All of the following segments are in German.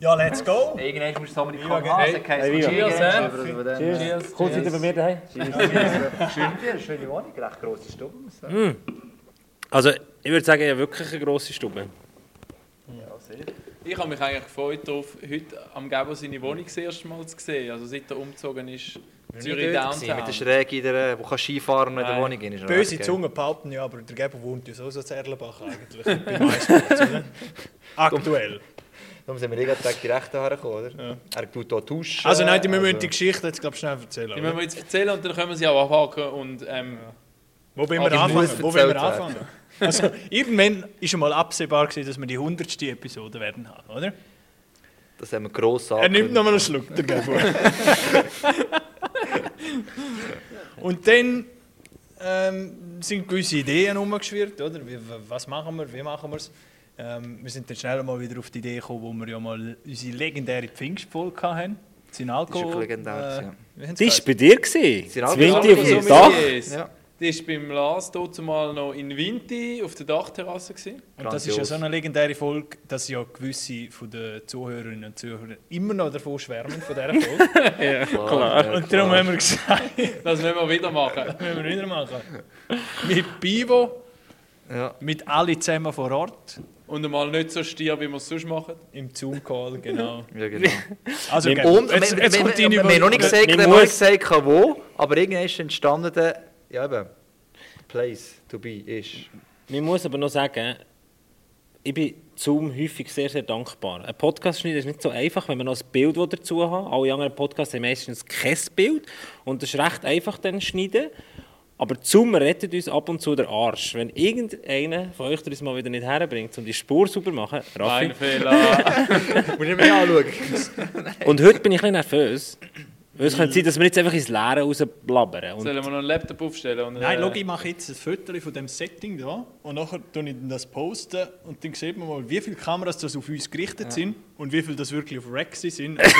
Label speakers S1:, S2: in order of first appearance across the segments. S1: Ja, let's go!
S2: Irgendwann musst du es aber nicht
S1: Viva,
S2: kommen haben.
S3: hey,
S2: Hey,
S4: hey, Viva.
S3: Cheers,
S2: Cheers,
S3: hè?
S4: Cheers.
S3: Cheers.
S4: Kurz wieder bei mir daheim.
S2: Schön dir, schöne Wohnung, recht grosse Stube. muss ich sagen.
S4: Also, ich würde sagen, ja, wirklich eine grosse Stube.
S2: Ja, sehr.
S3: Ich habe mich eigentlich gefreut darauf, heute am Gabo seine Wohnung das erste Mal zu sehen. Also seit er umgezogen ist, Zürich
S2: Mit der
S3: Downtown.
S2: Schräge, in der, wo kannst Skifahren und in der
S3: Nein.
S2: Wohnung rein. ist noch recht
S1: Böse
S2: geil.
S1: Zungen behaupten ja, aber der Geber wohnt ja so so zu Erlenbach eigentlich. bei MySports, oder? Aktuell.
S2: Darum sind wir jeden Tag direkt hergekommen, oder?
S1: Ja.
S2: Er tut hier duschen.
S1: Also nein, die müssen wir
S2: also-
S1: die Geschichte jetzt glaub, schnell erzählen.
S3: Die
S1: oder?
S3: müssen wir jetzt erzählen und dann können wir sie auch abhaken. Und, ähm,
S1: Wo wollen
S3: Aber
S1: wir
S3: die muss
S1: anfangen? Wo wollen wir
S2: erzählt
S1: anfangen? Also, irgendwann war schon mal absehbar, gewesen, dass wir die 100. Episode werden haben, oder?
S2: Das haben wir gross
S1: Er nimmt
S2: angekündigt.
S1: nochmal einen Schluck, der Gabo. Und dann ähm, sind gewisse Ideen herumgeschwirrt, oder? Wie, w- was machen wir, wie machen wir es? Ähm, wir sind dann schnell mal wieder auf die Idee gekommen, wo wir ja dus mal unsere legendäre Pfingstfolge hatten. Sein
S2: Das ist
S1: Alkohol.
S2: wirklich legendär. ja.
S1: wie haben sie
S4: Das
S1: gesagt?
S4: war bei dir. gewesen.
S2: Sind
S4: Das
S2: alle
S4: Winter auf
S3: Alkohol-
S4: dem Dach.
S3: Sommeliers.
S2: Ja.
S3: Die war beim Lars dort mal noch in Vinti auf der Dachterrasse. Gewesen.
S1: Und das ist ja
S2: Grandios.
S1: so eine legendäre Folge, dass ja gewisse von den Zuhörerinnen und Zuhörern immer noch davon schwärmen, von dieser Folge.
S4: Ja,
S2: ja,
S1: und darum
S4: äh,
S2: klar.
S1: haben wir gesagt,
S3: Das müssen wir wieder machen.
S1: das müssen wir wieder machen. Mit Bivo,
S2: Ja.
S1: mit alle zusammen vor Ort,
S3: Und mal nicht so stier, wie wir es sonst machen.
S1: im Zoom-Call, genau.
S2: Ja, genau.
S1: Also, okay.
S2: Und
S1: jetzt,
S2: wir-
S1: jetzt
S2: wir-
S1: kommt
S2: wir-
S1: deine
S2: wir haben noch nicht
S1: Überraschung.
S2: gesagt,
S4: Man
S2: wir haben noch nicht
S4: muss-
S2: gesagt, wo, aber irgendwann ist entstanden der, ja eben, Place to be ist.
S4: Man muss aber noch sagen, ich bin Zoom häufig sehr, sehr dankbar. Ein Podcast schneiden ist nicht so einfach, wenn man noch ein Bild dazu hat. Alle anderen Podcasts haben meistens kein Bild. Und das ist recht einfach dann schneiden. Aber Zoom rettet uns ab und zu den Arsch. Wenn irgendeiner von euch das mal wieder nicht herbringt, um die Spur sauber zu machen, Raffi.
S3: Mein Fehler.
S2: Muss ich mir anschauen.
S4: Und heute bin ich ein bisschen nervös. Weil es könnte sein, dass wir jetzt einfach ins Leere rauslabbern. Und
S3: Sollen wir noch einen Laptop aufstellen? Und,
S1: Nein,
S3: äh,
S1: schau, ich mache jetzt ein Foto von dem Setting da und nachher poste ich dann das posten und dann sieht man mal, wie viele Kameras das auf uns gerichtet sind und wie viele das wirklich auf Rexy sind. Also,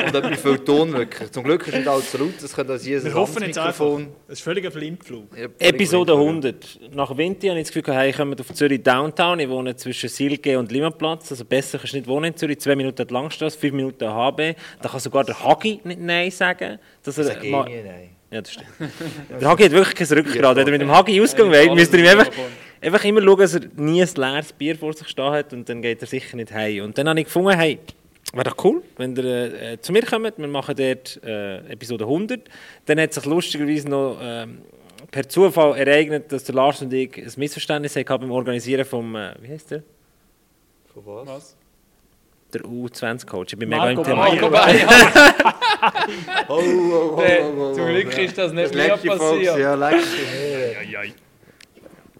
S2: Und dann wie viel Ton wirklich. Zum Glück ist nicht alles zu laut, das könnte das hier
S1: wir hoffen jetzt einfach, es ist völlig ein Blindflug.
S4: Episode 100. Nach Winti habe ich das Gefühl, gehabt, hey, ich komme auf Zürich Downtown. Ich wohne zwischen Silge und Limaplatz. Also besser kannst du nicht wohnen in Zürich. Zwei Minuten an die Langstrasse, fünf Minuten an HB. Da kann sogar der Hagi nicht Nein sagen. Dass er
S2: Das geht
S4: mal-
S2: nie, nein.
S4: Ja, das stimmt. der Hagi hat wirklich kein Rückgrat. Wenn er mit dem Hagi ausgegangen
S3: Ja,
S4: wäre, müsst ihr ihm einfach,
S3: Telefon.
S4: einfach immer schauen, dass er nie ein leeres Bier vor sich stehen hat. Und dann geht er sicher nicht heim. Und dann habe ich gefunden, hey, wäre doch cool, wenn ihr äh, zu mir kommt. Wir machen dort äh, Episode 100. Dann hat sich lustigerweise noch... ähm, per Zufall ereignet, dass der Lars und ich ein Missverständnis hatten beim Organisieren vom, äh, wie heißt der?
S2: Von was?
S3: Was?
S4: Der U20-Coach. Ich bin mega
S1: Marco
S4: im Thema.
S1: Mayer.
S3: Marco Bayer.
S2: Oh, oh, oh, oh, oh, oh,
S3: Zum Glück ist
S2: das
S3: das nicht mehr
S2: letzte Folge,
S3: passiert.
S2: ja, letzte.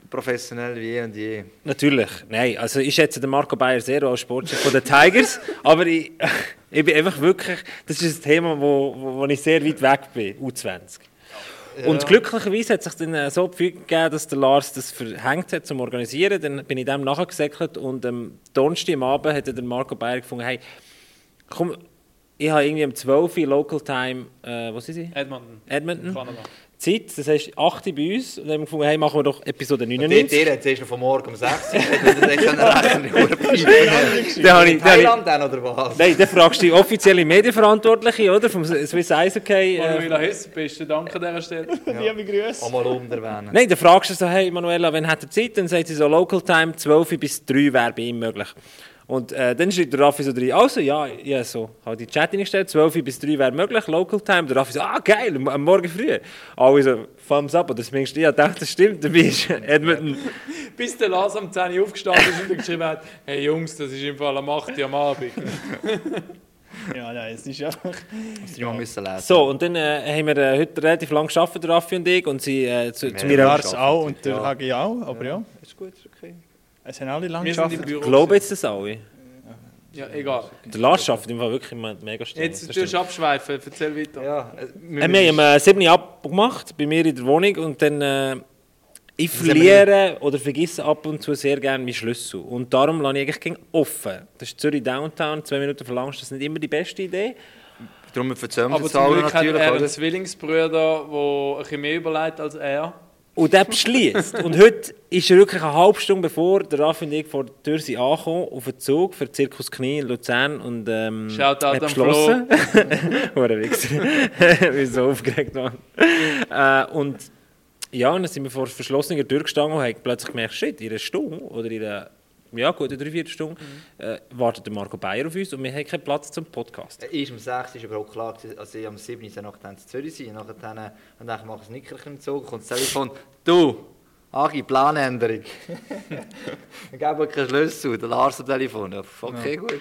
S2: Professionell wie eh und je.
S4: Natürlich. Nein, also ich schätze den Marco Bayer sehr als Sportchef von den Tigers, aber ich, ich bin einfach wirklich, das ist ein Thema, wo, wo, wo ich sehr weit weg bin, U20. Und glücklicherweise hat sich dann äh, so die Fügung gegeben, dass der Lars das verhängt hat zum Organisieren. Dann bin ich dem nachgesäckelt und am Donnerstag am Abend hat dann der Marco Bayer gefunden, hey, komm, ich habe irgendwie um 12 Uhr Local Time, äh, wo sind sie?
S3: Edmonton.
S4: Edmonton. Hm?
S3: Kanada.
S4: Zeit, das heißt 8 Uhr bei uns. Und dann haben wir gefunden, hey, machen wir doch Episode
S2: Und die
S4: 99.
S2: Tiere hat zuerst noch von morgen um 6 Uhr. Dann können rechnen.
S4: Dann habe ich, dann habe ich,
S2: Thailand dann oder was?
S4: Nein, dann fragst du die offizielle Medienverantwortliche, oder? Vom Swiss Eishockey. Äh.
S3: Manuela Hess, besten Dank an dieser Stelle.
S1: Liebe Grüße.
S2: Einmal um der Wände.
S4: Nein, dann fragst du so, hey Manuela, wann hat er Zeit? Dann sagt sie so, Local Time, 12 Uhr bis 3 wäre bei ihm möglich. Und äh, dann schreibt der Raffi so rein, also ja, ja so, habe die Chat hingestellt, 12 Uhr bis 3 wäre möglich, Local Time. Der Raffi so, ah geil, am am Morgen früh. Alle so, thumbs up, oder zumindest ich habe gedacht, das stimmt, dabei ist Edmonton.
S3: Bis der Lars am 10 Uhr aufgestanden ist und geschrieben hat: Hey Jungs, das ist im Fall am 8 Uhr am Abend.
S1: Ja, nein, es ist einfach...
S2: Das ja. müssen lesen.
S4: So, und dann äh, haben wir äh, heute relativ lang gearbeitet, der Raffi und ich, und sie äh, zu, zu
S2: Wir
S4: mir
S1: Der
S4: auch.
S1: Lars auch und der
S2: Ja.
S1: Hagi auch, aber ja.
S2: Ist gut, ist okay.
S1: Es haben alle lange
S3: Wir sind im
S1: geschafft.
S3: Büro.
S4: Ich glaube jetzt das alle.
S3: Ja, egal.
S4: Der Lars arbeitet im Fall wirklich immer mega schnell.
S3: Jetzt
S4: das
S3: tust du abschweifen, erzähl weiter.
S2: Ja, äh,
S4: Äh, wir haben äh, 7 Uhr abgemacht bei mir in der Wohnung und dann äh, ich
S2: sind wir
S4: verliere oder vergesse ab und zu sehr gerne meinen Schlüssel. Und darum lasse ich eigentlich gegen offen. Das ist Zürich Downtown, zwei Minuten verlangst, das ist nicht immer die beste Idee.
S2: Darum verzögern wir
S3: Aber
S2: es
S3: zum
S2: alle
S3: Glück hat
S2: natürlich,
S3: er einen
S2: oder?
S3: Zwillingsbruder, der ein bisschen mehr überlegt als er.
S4: Und der beschließt. Und heute ist er wirklich eine halbe Stunde bevor der Raffi und ich vor der Tür sind angekommen, auf den Zug für Zirkus Knie in Luzern und ähm,
S3: Shoutout
S4: hat
S3: an
S4: beschlossen. Hure Wichser. ich bin so aufgeregt, Mann. Äh, und ja, und dann sind wir vor verschlossener Tür gestanden und haben plötzlich gemerkt, shit, in einer Stunde oder in einer, ja gut, in drei, vier Stunden
S1: Mhm.
S4: äh, wartet der Marco Bayer auf uns und wir haben keinen Platz zum Podcast.
S2: Er Äh, Ist am 6. ist überhaupt klar, gewesen, als ich am 7. ist nachher in Zürich sein. Nachher dann, äh, und dann mache ich ein Nickerchen im Zug, kommt das Telefon. Du, Agi, Planänderung. Dann geben wir keinen Schlüssel, der Lars am Telefon. Ja, Okay, gut.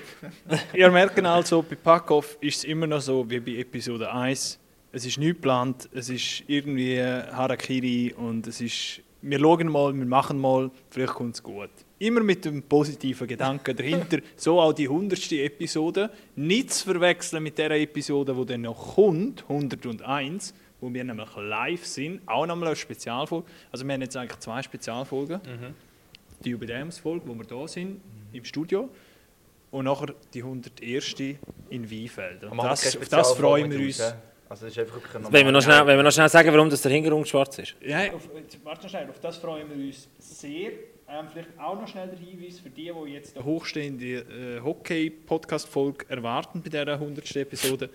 S1: Ihr merkt also, bei Packoff ist es immer noch so wie bei Episode 1. Es ist nicht geplant, es ist irgendwie Harakiri und es ist, wir schauen mal, wir machen mal, vielleicht kommt es gut. Immer mit dem positiven Gedanken dahinter. So auch die 100. Episode. Nicht zu verwechseln mit der Episode, die dann noch kommt, 101, wo wir nämlich live sind. Auch nochmal eine Spezialfolge. Also wir haben jetzt eigentlich zwei Spezialfolgen. Die Jubiläumsfolge, wo wir da sind, im Studio. Und nachher die 101. in Weinfeld. Und das, auf das freuen wir uns.
S2: Also, das ist einfach wirklich
S4: Wenn wir noch schnell, wenn wir noch schnell sagen, warum das der Hintergrund schwarz ist.
S1: Ja, auf, jetzt warte noch schnell, auf das freuen wir uns sehr. Ähm, vielleicht auch noch schnell der Hinweis für die, die jetzt eine hochstehende äh, Hockey-Podcast-Folge erwarten bei dieser 100. Episode.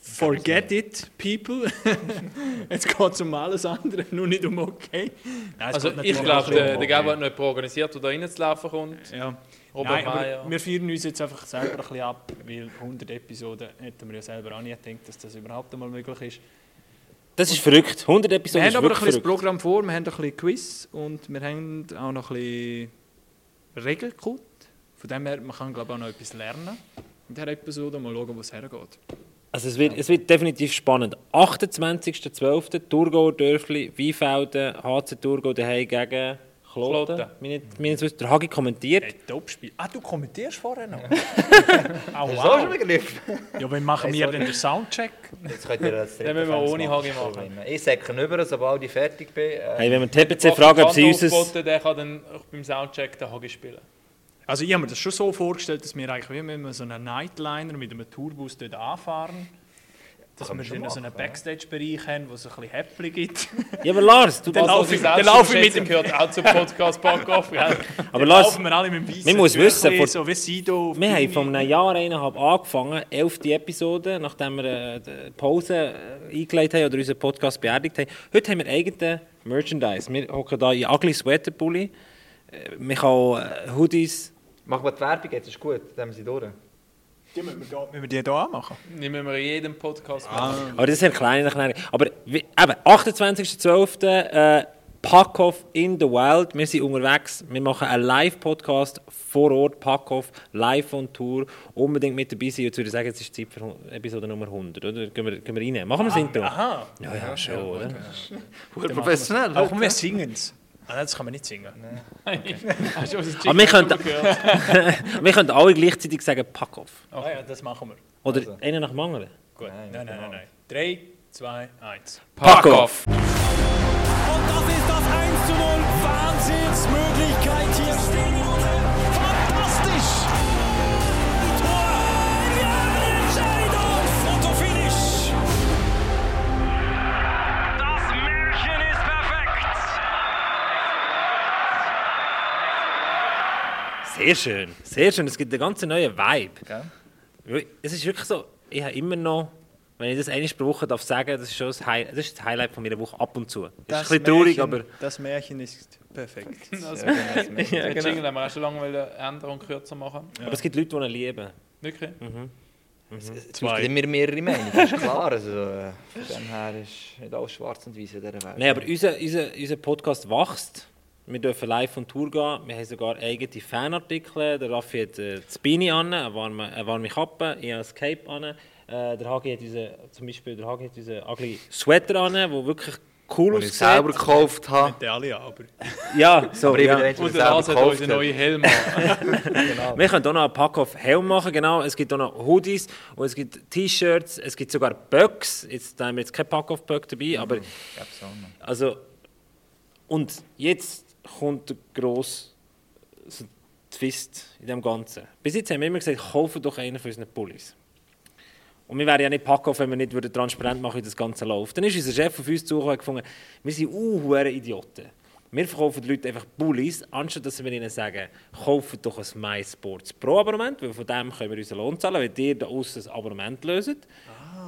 S1: Forget it, people. jetzt geht es um alles andere, nur nicht um Hockey. Nein, es
S3: Also
S1: geht natürlich
S3: ich glaube,
S1: auch
S3: der,
S1: um
S3: der Gabo hat noch jemanden organisiert, der da reinzulaufen kommt.
S1: Hockey. Ja.
S3: Robert
S1: Nein,
S3: Meier.
S1: aber wir feiern uns jetzt einfach selber ein bisschen ab, weil 100 Episoden hätten wir ja selber auch nie gedacht, dass das überhaupt einmal möglich ist.
S4: Das ist verrückt. 100 Episoden
S1: Wir
S4: ist
S1: haben aber ein
S4: wirklich
S1: bisschen das
S4: verrückt.
S1: Programm vor, wir haben ein bisschen Quiz und wir haben auch noch ein bisschen Regelcode. Von dem her, man kann glaube ich auch noch etwas lernen. In dieser Episode mal schauen, wo es hergeht.
S4: Also es wird, es wird definitiv spannend. 28.12. Thurgau, Dörfli, Weinfelden, HC Thurgau daheim gegen Kloten.
S3: Kloten.
S4: Meine, meine Schwester, der Hagi kommentiert.
S1: Hey, Topspiel. Ah, du kommentierst vorher noch? ah,
S2: So ist ein
S1: wow.
S2: Begriff.
S1: Ja, wann machen
S2: Hey,
S1: wir
S2: sorry.
S1: denn den Soundcheck?
S2: Jetzt könnt ihr das
S3: Dann müssen wir ohne Hagi machen.
S2: Ich säcke rüber, sobald ich fertig bin. Äh,
S4: Hey, wenn wir TPC fragen, ob sie
S3: Aufboten,
S4: unser...
S3: Der kann dann auch beim Soundcheck den Hagi spielen.
S1: Also ich habe mir das schon so vorgestellt, dass wir eigentlich wie wenn wir so einen Nightliner mit einem Tourbus dort anfahren. Dass
S2: Kann man
S1: wir
S2: schon
S1: dann so einen
S2: machen,
S1: Backstage-Bereich haben, wo es ein bisschen Häppchen gibt.
S4: Ja, aber Lars, du...
S1: Dann laufe ich-
S3: Also,
S1: dann laufe ich mit
S3: Selbstüberschätzung gehört auch zum Podcast Packoff. gell?
S4: Aber Lars,
S1: Laufen wir alle mit dem weißen
S4: Man muss wissen,
S1: Tüchli,
S4: vor-
S1: so wie Sido. auf
S4: wir
S1: die
S4: haben
S1: Bühne.
S4: vor einem Jahr, eineinhalb angefangen, elfte Episode, nachdem wir äh, die Pause äh, eingelegt haben oder unseren Podcast beerdigt haben. Heute haben wir eigenen Merchandise. Wir hocken hier in ugly Sweaterpulli. Äh, Wir haben auch, äh, Hoodies...
S2: Machen wir die Werbung jetzt, ist gut. Dann haben wir sie durch.
S1: Die müssen wir, da- müssen wir die hier anmachen.
S3: Nehmen wir in jedem Podcast
S1: Ah.
S3: mit.
S4: Aber das ist eine kleine, kleine. Aber wie, eben, 28.12. Äh, Packoff in the Wild. Wir sind unterwegs. Wir machen einen Live-Podcast vor Ort. Packoff live on Tour. Unbedingt mit dabei sein. Jetzt würde ich sagen, jetzt ist die Zeit für Episode Nummer 100. Oder? Gehen, wir, gehen wir rein. Machen wir das Intro.
S1: Aha.
S4: Ja, ja, schon, oder?
S2: Professionell.
S1: Aber wir singen es. Ah, das kann man nicht singen.
S3: Hast du unseren
S4: Aber wir
S3: Jingle
S4: können-
S3: gehört?
S4: Wir können alle gleichzeitig sagen Packoff.
S1: Ah ja, das machen wir.
S4: Oder
S2: Also.
S4: einen nach dem anderen.
S1: Gut.
S2: Nein,
S1: Nein,
S2: nicht
S1: nein, nein.
S2: genau.
S1: nein, 3, 2, 1.
S4: Packoff!
S5: Und das ist das 1 zu 0. Wahnsinnsmöglichkeit hier. Fantastisch. Tor. Ja, Entscheidung. Fotofinish. Das Märchen ist perfekt.
S4: Sehr schön. Sehr schön. Es gibt einen ganz neuen Vibe. Weil Es ist wirklich so, ich habe immer noch, wenn ich das eine Woche darf sagen, das ist schon das, High, das, ist das Highlight von meiner Woche ab und zu. Das, ist ein bisschen traurig, aber
S1: Das Märchen ist perfekt.
S3: Den
S1: genau.
S3: Jingle haben wir auch schon lange wollen ändern und kürzer machen.
S4: aber es gibt Leute, die ihn lieben.
S3: Wirklich?
S2: Jetzt
S1: Zwei.
S2: müssen wir mehrere Meinungen, das ist klar. Also, äh, von dem her ist nicht alles schwarz und weiß in dieser Welt.
S4: Nein, aber unser, unser, unser Podcast wächst. Wir dürfen live on Tour gehen. Wir haben sogar eigene Fanartikel. Der Raffi hat äh, das Beanie an, eine warme, eine warme Kappe, ich habe das Cape an. Äh, der Hagi hat unseren, zum Beispiel, der Hagi hat unseren ugly Sweater an, der wirklich cool
S2: Den ich
S4: aussieht.
S2: selber gekauft habe.
S1: Die alle aber.
S4: Ja, so,
S2: Aber ich bin
S4: ja.
S2: der Einzige,
S3: Und
S2: der
S3: der Lars
S2: selber
S3: hat
S2: gekauft
S3: unseren
S2: hat.
S3: neuen Helm an.
S4: Wir können auch noch einen Pack-Off-Helm machen, genau. Es gibt auch noch Hoodies und es gibt T-Shirts, es gibt sogar Böcks. Jetzt da haben wir jetzt keinen Pack-Off-Böck dabei, aber also... Und jetzt kommt der grosse so Twist in dem Ganzen. Bis jetzt haben wir immer gesagt, kaufen doch einen von unseren Pullis. Und wir wären ja nicht Packoff, wenn wir nicht würden transparent machen würden, wie das Ganze läuft. Dann ist unser Chef auf uns zugekommen und hat gefunden, wir sind uh, Idioten. Wir verkaufen den Leuten einfach Bullis, anstatt dass wir ihnen sagen, kauft doch ein MySports Pro Abonnement, weil von dem können wir unseren Lohn zahlen, wenn ihr da aussen ein Abonnement löst.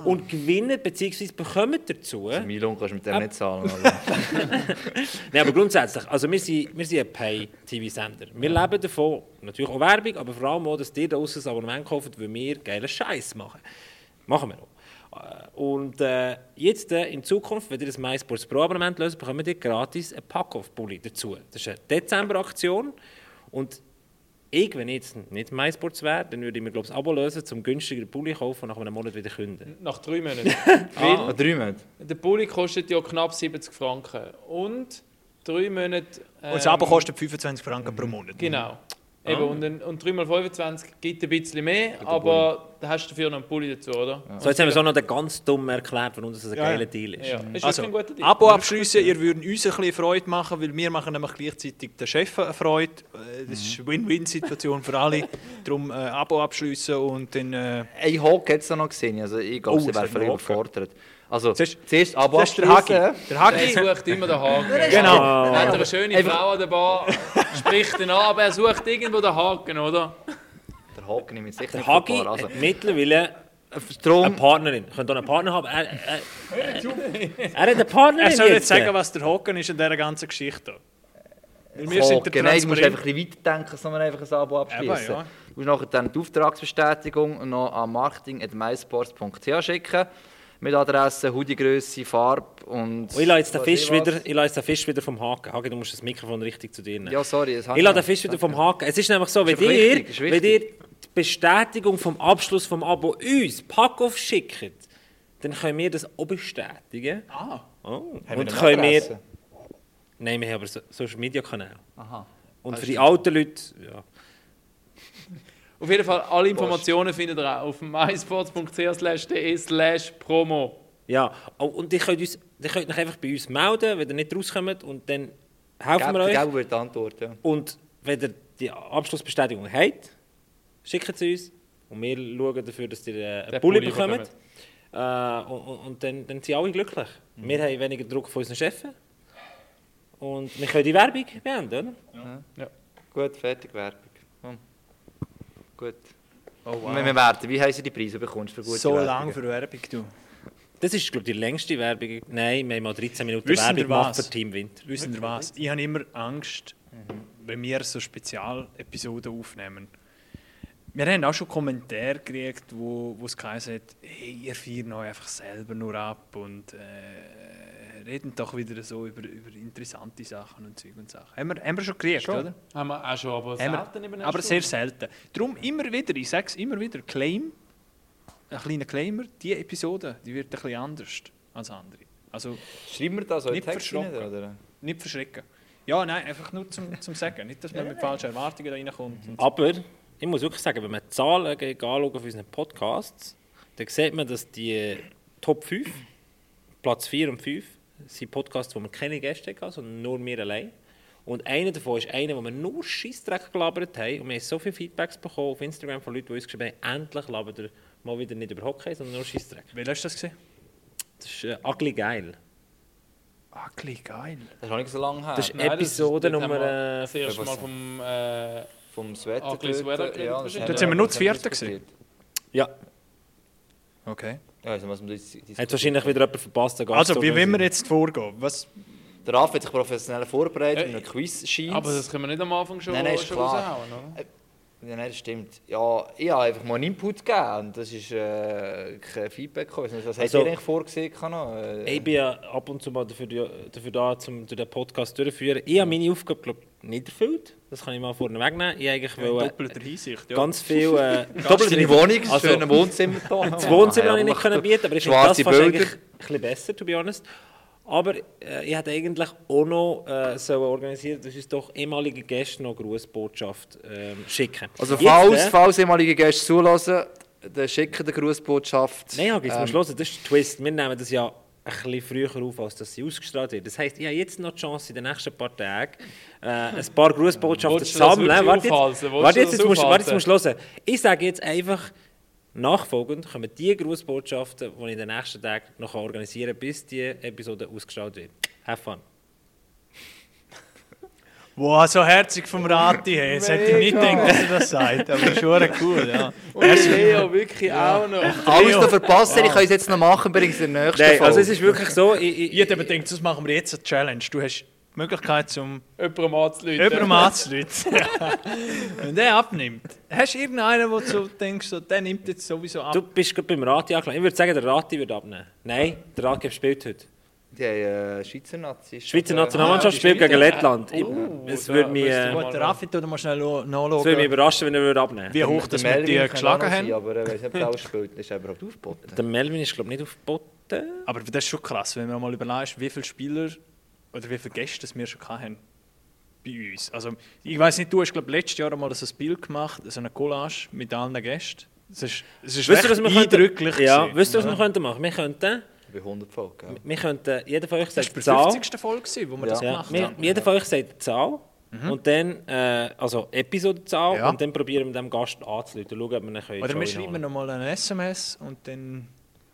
S4: Und gewinnt bzw. bekommt dazu.
S2: Ein Milon kannst du mit dem nicht zahlen. Aber.
S4: Nein, aber grundsätzlich, also wir sind, wir sind ein Pay-TV-Sender. Wir leben davon, natürlich auch Werbung, aber vor allem auch, dass ihr da draussen ein Abonnement kauft, weil wir geilen Scheiß machen. Machen wir auch. Äh, Und äh, jetzt äh, in Zukunft, wenn ihr das MySports Pro Abonnement löst, bekommt ihr gratis einen Pack-Off-Bulli dazu. Das ist eine Dezember-Aktion. Und ich, wenn ich jetzt nicht MySports wäre, dann würde ich mir, glaube ich, ein Abo lösen, zum günstigeren Bulli kaufen und nach einem Monat wieder künden.
S3: Nach drei Monaten.
S2: Ah, drei Monate.
S3: Weil der Bulli kostet ja knapp 70 Franken. Und drei Monate. ähm,
S1: Und das Abo kostet 25 Franken pro Monat.
S3: Genau. Eben, und, ein- und 3x25 gibt ein bisschen mehr, aber da hast du dafür noch einen Pulli dazu, oder?
S4: So, jetzt haben wir es auch noch den ganz dumm erklärt, warum das ein geiler Deal ist.
S3: Ja. Ist
S1: Also,
S3: wirklich ein guter Deal.
S1: Abo abschliessen, ihr würdet uns ein bisschen Freude machen, weil wir machen nämlich gleichzeitig den Chef eine Freude. Äh, Das ist eine Win-Win-Situation für alle. Darum äh, Abo abschliessen und dann... Äh,
S2: Ein Hawk hat es noch gesehen. Also, ich glaube,
S1: Oh,
S2: sie
S1: es
S2: wäre
S1: hat
S2: völlig
S1: einen Hawk
S2: überfordert. Also,
S1: Zuerst-
S2: zuerst Abo
S1: das ist der Hagi.
S2: abschliessen.
S1: Der
S3: Er
S1: Hagi,
S3: sucht immer den Haken.
S1: genau.
S3: Dann hat er eine schöne Frau an der Bar, spricht ihn an, aber er sucht irgendwo den Haken, oder?
S2: Der Hawk nimmt sicher
S4: Der
S2: nicht
S4: Hagi
S2: verklar. Also,
S4: hat mittlerweile eine
S1: Um-
S2: drum,
S4: Partnerin. Könnt auch einen Partner haben. Er, er, er, er hat eine Partnerin
S1: er soll
S4: jetzt.
S1: jetzt sagen, was der Hocken ist in dieser ganzen Geschichte. Weil wir sind
S2: Hawk,
S1: der
S2: nein, du musst Genau,
S1: transparent.
S2: einfach ein bisschen weiterdenken, dass man einfach ein Abo abschließen.
S1: Eben, ja.
S2: Du musst nachher dann die Auftragsbestätigung noch an marketing.mysports.ch schicken. Mit Adresse, Hoodiegröße, Farbe und.
S4: Und ich lasse jetzt den
S2: was
S4: Fisch
S2: ich was.
S4: wieder, ich lasse den Fisch wieder vom Haken. Haken, du musst das Mikrofon richtig zu dir nehmen.
S2: Ja, sorry. es hat
S4: ich lasse den
S2: noch-
S4: Fisch wieder vom Haken. Es ist nämlich so, wenn
S2: einfach
S4: ihr,
S2: wichtig, ist
S4: wenn ihr die Bestätigung vom Abschluss vom Abo uns Pack-Off schickt, dann können wir das auch bestätigen.
S3: Ah.
S4: Oh.
S2: Haben wir
S4: Und
S2: eine
S4: können wir...
S2: Adresse?
S4: Nein, wir haben aber so- Social Media Kanäle.
S2: Aha. Ah,
S4: Und für die alten Leute... Ja.
S3: Auf jeden Fall, alle Informationen findet ihr auch auf mysports.ch/de/slash promo.
S4: Ja, oh, und ihr könnt, uns, ihr könnt euch einfach bei uns melden, wenn ihr nicht rauskommt und dann helfen wir
S2: Gell,
S4: euch.
S2: Gell wird die Antwort, ja.
S4: Und wenn ihr die Abschlussbestätigung habt, schickt sie uns und wir schauen dafür, dass ihr äh, einen
S3: Den
S4: Pulli
S3: Pulli
S4: bekommt. Äh, und und, und dann, dann sind alle glücklich. Wir haben weniger Druck von unseren Chefs und wir können die Werbung beenden, oder?
S2: Gut, fertig, Werbung. Hm. Gut. Und wenn wir werten, wie heißen die Preise bekommst du für gute
S1: So
S2: Werbung?
S1: lange für Werbung, du.
S4: Das ist, glaube ich, die längste Werbung. Nein, wir haben mal 13 Minuten
S1: Wissen
S4: Werbung
S1: ihr
S4: gemacht
S1: was?
S4: für Team Winter.
S1: Wissen ihr was? Ich habe immer Angst, wenn wir so Spezialepisoden aufnehmen. Wir haben auch schon Kommentare gekriegt, wo, wo es geheißen hat, hey, ihr feiert euch einfach selber nur ab und äh, reden doch wieder so über, über interessante Sachen und Zeug und Sachen. Haben wir, haben wir schon gekriegt, oder?
S3: Haben wir auch schon, aber
S1: Haben wir.
S3: selten eben
S1: Aber sehr selten. Darum immer wieder, ich sage es immer wieder, Claim, ein kleiner Claimer, die Episode, die wird ein bisschen anders als andere. Also
S2: Schreiben wir das so in
S1: Nicht
S2: Text rein,
S1: verschrocken.
S2: oder?
S1: nicht verschrecken. Ja, nein, einfach nur zum, zum Sagen. Nicht, dass man mit falschen Erwartungen da reinkommt. Und
S4: Aber ich muss wirklich sagen, wenn man die Zahlen ge- anschaut auf unseren Podcasts, dann sieht man, dass die Top 5, Platz 4 und 5, sind Podcasts, wo wir keine Gäste hatten, sondern nur wir allein. Und einer davon ist einer, wo wir nur Scheissdreck gelabert haben. Und wir haben so viele Feedbacks bekommen auf Instagram von Leuten, die uns geschrieben haben, endlich labert ihr mal wieder nicht über Hockey, sondern nur Scheissdreck.
S1: Wer hast du das gesehen?
S4: Das ist äh, ugly geil.
S1: Ugly, geil.
S2: Das ist noch nicht so lange her.
S4: Das ist Episode Nummer
S3: Das
S4: 4.
S3: erste Mal vom. Äh,
S2: Vom Sweater.
S3: Ah, ein bisschen
S2: dort,
S3: Sweater
S2: ja,
S3: geredet,
S2: das haben
S1: Dort sind wir nur zu
S2: das haben
S1: viert gewesen.
S2: diskutiert.
S4: Ja,
S1: Okay.
S2: Ja, dus also was wir jetzt diskutieren.
S4: hat wahrscheinlich wieder jemand verpasst. einen Gast
S1: Also, wie
S4: oder
S1: wollen
S4: so.
S1: wir jetzt vorgehen? Was?
S2: Der Raf hat sich professionell vorbereitet
S3: Äh,
S2: mit einem quiz schein
S3: aber das können wir nicht am Anfang schon,
S2: Nein, nein, ist
S3: schon
S2: klar.
S3: raushauen, oder?
S2: Ja, nein, das stimmt. Ja, ich habe einfach mal einen Input gegeben und das ist äh, kein Feedback Dus gekommen. Also, Was
S4: Also-
S2: habt ihr eigentlich vorgesehen? Kann noch? Äh,
S4: Ich bin ja ab und zu mal dafür, die- dafür da, um den Podcast durchzuführen. Ich habe meine Aufgabe, glaube ich, nicht erfüllt. Das kann ich mal vorne wegnehmen. Ich eigentlich
S1: In
S4: wollte
S1: doppelter Hinsicht, ja.
S4: ganz viel... Äh,
S2: Doppelt deine Wohnung, das
S4: Also-
S2: schöne Wohnzimmer da.
S4: das Wohnzimmer habe ich nicht können bieten, aber ich finde das
S2: Schwarze
S4: fast
S2: Bilder.
S4: eigentlich ein bisschen besser, to be honest. Aber äh, ich hätte eigentlich auch noch äh, sollen organisieren dass uns doch ehemalige Gäste noch Grußbotschaft ähm, schicken.
S2: Also
S4: Jetzt,
S2: falls,
S4: äh,
S2: falls ehemalige Gäste zulassen, dann schicken die Grußbotschaft. Ähm,
S4: Nein, Hagi, jetzt musst du hören, das ist der Twist. Wir nehmen das ja ein bisschen früher auf, als dass sie ausgestrahlt wird. Das heisst, ich habe jetzt noch die Chance, in den nächsten paar Tagen äh, ein paar Grußbotschaften
S3: Willst
S4: zu
S3: du das
S4: sammeln.
S3: wirklich
S4: Warte jetzt,
S3: aufhalten? Willst
S4: warte
S3: du
S4: jetzt,
S3: das
S4: jetzt musst, warte, jetzt
S3: aufhalten?
S4: musst du hören. Ich sage jetzt einfach, Nachfolgend kommen die Grußbotschaften, die ich in den nächsten Tagen noch organisieren kann, bis die Episode ausgestrahlt wird. Have fun.
S1: Wow, so herzig vom Rati. Hey. Jetzt hätte ich nicht gedacht, dass er das sagt. Aber ist schon cool, ja. Herzlich-
S3: Leo, wirklich auch noch.
S2: Alles noch verpasst, ich kann es jetzt noch machen, übrigens in der nächsten
S4: Nein,
S2: Folge.
S4: also es ist wirklich so, ich, ich,
S1: Ich hätte eben gedacht, das machen wir jetzt eine Challenge. Du hast die Möglichkeit, um
S3: Jemandem anzuleuten.
S1: jemandem anzuleuten. Wenn der abnimmt, hast du irgendeinen, wo du so denkst, so, der nimmt jetzt sowieso ab?
S4: du bist gerade beim Rati angelangt. Ich würde sagen, der Rati wird abnehmen. Nein, der Rati spielt heute.
S2: Die äh, Schweizer Nazis. äh,
S4: Die Schweizer Nationalmannschaft
S3: die
S4: spielt gegen
S3: Schweizer.
S4: Lettland. Ich-
S3: Oh,
S4: Es
S3: da
S4: würde mich,
S3: müsste
S4: äh,
S3: man-
S1: Gut, der Raffi, du mal schnell
S4: es würde mich
S1: nachschauen,
S4: überraschen, wenn er würde abnehmen würde.
S1: wie hoch das wir die geschlagen haben.
S2: Aber äh, weiss nicht, ob er ausspielt, ist er überhaupt aufgeboten.
S4: Der Melvin ist, glaube ich, nicht auf Botten.
S1: Aber das ist schon krass, wenn man mal überlegst, wie viele Spieler oder wie viele Gäste das wir schon hatten bei uns. Also, ich weiß nicht, du hast glaube letztes Jahr mal so ein Bild gemacht, so eine Collage mit allen Gästen. Es ist, es ist
S4: Wisst ihr,
S1: recht
S4: was wir
S1: eindrücklich.
S4: könnten? Ja,
S1: gewesen.
S4: wisst ihr, was wir könnten machen? Wir könnten,
S2: Bei 100 Folgen. gell?
S4: wir könnten jeder von euch
S1: Das
S4: sagt
S1: war
S4: die
S1: bei der
S4: Zahl.
S1: 50. Folge, gewesen, wo wir
S2: Ja.
S1: das
S4: Ja,
S1: gemacht
S4: wir,
S1: haben.
S4: jeder von euch sagt die Zahl. Und dann, äh, also Episodenzahl,
S1: Ja.
S4: und dann probieren wir dem Gast anzuleiten und schauen, ob wir ihn können.
S1: Oder wir
S4: reinholen.
S1: schreiben nochmal eine SMS und dann.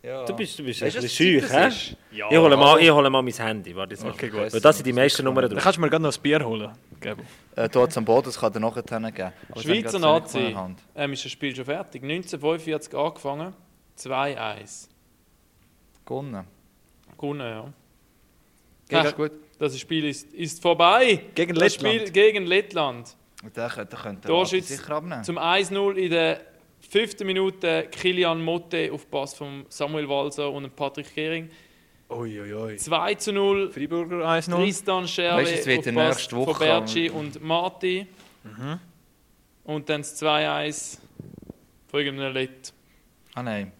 S2: Ja.
S4: Du bist, du bist ein
S2: Weißt du,
S4: bisschen
S2: was
S4: schüch,
S2: Zeit
S4: hä?
S2: das ist?
S1: Ja,
S4: ich, hole mal, ich hole mal mein Handy, warte jetzt mal.
S1: Okay, gut.
S4: Weil das sind die meisten Nummern
S1: Dann
S4: drauf.
S1: kannst du mir gerade noch ein Bier holen. Gebo.
S2: Äh, Dort am Boden, das kann er nachher geben. Aber das habe ich
S3: Schweizer
S2: gerade so nicht
S3: Nazi.
S2: in der Hand.
S3: Ähm, ist das Spiel schon fertig. 1945 angefangen. 2-1.
S2: Gewonnen.
S3: Gewonnen, ja.
S2: Geht
S3: Ach.
S2: das gut?
S3: Das Spiel ist, ist vorbei.
S1: Gegen
S3: das
S1: Lettland.
S3: Spiel gegen Lettland.
S2: Und den könnte, könnte
S3: Da
S2: der
S3: schützt-
S2: sicher abnehmen.
S3: Zum 1-0 in der fünften Minute Kilian Motte auf Pass von Samuel Walser und Patrick Gehring.
S1: Uiuiui.
S3: 2-0
S1: Freiburger 1-0.
S3: Tristan Scherle
S2: Weißt du, es wird
S3: auf
S2: ja
S3: Pass
S2: nächste Woche
S3: von Berci und Marti. Und dann das 2-1 von irgendeinem Lett.
S2: Ah nein.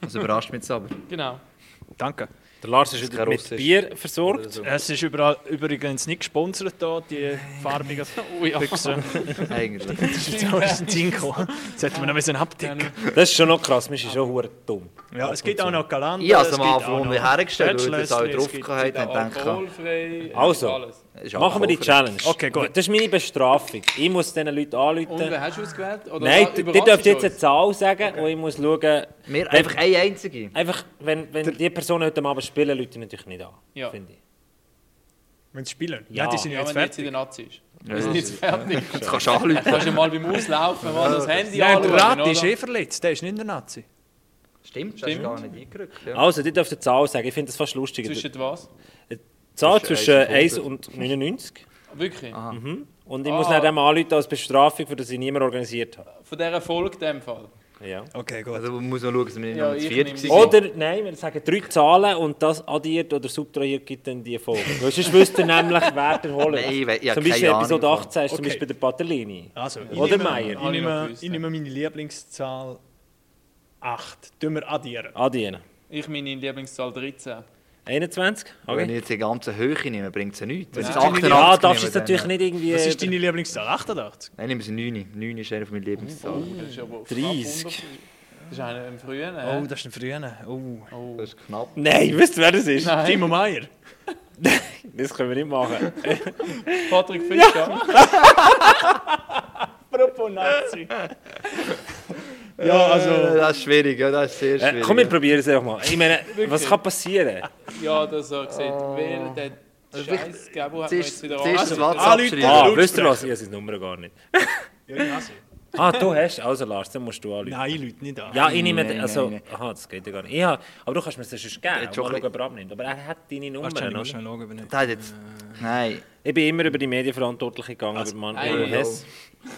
S2: Das überrascht mich jetzt aber.
S3: Genau.
S1: Danke.
S4: Der Lars ist
S2: Das
S4: wieder
S2: kann
S4: mit
S2: Russisch.
S4: Bier versorgt.
S1: Es ist überall, übrigens nicht gesponsert hier, die farbigen
S3: Ui, ja.
S1: Büchsen.
S2: Eigentlich.
S1: Das ist alles ein Dinko. Jetzt hätten wir noch ein bisschen abdecken.
S4: Das ist schon noch krass, wir sind schon hure dumm.
S1: Ja, es gibt auch noch Galant.
S2: Ich habe es am Anfang hergestellt, weil wir es alle drauf hatten. Dann denke
S3: Alkoholfrei. äh,
S4: Also.
S3: Alles.
S2: ich,
S4: Machen wir die Challenge.
S1: Okay, gut.
S4: Das ist meine Bestrafung. Ich muss diesen Leuten
S3: Und
S4: anrufen.
S3: wer hast du ausgewählt? Oder
S4: Nein,
S3: wer
S4: die die
S3: überrascht
S4: dürfen jetzt
S3: uns?
S4: eine Zahl sagen und ich muss schauen.
S2: Wir einfach eine einzige.
S4: Einfach, wenn, wenn die Person heute Abend spielen, Leute natürlich nicht an.
S3: Ja.
S4: Finde ich.
S1: Wenn sie spielen.
S4: Ja.
S1: Ja, die sind ja,
S3: Ja,
S1: jetzt
S3: wenn jetzt
S1: fertig.
S3: in der Nazi ist.
S2: Ja,
S3: Wir sind jetzt fertig.
S2: das kannst du anrufen.
S3: Kannst du mal beim Auslaufen mal das Handy
S1: Ja, der Rat
S3: oder?
S1: ist eh verletzt. Der ist nicht in der Nazi.
S2: Stimmt, das
S3: Stimmt.
S2: ist gar nicht eingerückt. Ja.
S4: Also, die dürfen eine Zahl sagen. Ich finde das fast lustig.
S3: Zwischen was?
S4: die Zahl zwischen
S2: zwischen
S4: 1
S2: 1
S4: und 99.
S3: Wirklich?
S4: Und ich
S3: Ah.
S4: muss dann dem anrufen als Bestrafung, für das ich niemand organisiert habe.
S3: Von dieser Folge in dem Fall.
S4: Ja.
S1: Okay, gut.
S2: Also man muss man schauen, dass wir nicht
S3: Ja,
S2: nur zu
S3: ich
S2: viert
S3: nehme
S2: waren.
S3: die-
S4: Oder nein, wir sagen drei Zahlen und das addiert oder subtrahiert gibt dann die Folge. Weil sonst wüsst ihr nämlich, wer der holt.
S2: Nein, ich we- ich habe
S4: zum Beispiel
S2: keine Ahnung
S4: Episode
S2: davon.
S4: 18 ist zum
S1: Okay.
S4: Beispiel der Patellini.
S1: Also, ich
S4: Oder
S1: nehme-
S4: Meier.
S1: Ich nehme,
S3: Alle
S1: ich nehme meine Lieblingszahl 8. Tun wir addieren.
S4: Addieren.
S3: Ich meine Lieblingszahl 13.
S4: 21?
S2: Wenn ich
S4: Okay.
S2: jetzt die ganze Höhe nehme, bringt es ja nichts. Wenn
S1: Das ist
S2: ich
S1: deine-
S2: 88
S4: Ja,
S2: nehme,
S4: darfst du jetzt
S2: dann-
S4: natürlich nicht irgendwie...
S1: Was ist deine Lieblingszahl? 88?
S2: Nein, nehmen wir 9. 9 ist einer von meinen Lieblingszahlen.
S3: Das ist aber
S4: 30.
S3: knapp unter- Das ist einer im ne? Frühen.
S1: Oh,
S3: hä?
S1: das ist ein früher. Oh.
S3: Oh.
S2: Das ist knapp.
S4: Nein, wisst ihr, wer das ist?
S3: Nein,
S1: Timo Meier.
S4: Das können wir nicht machen.
S3: Patrick Fischer.
S1: Apropos Nazi. ja, also.
S2: Das ist schwierig, ja, das ist sehr
S4: Äh,
S2: schwierig.
S4: komm, wir probieren es einfach mal. Ich meine, was kann passieren?
S3: Ja, das hat gesagt. Wer der Scheiß Gabo hat mir jetzt
S2: Zuerst
S3: wieder Also,
S2: zuerst Ah. Also das
S3: angerufen.
S2: WhatsApp
S1: Anrufen.
S2: schreiben.
S4: Ah,
S1: Lautsprecher.
S4: wisst ihr was? Ich habe seine Nummer gar nicht. Ah, du hast... Also Lars, dann musst du anrufen.
S1: Nein, Leute, nicht an.
S4: Ja, ich nehme...
S2: Nein, nein,
S4: also,
S2: nein.
S4: aha, das geht ja gar nicht. Ich habe, aber du kannst mir das sonst geben. Mal
S2: schon ein
S4: schauen,
S2: bisschen-
S4: ob er abnimmt. Aber er hat deine Nummer.
S1: Warte, ich
S4: oder?
S1: muss schnell schauen, wenn nicht.
S2: Der hat jetzt... Nein.
S4: Ich bin immer über die Medienverantwortlichen gegangen,
S1: Also,
S4: über Manuel
S3: ei,
S4: Hess.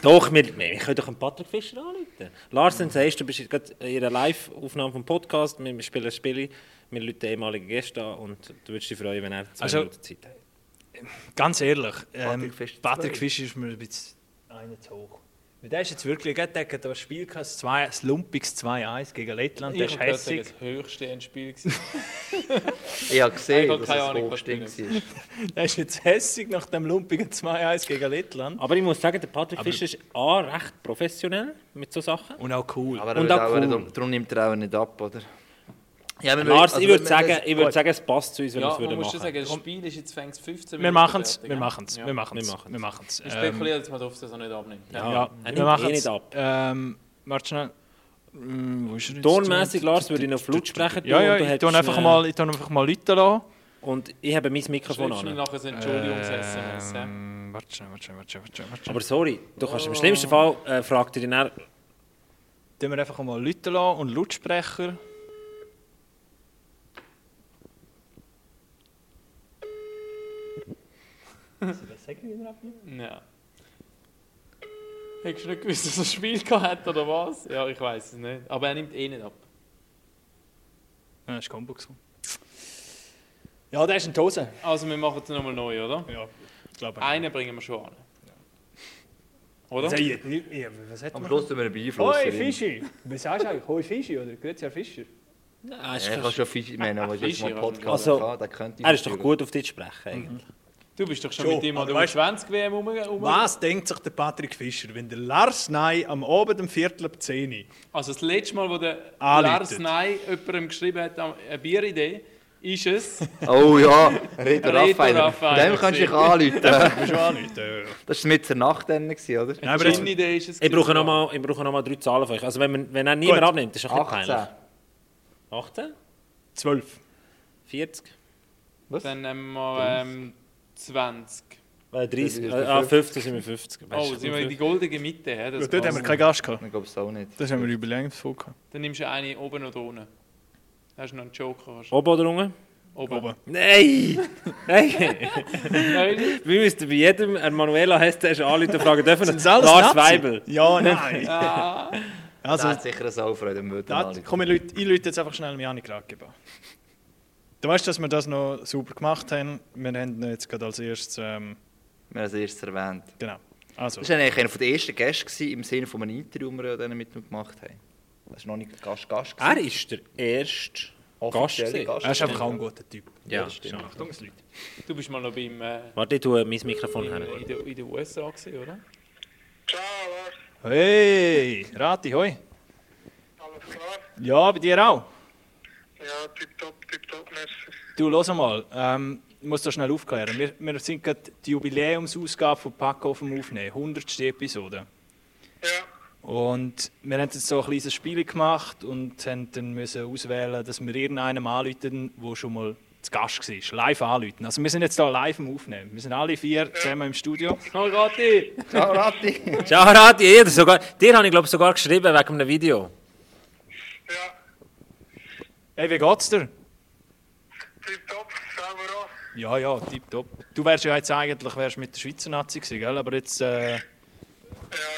S4: Doch, wir, wir können doch einen Patrick Fischer anrufen. Lars, dann sagst du, du bist gerade in einer Live-Aufnahme vom Podcast, wir spielen ein Spiel, wir rufen ehemalige Gäste an und du würdest dich freuen, wenn er zwei
S1: Also-
S4: Minuten Zeit hat.
S1: Ganz ehrlich, ähm,
S2: Patrick Fischer
S1: Patrick
S2: zwei.
S1: Fischer ist mir ein bisschen einer zu hoch. Weil der ist jetzt wirklich, gell, der hat das Spiel gehabt, das zwei- das lumpiges 2-1 gegen Lettland, der
S3: Ich
S1: ist
S3: habe gehört, das war
S1: hässig.
S3: das höchste ein Spiel. gewesen.
S2: Ich habe gesehen,
S3: Ich habe
S2: dass
S3: keine
S2: es
S3: Ahnung,
S2: hochstinkt
S3: was
S2: war.
S1: Der ist jetzt hässig nach dem lumpigen 2-1 gegen Lettland.
S4: Aber ich muss sagen, der Patrick Fischer ist A, recht professionell mit so Sachen.
S1: Und auch cool.
S2: Aber
S4: Und
S2: er wird
S4: auch
S2: auch-
S4: cool.
S2: darum- darum nimmt er auch nicht ab, oder? Ja, wir
S4: Lars,
S2: also
S4: ich würde
S2: wir-
S4: sagen, ich würd
S1: gut.
S4: sagen, es passt zu uns, wenn wir
S3: Ja,
S4: es
S3: man
S4: würden
S3: muss
S4: machen.
S3: schon sagen, das Spiel ist jetzt fängt 15 Minuten.
S1: wir machen es,
S3: fertig,
S1: wir
S3: ja.
S1: machen es, wir Ähm, machen
S4: Wir
S1: es,
S4: machen's.
S1: wir machen es.
S3: Ich spekuliere jetzt mal drauf, dass er nicht abnimmt.
S4: Ja.
S1: Ja,
S4: er
S1: wir
S4: nimmt eh
S1: machen es.
S4: nicht ab.
S1: Ähm, warte schnell. Hm, Wo ist er jetzt?
S4: Tonmässig, Lars, würde ich noch Flutsprecher tun.
S6: Ja, ja,
S4: und du
S6: ich
S4: hättest
S6: tue einfach
S4: eine-
S6: mal, ich tue einfach mal Leute lassen.
S4: Und ich habe mein Mikrofon
S3: Schreibst du mir
S4: an.
S3: nachher ein
S1: Äh.
S3: Entschuldigungs-SMS, hä?
S6: Ähm, Warte, schnell, warte, schnell, warte, schnell, warte, warte.
S4: Aber sorry, du kannst im schlimmsten Fall, äh, fragt ihr dich dann,
S6: Tun wir einfach mal Leute lassen und Lautsprecher.
S3: Ja. Hättest du nicht gewusst, dass er ein Spiel gehabt hat oder was? Ja, ich weiß es nicht. Aber er nimmt eh nicht ab.
S1: Ja, das ist Combo gesund. Ja, der ist ein Tose.
S3: Also, wir machen es nochmal neu, oder?
S1: Ja, ich glaube.
S3: Einen bringen wir schon an. Oder?
S1: Sei jetzt nicht- Ja, was hat
S2: Am
S1: man?
S2: Schluss tun wir einen Beeinflusser.
S1: Hoi Fischi! Was sagst du eigentlich? Hoi Fischi oder grüezi Herr Fischer?
S4: nein, Ah, ist
S2: Ja, ich kann schon Fischi meinen, aber ich jetzt mal einen Podcast
S4: Also,
S2: hatte, der könnte
S4: er ist doch gut auf dich zu sprechen. Eigentlich.
S3: Du bist doch schon,
S1: Schon,
S3: mit ihm an
S1: aber
S3: der
S1: weißt-
S3: U20-WM umgegangen.
S1: Was denkt sich der Patrick Fischer, wenn der Lars Ney am Abend um Viertel ab 10 Uhr
S3: Also das letzte Mal, wo der
S1: Anläutet.
S3: Lars Ney jemandem geschrieben hat, eine Bieridee, ist es,
S2: Oh ja, Reto Raffaele.
S3: Raffaele.
S2: Dem kannst du dich anrufen.
S1: Ist auch nicht. Äh.
S2: Das war mit der Nacht dann, gewesen, oder?
S1: Nein, aber
S3: eine
S1: jetzt,
S3: Gin-Idee ist es.
S4: Ich brauche nochmal noch mal drei Zahlen von euch. Also wenn, man, wenn er niemand
S1: Gut.
S4: abnimmt, ist es ein bisschen
S2: 18.
S4: peinlich. 18?
S1: 12.
S4: 40?
S3: Dann nehmen wir ähm, 20.
S4: Äh, 30?
S2: ist
S4: Äh,
S2: bei
S4: ah, 50 sind wir 50.
S3: Oh, sind wir in die goldene Mitte. hä? Das
S1: Ja, dort haben wir
S3: passt.
S1: keinen Gast gehabt.
S2: Ich glaube es auch nicht.
S1: Das haben wir Jubiläumsfolge gehabt.
S3: Dann nimmst du eine oben oder unten. Da hast du noch einen Joker. Hast.
S4: Oben oder unten?
S3: Oben.
S1: Oben.
S4: Nein! Nein!
S3: Nein,
S4: Wir müssten bei jedem ein Manuela heißt, der ist anrufen und fragen dürfen.
S1: Sind alles
S4: Lars
S1: Nazi?
S4: Weibel.
S1: Ja, nein.
S3: ah,
S1: Also,
S2: das hat sicher eine Saufreude am
S1: das,
S2: Würden
S1: komm, ich läute ich läute jetzt einfach schnell mit Janik Rackib an. Du weißt, dass wir das noch super gemacht haben. Wir haben ihn jetzt gerade als erstes. Ähm,
S2: Wir haben es erst erwähnt.
S1: genau. Also,
S2: Das war eigentlich einer der ersten Gäste gewesen, im Sinne von einem Interview, das wir dann mit ihm gemacht haben. Das war noch nicht Gast, Gast.
S4: Er ist der erste Gast.
S2: Offizielle
S4: gewesen.
S1: er ist einfach auch ein guter Typ.
S4: Ja,
S2: das stimmt.
S1: Achtung, es läutet.
S3: du bist mal noch beim, äh,
S4: Warte, ich tue mein Mikrofon
S3: in,
S4: her.
S3: in, der, in den USA gewesen, oder?
S1: Hey, Rati, hoi.
S7: Alles klar?
S1: Ja, bei dir auch.
S7: Ja, tipptopp, tipptopp, merci.
S1: Du, hör mal, ähm, ich muss das schnell aufklären. Wir, wir sind gerade die Jubiläumsausgabe von Paco auf dem Aufnehmen, 100. Episode.
S7: Ja,
S1: Und wir haben jetzt so ein kleines Spiel gemacht und haben dann müssen auswählen, dass wir irgendeinem anrufen, der schon mal zu Gast war, live anrufen. Also wir sind jetzt hier live am Aufnehmen. Wir sind alle vier zusammen im Studio.
S3: Oh, Rati!
S2: Ciao, Ratti.
S4: Ciao, Rati, jeder sogar. Dir habe ich glaube sogar geschrieben wegen einem Video.
S7: ja,
S1: Hey, wie geht's dir?
S7: tipptopp, selber auch.
S1: Ja, ja, tipptopp. Du wärst ja jetzt eigentlich wärst mit der Schweizer Nazi gewesen, gell? aber jetzt... Äh,
S7: Ja,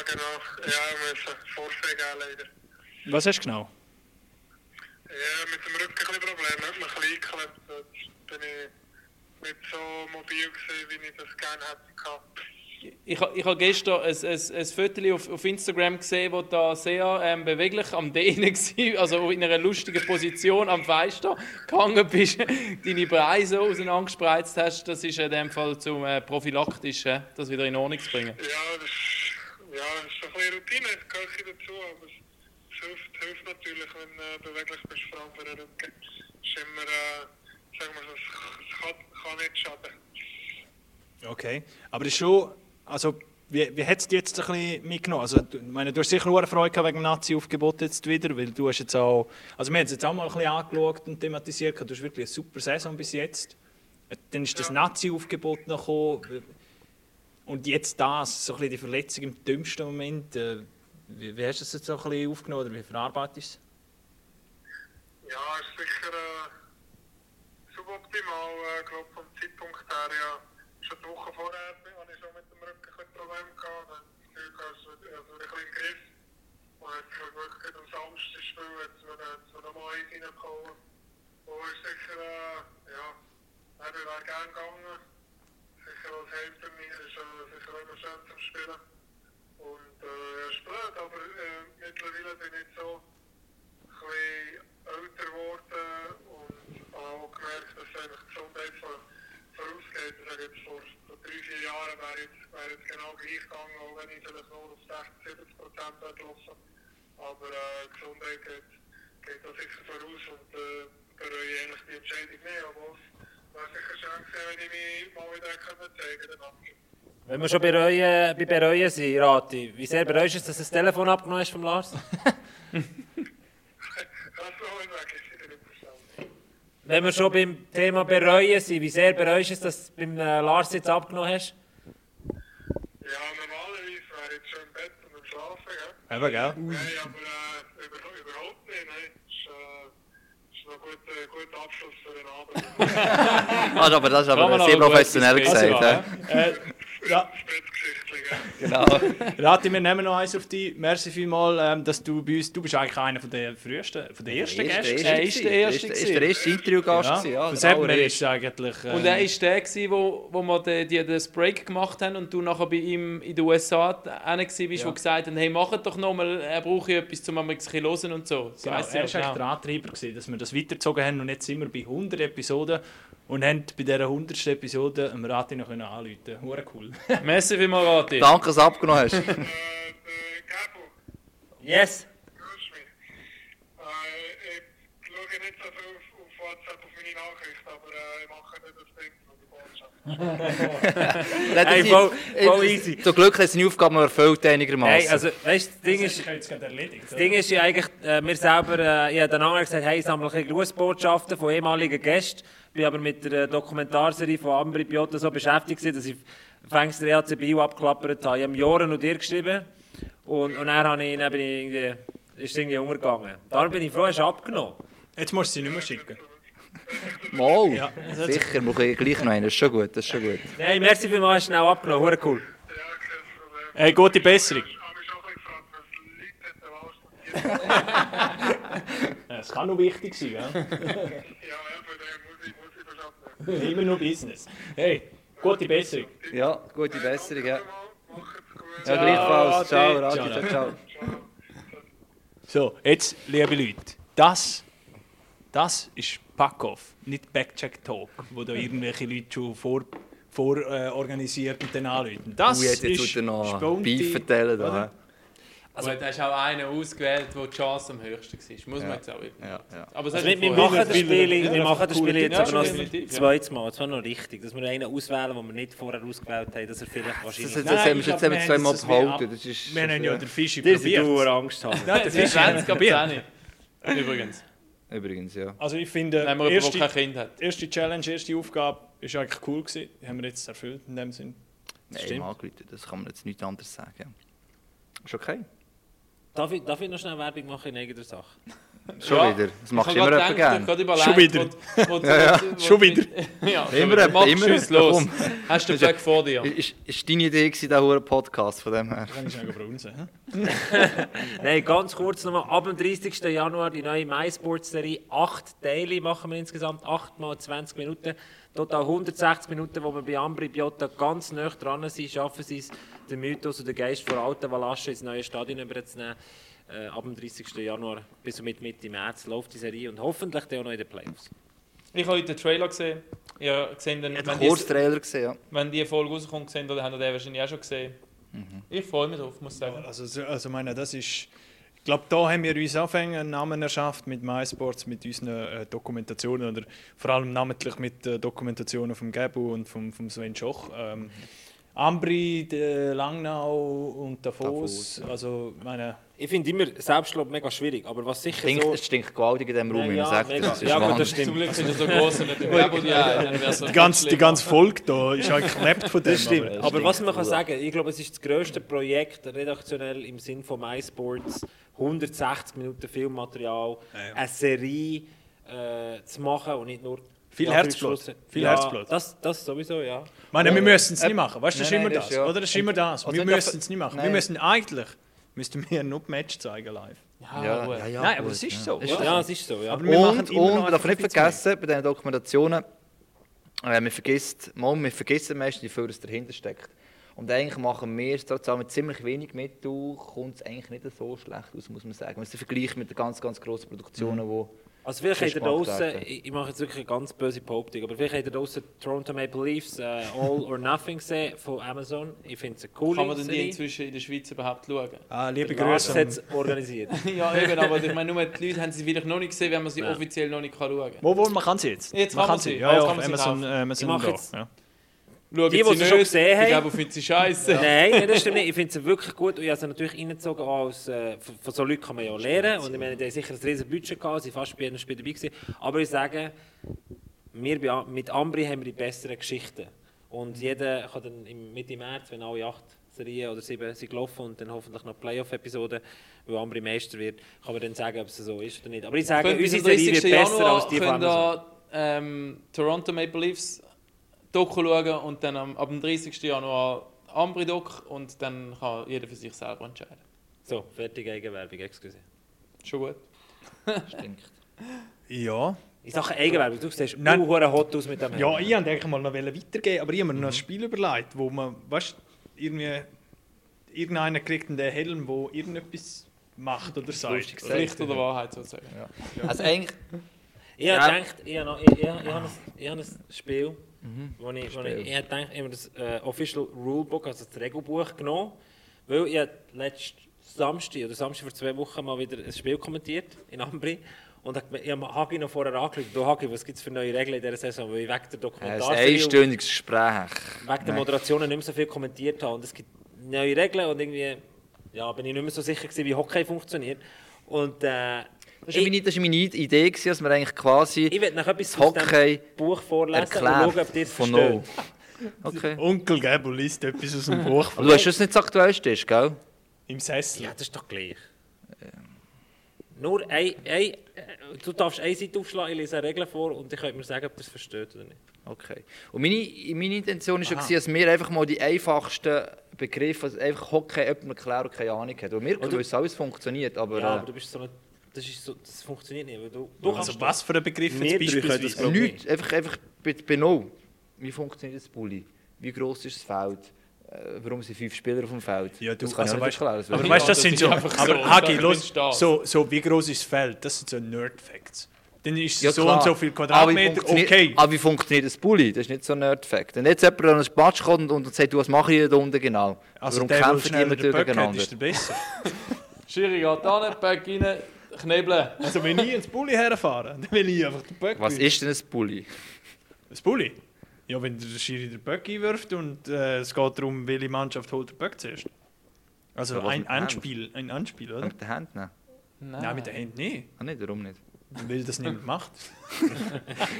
S7: genau. Ja, wir müssen Vorfälle geben, leider.
S1: was hast du genau?
S7: Ja, mit dem Rücken ein Problem, hat mich ein bisschen eingeklemmt. Jetzt bin ich nicht so mobil gewesen, wie ich das gerne hätte gehabt.
S3: Ich, ha- ich habe gestern ein, ein, ein Foto auf, auf Instagram gesehen, wo da sehr ähm, beweglich am Dehnen war, also in einer lustigen Position am Fenster gehangen bist, deine Preise auseinandergespreizt hast. Das ist in dem Fall zum äh, prophylaktisch, äh, das wieder in Ordnung zu bringen.
S7: Ja, das ist, ja, das ist ein bisschen Routine, das gehört ein bisschen dazu, aber es, es hilft, hilft natürlich, wenn du äh, beweglich bist, vor allem für den Rücken. Es ist immer, äh, sagen wir so, es, es kann, kann nicht schaden.
S1: Okay, aber ist schon, also wie, wie hat es dich jetzt ein bisschen mitgenommen? Also, du, ich meine, du hast sicher eine Freude gehabt wegen dem Nazi-Aufgebot jetzt wieder, weil du hast jetzt auch, also wir haben es jetzt auch mal ein bisschen angeschaut und thematisiert, gehabt. du hast wirklich eine super Saison bis jetzt. Äh, Dann ist das Nazi-Aufgebot noch gekommen und jetzt das, so ein bisschen die Verletzung im dümmsten Moment. Äh, Wie, wie hast du es jetzt so ein bisschen aufgenommen oder wie verarbeitest
S7: Ja, ist sicher äh, suboptimal, äh, glaube vom Zeitpunkt her. Ja. Schon die Woche vorher hatte ich schon mit dem Rücken ein Problem gehabt. Dann hast du ein bisschen im Griff. Und jetzt glaub ich, wirklich am Samstag spielen, jetzt wird äh, jetzt wird nochmal eins reinkommen. Und ist sicher, äh, ja, ich wäre gerne gegangen. Sicher als Heimtermin ist äh, sicher immer schön zum Spielen. Und äh, ja, ist blöd, aber äh, mittlerweile bin ich so. bisschen älter geworden und habe auch gemerkt, dass eigentlich die Gesundheit vor- vorausgeht. Ich sage jetzt, vor so drei, vier Jahren wäre jetzt, wäre jetzt genau gleich gegangen, auch wenn ich vielleicht nur auf 60, 70 Prozent wäre gelaufen. Aber äh, die Gesundheit geht, geht da sicher voraus und äh, bereue eigentlich die Entscheidung nicht. Aber es wäre sicher schön gewesen, wenn ich mich mal wieder hätte zeigen könnte.
S4: Wenn wir schon bereuen, bei Bereuen sind, Rati, wie sehr bereust du es, dass das Telefon abgenommen ist vom Lars?
S7: Weg ist wieder interessant.
S4: Wenn wir schon beim Thema bereuen sind, wie sehr bereust du es, dass du beim äh, Lars jetzt abgenommen hast?
S7: Ja, normalerweise wäre ich jetzt schon im Bett und am Schlafen, gell?
S1: Eben, gell?
S7: Nein, aber äh, über, überhaupt nicht, nein. Ist, äh, ist noch ein guter, guter Abschluss für den Abend.
S2: Also, aber das ist
S3: Kann man
S2: aber sehr
S3: aber gut
S2: professionell
S3: etwas
S2: gesagt.
S3: geben,
S2: hä?
S1: Äh, ja,
S7: Bettgeschichtli, gell?
S1: Rati, wir nehmen noch eins auf dich. Merci vielmals, ähm, dass du bei uns... Du bist eigentlich einer von der frühesten, von der ersten Gäste.
S2: Ist
S3: Er ist der erste
S2: Ist der erste Interviewgast? gewesen,
S1: Ja,
S2: Ja,
S1: von
S2: der
S1: Sebner
S2: allererste.
S1: ist eigentlich... Äh,
S3: Und er war der, gewesen, wo, wo wir den, die, das Break gemacht haben und du nachher bei ihm in den USA hin warst, wo gesagt haben, hey, mach doch nochmal, er brauche etwas, um einmal ein bisschen zu hören und so. so
S1: Genau,
S3: heisst
S1: er war
S3: es ja,
S1: eigentlich der Antreiber, gewesen, dass wir das weitergezogen haben und jetzt sind wir bei 100 Episoden und haben bei dieser 100. Episode dem Rati noch können anrufen können. Hure cool.
S3: genau. Merci vielmals, Rati.
S2: Danke, dass du abgenommen hast.
S7: Äh, äh, Gabo,
S4: Yes.
S7: hörst du mich? Äh, ich schaue nicht so viel auf, auf WhatsApp auf meine Nachricht, aber äh, ich mache nicht das Ding von der Botschaft.
S2: Nein, das
S4: Hey,
S2: ist-
S4: voll- voll
S2: das-
S4: easy.
S2: Zum Glück hat seine Aufgabe noch erfüllt, einigermaßen.
S4: Nein, also, weißt du, das Ding ist.
S1: Ich habe jetzt gerade erledigt.
S4: Das Ding ist ja eigentlich, äh, wir selber, äh, ich habe dann anderen gesagt, hey, ich sammle ein bisschen Grußbotschaften von ehemaligen Gästen. bin aber mit der äh, Dokumentarserie von Ambri Piotta so beschäftigt gewesen, dass ich fängs der E EAC Bio abgeklappert habe. Ich habe Joren und dir geschrieben und, und dann, habe ich, dann bin ich irgendwie, ist es irgendwie umgegangen. Darum bin ich froh, hast du abgenommen.
S1: Jetzt musst du sie nicht mehr schicken.
S2: Mal. Sicher, brauche ich gleich noch einen. Das ist schon gut, das ist schon gut.
S4: Nein, merci vielmals, hast du schnell abgenommen, hure cool.
S7: Ja, kein Problem.
S1: Hey, gute Besserung.
S7: Ich habe mich schon ein bisschen gefragt, was liegt jetzt am Ausland hier?
S1: Es kann noch wichtig sein, gell?
S7: Ja, ja, von dem muss ich, muss ich verstanden.
S1: Immer nur Business. Hey, gute Besserung.
S2: Ja, gute Besserung, ja.
S7: Macht's gut.
S2: Ja, gleichfalls. Ciao,
S1: Adi.
S2: Rati, ciao, ciao.
S1: So, jetzt, liebe Leute, das, das ist Pack-Off, nicht Backcheck-Talk, wo da irgendwelche Leute schon vor, vor äh, organisiert und dann anrufen. Das
S2: Ui, jetzt
S1: ist
S2: tut er noch
S1: Sponti-
S2: Beef erzählen. Da. hä?
S3: Also, da hast auch einen ausgewählt, wo die Chance am höchsten war. Muss man jetzt auch wirklich
S2: Ja, ja.
S3: Aber das
S4: Also
S3: hast
S4: wir,
S3: du
S4: wir
S3: vorher-
S4: machen das Spiel, wir machen das Spiel jetzt
S3: Ja,
S4: aber noch
S3: schon
S4: ein
S3: definitiv, ja.
S4: zweites Mal, zwar noch richtig, dass wir einen auswählen, den wir nicht vorher ausgewählt haben, dass er vielleicht
S2: Das,
S4: wahrscheinlich...
S2: das,
S4: Das,
S2: das
S1: Nein,
S2: haben wir
S1: ich
S2: schon
S1: glaub, wir
S2: zusammen
S1: haben
S2: zweimal
S1: es ein bisschen
S2: behalten. Das ist,
S1: Wir haben ja
S2: das,
S1: den Fischi
S4: das ist
S1: probiert.
S4: Angst haben.
S1: Nein, das
S3: Es
S1: ist
S3: ist 20 ab
S1: probiert.
S3: 10. Übrigens.
S2: ja. Übrigens, ja.
S1: Also ich finde,
S3: Wenn man jemanden,
S1: erste,
S3: der kein Kind hat.
S1: erste Challenge, erste Aufgabe ist eigentlich cool gewesen. Die haben wir jetzt erfüllt in dem Sinn.
S2: Nein,
S1: stimmt.
S2: mal geläutet, das kann man jetzt nichts anderes sagen. Ist okay.
S4: Darf ich, darf ich noch schnell Werbung machen in eigener Sache?
S2: Schon
S3: Ja,
S2: wieder. Das
S3: Ich
S2: machst du
S3: hab
S2: immer
S3: grad
S2: jemand
S3: gedacht,
S2: gerne.
S3: ich hab grad
S1: Schon
S3: überlegt,
S1: wieder.
S3: wo- wo- wo-
S2: Ja,
S3: wo-
S1: schon wieder.
S3: Ja, schon
S2: Immer
S3: wieder.
S2: jemand,
S3: Mach
S2: immer jemand,
S3: Schuss los.
S2: komm.
S3: Hast du den Fleck vor dir?
S2: Ist, ist deine Idee gewesen, der hure Podcast von dem her?
S1: Kann ich schnell brunzen. hä?
S4: Nein, ganz kurz nochmal. Ab dem 30. Januar die neue MySports-Serie. Acht Teile machen wir insgesamt. Acht mal 20 Minuten. Total 160 Minuten, wo wir bei Ambri Biota ganz nah dran sind. Schaffen sie es, den Mythos und den Geist von alten Valasche ins neue Stadion überzunehmen. Äh, ab dem 30. Januar bis und mit Mitte März läuft die Serie und hoffentlich dann auch noch in den Playoffs.
S3: Ich habe heute den Trailer gesehen. Ihr seht den,
S2: Ich
S3: wenn,
S2: habe
S3: die,
S2: kurz Trailer gesehen, ja.
S3: wenn die Folge rauskommt, seht ihr, dann habt ihr den wahrscheinlich auch schon gesehen.
S2: Mhm.
S3: Ich freue mich drauf, muss ich sagen.
S1: Also, so- also meine, das ist. Ich glaube, da haben wir uns anfangen einen Namen erschafft mit MySports, mit unseren äh, Dokumentationen oder vor allem namentlich mit äh, Dokumentationen vom Gebu und vom, vom Sven Schoch. Ähm, Ambri, de Langnau und Davos. Also meine,
S4: Ich finde immer Selbstlob mega schwierig, aber was sicher
S2: Stinkt,
S4: so...
S2: es stinkt gewaltig in diesem Raum, wie
S4: ja,
S2: man sagt.
S4: mega.
S2: Das ist
S4: ja, gut, das
S2: Wahnsinn.
S3: Zum
S4: stimmt.
S3: Glück ist er so groß und nicht im Web und ja, dann wär's
S1: die, ganze, die ganze Folge da ist eigentlich gelebt von dem.
S4: Das stimmt.
S1: aber-
S4: Aber, was man kann sagen, ich glaube, es ist das grösste Projekt redaktionell im Sinn von MySports. 160 Minuten Filmmaterial, eine Serie äh, zu machen und nicht nur.
S1: Viel
S4: Ja,
S1: Herzblut.
S4: Schluss-
S1: Viel
S4: ja,
S1: Herzblut.
S4: Das, das sowieso, ja.
S1: Ich meine, wir müssen es nicht machen. Weißt du, das ist
S2: Nein,
S1: immer
S2: nein, das
S1: das,
S2: ist ja-
S1: oder? Das ist immer das.
S2: Also
S1: wir
S2: ich glaub-
S1: müssen es nicht machen. Wir
S2: Nein.
S1: müssen eigentlich müssten wir nur die Match zeigen live.
S2: Ja,
S3: gut.
S2: ja, ja,
S1: Ah, Nein, aber
S2: gut,
S1: es ist
S2: ja.
S1: so.
S2: Ist
S1: oder?
S4: Ja, es ist so, ja.
S1: Aber wir machen
S2: Und,
S1: immer noch
S2: und man darf
S1: einfach
S2: nicht
S1: ein bisschen mehr.
S2: vergessen, bei diesen Dokumentationen, äh, man vergisst, man, man vergisst meistens, wie viel es dahinter steckt. Und eigentlich machen wir es zusammen mit ziemlich wenig Mittel, kommt es eigentlich nicht so schlecht aus, muss man sagen. Wenn es vergleicht mit den ganz, ganz grossen Produktionen,
S8: Mhm.
S2: wo
S4: Also vielleicht habt ihr
S2: Geschmack
S4: draußen,
S2: werfen.
S4: ich, ich mache jetzt wirklich eine ganz böse Behauptung, aber vielleicht habt ihr draußen Toronto Maple Leafs äh, All or Nothing gesehen von Amazon. Ich finde es eine coole
S3: Kann man denn die
S4: Serie.
S3: inzwischen in der Schweiz überhaupt schauen?
S1: Ah, liebe
S4: Lars
S1: Grüße.
S4: hat es organisiert.
S3: ja, eben, aber ich meine, nur die Leute haben sie vielleicht noch nicht gesehen, wenn man sie offiziell noch nicht schauen kann.
S1: Wo, wo, man kann sie jetzt.
S3: Jetzt
S1: man
S3: kann man
S1: sie.
S3: sie.
S1: Ja, ja,
S3: Jetzt
S1: auf
S3: kann man sie
S1: Amazon,
S3: kaufen.
S1: äh, Amazon
S4: Ich mach
S1: Go.
S4: jetzt-
S1: Ja.
S3: Schauen sie
S4: Die, die sie schon
S3: nicht.
S4: gesehen haben.
S3: Ich glaube, finden sie scheiße.
S4: Nein, nein, das stimmt nicht. Ich finde es wirklich gut. Und ich habe sie natürlich reingezogen als, äh, von von so Leuten kann man ja lernen. Und ich meine, die haben sicher ein riesen Budget gehabt, sie waren fast bei jedem Spiel dabei. Gewesen. Aber ich sage, wir bei, Am- mit Ambri haben wir die besseren Geschichten. Und jeder kann dann im Mitte März, wenn alle acht Serien oder sieben sind gelaufen und dann hoffentlich noch die Playoff-Episode, wo Ambri Meister wird, kann man dann sagen, ob es so ist oder nicht. Aber ich sage,
S3: Könnt bis
S4: unsere
S3: am
S4: Serie wird
S3: 30.
S4: besser
S3: Januar
S4: als die von
S3: könnt
S4: Amazon.
S3: ihr, ähm, Toronto Maple Leafs Doku schauen und dann am, ab dem 30. Januar Ambri Doc und dann kann jeder für sich selber entscheiden.
S4: So, fertige Eigenwerbung, excuse.
S3: Schon gut.
S2: Stinkt.
S8: Ja.
S4: In Sachen Eigenwerbung, du siehst
S8: Nein.
S4: uh, hot aus mit dem
S8: Ja, ich wollte eigentlich mal noch weitergeben, aber ich habe mir noch ein Spiel überlegt, wo man, weißt du, irgendwie irgendeiner kriegt einen Helm, der irgendetwas macht oder sagt.
S2: lustig
S8: Oder?
S2: gesagt.
S3: Pflicht oder Wahrheit sozusagen.
S2: Also eigentlich,
S4: Ich ja.
S2: Ja.
S4: gedacht, ich habe noch, ich, ich, ich habe ein, ich habe ein Spiel, wo ich, wo
S2: Spiel.
S4: ich, ich habe gedacht, ich habe das äh, Official Rulebook, also das Regelbuch genommen, weil ich habe letzten Samstag oder Samstag vor zwei Wochen mal wieder ein Spiel kommentiert in Ambri und habe gemerkt, ich habe Hagi noch vorher angeschaut, du Hagi, was gibt es für neue Regeln in dieser Saison, weil ich wegen der
S2: ein
S4: Dokumentarserie und
S2: einstündiges Gespräch.
S4: wegen der
S2: Nein.
S4: Moderationen nicht mehr so viel kommentiert habe und es gibt neue Regeln und irgendwie ja, bin ich nicht mehr so sicher gewesen, wie Hockey funktioniert und äh,
S2: Das war
S4: ich-
S2: meine, das war meine Idee, gewesen, dass wir eigentlich quasi
S4: Ich werde noch etwas
S2: Das
S4: aus
S2: Hockey
S4: dem Buch vorlesen und schauen, ob ihr
S2: erklärt
S4: es
S2: von
S4: versteht.
S2: null. Okay.
S8: Onkel Gäbel liest etwas aus dem Buch
S2: Aber du hast schon nicht das Aktuellste, ist, gell?
S8: im Sessel.
S4: Ja, das ist doch gleich. Nur ein, ein, äh, du darfst eine Seite aufschlagen, ich lese eine Regel vor und ich könnte mir sagen, ob ihr es versteht oder nicht.
S2: Okay. Und meine, meine Intention war schon, gewesen, dass wir einfach mal die einfachsten Begriffe, also einfach Hockey, jemandem erklären und keine Ahnung hat. Und wir können wissen, alles funktioniert, aber,
S4: Ja, aber
S2: äh,
S4: du bist so ein, das, ist so, das funktioniert nicht, weil du, du
S8: Also
S4: kannst
S8: was für ein Begriff
S4: Wir
S8: jetzt
S4: drei können das
S8: beispielsweise?
S4: glaub ich,
S2: nichts, einfach, einfach bei, bei null. Wie funktioniert das Bulli? Wie gross ist das Feld? Äh, warum sind fünf Spieler auf dem Feld?
S8: Ja, du,
S2: das kann
S8: also
S2: ich auch nicht
S8: weißt-
S2: erklären. das
S8: Aber
S2: weiß
S8: weißt du, das
S3: das
S8: sind
S3: ist
S8: so.
S3: einfach so.
S8: Aber Hagi,
S3: Da
S8: los,
S3: findest du das.
S8: so, so wie groß ist das Feld? Das sind so Nerd-Facts. Dann ist
S2: ich. Ja,
S8: so
S2: klar.
S8: und so viel
S2: Aber wie
S8: Quadratmeter,
S2: funktioniert-
S8: okay.
S2: Aber wie funktioniert das Bulli? Das ist nicht so ein Nerd-Fact. Wenn jetzt jemand an einen Spatz kommt und, und sagt, du, was mache ich da unten genau?
S8: Also
S2: warum
S8: der, der
S2: kämpfen die
S8: schneller
S2: immer
S8: den Böck hat,
S2: durcheinander?
S8: ist der Beste.
S3: Schiri geht an, Back rein, knebeln.
S8: Also wenn ich ins Bulli herfahre, dann will ich einfach den Böck
S2: Was ist denn ein Bulli?
S8: Das Bulli? Ja, wenn der Schiri den Böck einwirft und äh, es geht darum, welche Mannschaft holt den Böck zuerst. Also
S2: Ja, was
S8: ein
S2: mit der Hand?
S8: Anspiel, ein Anspiel, oder?
S2: Mit den Händen nehmen?
S8: Nein, mit der Hand nicht.
S2: Ah, nicht, warum nicht?
S8: Weil das niemand macht.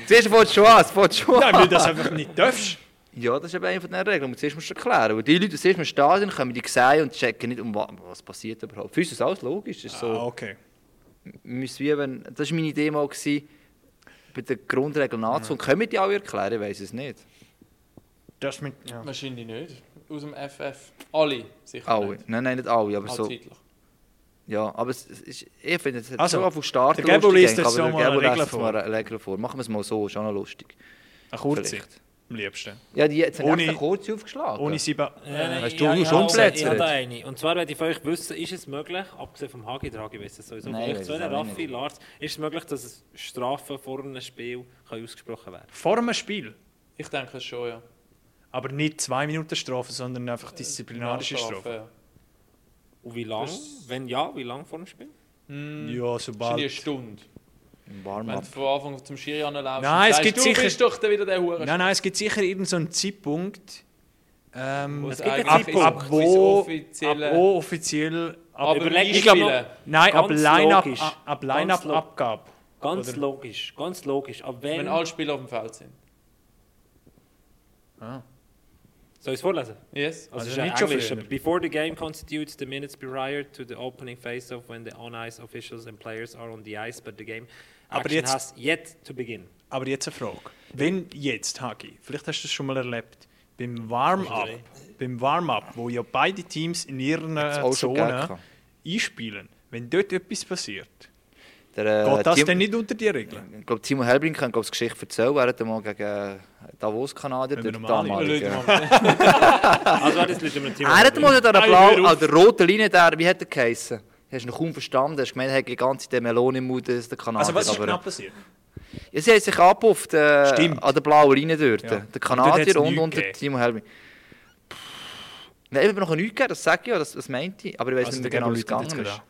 S2: Zuerst fängt es schon an, es fängt schon
S8: Nein,
S2: an.
S8: weil das einfach nicht darfst.
S2: Ja, das ist eben eine von den Regeln, die zuerst musst du erklären. Weil die Leute, die zuerst mal da sind, können die sehen und checken nicht, um wa- was passiert überhaupt. Für uns ist alles logisch. Das ist,
S8: Ah,
S2: so,
S8: okay.
S2: wir müssen wie eben, das war meine Idee mal, gewesen, bei den Grundregeln anzuholen.
S8: Mhm.
S2: Können wir die alle erklären? Ich weiß es nicht.
S8: Das ist mit... Ja.
S3: Wahrscheinlich nicht. Aus dem FF. Alle, sicher
S2: Alle.
S3: nicht.
S2: Nein, nein, nicht alle, aber so.
S3: Allzeitlich.
S2: Ja, aber es, es ist, ich finde, es hat
S8: Also,
S2: schon angefangen zu starten.
S8: der Gebo
S2: lustig
S8: liest
S2: eigentlich,
S8: jetzt
S2: aber
S8: so
S2: der
S8: mal
S2: Gebo
S8: eine
S2: liest
S8: Regel
S2: jetzt mal eine Regel vor. Machen wir es mal so, ist auch noch lustig.
S8: Eine kurze,
S2: Vielleicht.
S8: am liebsten.
S2: Ja, die jetzt haben
S8: Ohne-
S2: echt kurz aufgeschlagen.
S8: Ohne sieben...
S4: Äh,
S2: Hast du
S4: ich,
S2: schon
S4: habe-
S2: Plätze?
S4: also, Ich habe da eine. Und zwar werde ich von euch wissen, ist es möglich, abgesehen vom Hagi, der Hagi weiß es sowieso,
S2: Nein,
S4: Nein,
S2: weiß
S4: vielleicht zu
S2: es
S4: einem
S2: auch
S4: Raffi,
S2: nicht.
S4: Lars, ist es möglich, dass es Strafen vor einem Spiel kann ausgesprochen werden
S8: Vor einem Spiel.
S3: Ich denke es schon, ja.
S8: Aber nicht zwei Minuten Strafe, sondern einfach disziplinarische Strafe.
S3: Ja.
S4: Und wie lang? Wenn ja, wie lang vor dem Spiel?
S8: Ja,
S3: Wahrscheinlich eine
S8: sobald...
S3: Stunde.
S2: Im
S3: Wenn
S2: Warm-up.
S3: du von Anfang zum Schiri anlaufst
S8: Nein,
S3: und
S8: es
S3: sagst,
S8: gibt
S3: du
S8: sicher-
S3: bist doch dann wieder der Hure.
S8: Nein, nein, es gibt sicher irgendeinen Zeitpunkt... Ähm,
S3: Es
S4: gibt einen
S8: ab,
S4: Zeitpunkt.
S8: ab, wo, ab wo offiziell... Ab,
S3: Aber
S4: Überleg-
S8: ich
S4: ich
S8: glaube,
S4: glaub-
S3: glaube,
S8: Nein, ab
S4: Ganz
S8: Line-Up
S4: logisch.
S8: ab
S4: Ganz
S8: Line
S4: lo-
S8: Abgabe.
S4: Ganz
S8: Oder-
S4: logisch, ganz logisch. Aber wenn...
S3: wenn alle Spieler auf dem Feld sind.
S4: Soll ich es vorlesen?
S3: Yes?
S4: Also,
S8: Also
S4: es ist
S8: nicht
S4: nicht
S8: schon
S4: Englisch.
S8: früher.
S4: Before the game constitutes the minutes prior to the opening face-off when the on-ice officials and players are on the ice, but the game
S8: Aber
S4: action
S8: jetzt-
S4: has yet to begin.
S8: Aber jetzt eine Frage. Wenn jetzt, Hagi, vielleicht hast du das schon mal erlebt, beim Warm-up, beim Warm-up, wo ja beide Teams in
S2: es
S8: ihrer
S2: auch schon gegeben
S8: Zone
S2: gehabt.
S8: einspielen, wenn dort etwas passiert,
S2: Der, äh,
S8: geht das
S2: Tim-
S8: dann nicht unter die Regeln?
S2: Ich glaube, Timo Helbring kann glaub, das Geschichte erzählen. Er hat mal gegen äh, Davos-Kanadier,
S8: Wenn wir
S2: den
S8: normal
S2: damaligen.
S3: Leute,
S2: Er
S3: Mann.
S4: Also, warte, jetzt lassen wir Team.
S2: hat mal an der
S8: Nein, hör
S2: blauen,
S8: auf.
S2: an der roten Linie, der, wie hat er geheissen? Hast du noch kaum verstanden? Hast gemeint, er hat die ganze Zeit Melone im Mund, das ist der Kanadier.
S8: Also was ist
S2: aber,
S8: genau passiert?
S2: Ja, sie haben sich abgepufft äh,
S8: Stimmt.
S2: an der blauen Linie dort.
S8: Ja.
S2: Der
S8: Und dort hat's
S2: Kanadier und,
S8: nichts
S2: und der
S8: gegeben.
S2: Timo Helbring. Pff. Nein, ich habe noch nichts gegeben, das sage ich ja, das, das meinte ich. Aber ich weiß
S8: Also
S2: nicht
S8: der
S2: mehr genau, wie es
S8: Gäbel läutet
S2: gegangen
S8: jetzt
S2: ist.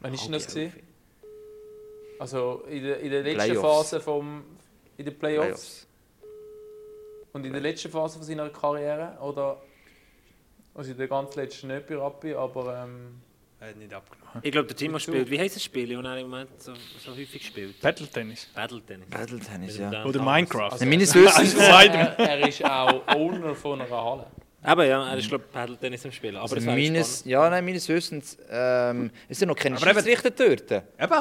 S3: Wann war denn das? Gewesen? Also in der, in der letzten
S2: Playoffs.
S3: Phase vom, in den Playoffs. Und in der letzten Phase von seiner Karriere, oder also in der ganz letzten nicht bei Rappi, aber ähm,
S8: Er hat nicht abgenommen.
S4: Ich glaube, der Timo spielt. Wie heisst das Spiel, das er im Moment so, so häufig spielt?
S8: Battle Tennis.
S4: Paddle Tennis.
S2: Battle Tennis, ja.
S8: Oder Minecraft.
S2: Also meines Wissens,
S3: er, er ist auch Owner von einer Halle.
S4: Aber ja, er ist, glaube ich, Paddle Tennis im Spiel.
S2: Also
S4: Aber es wäre
S2: meines, ja, nein, meines Wissens, ähm, es sind noch keine Schiedsrichter dort.
S8: Eben.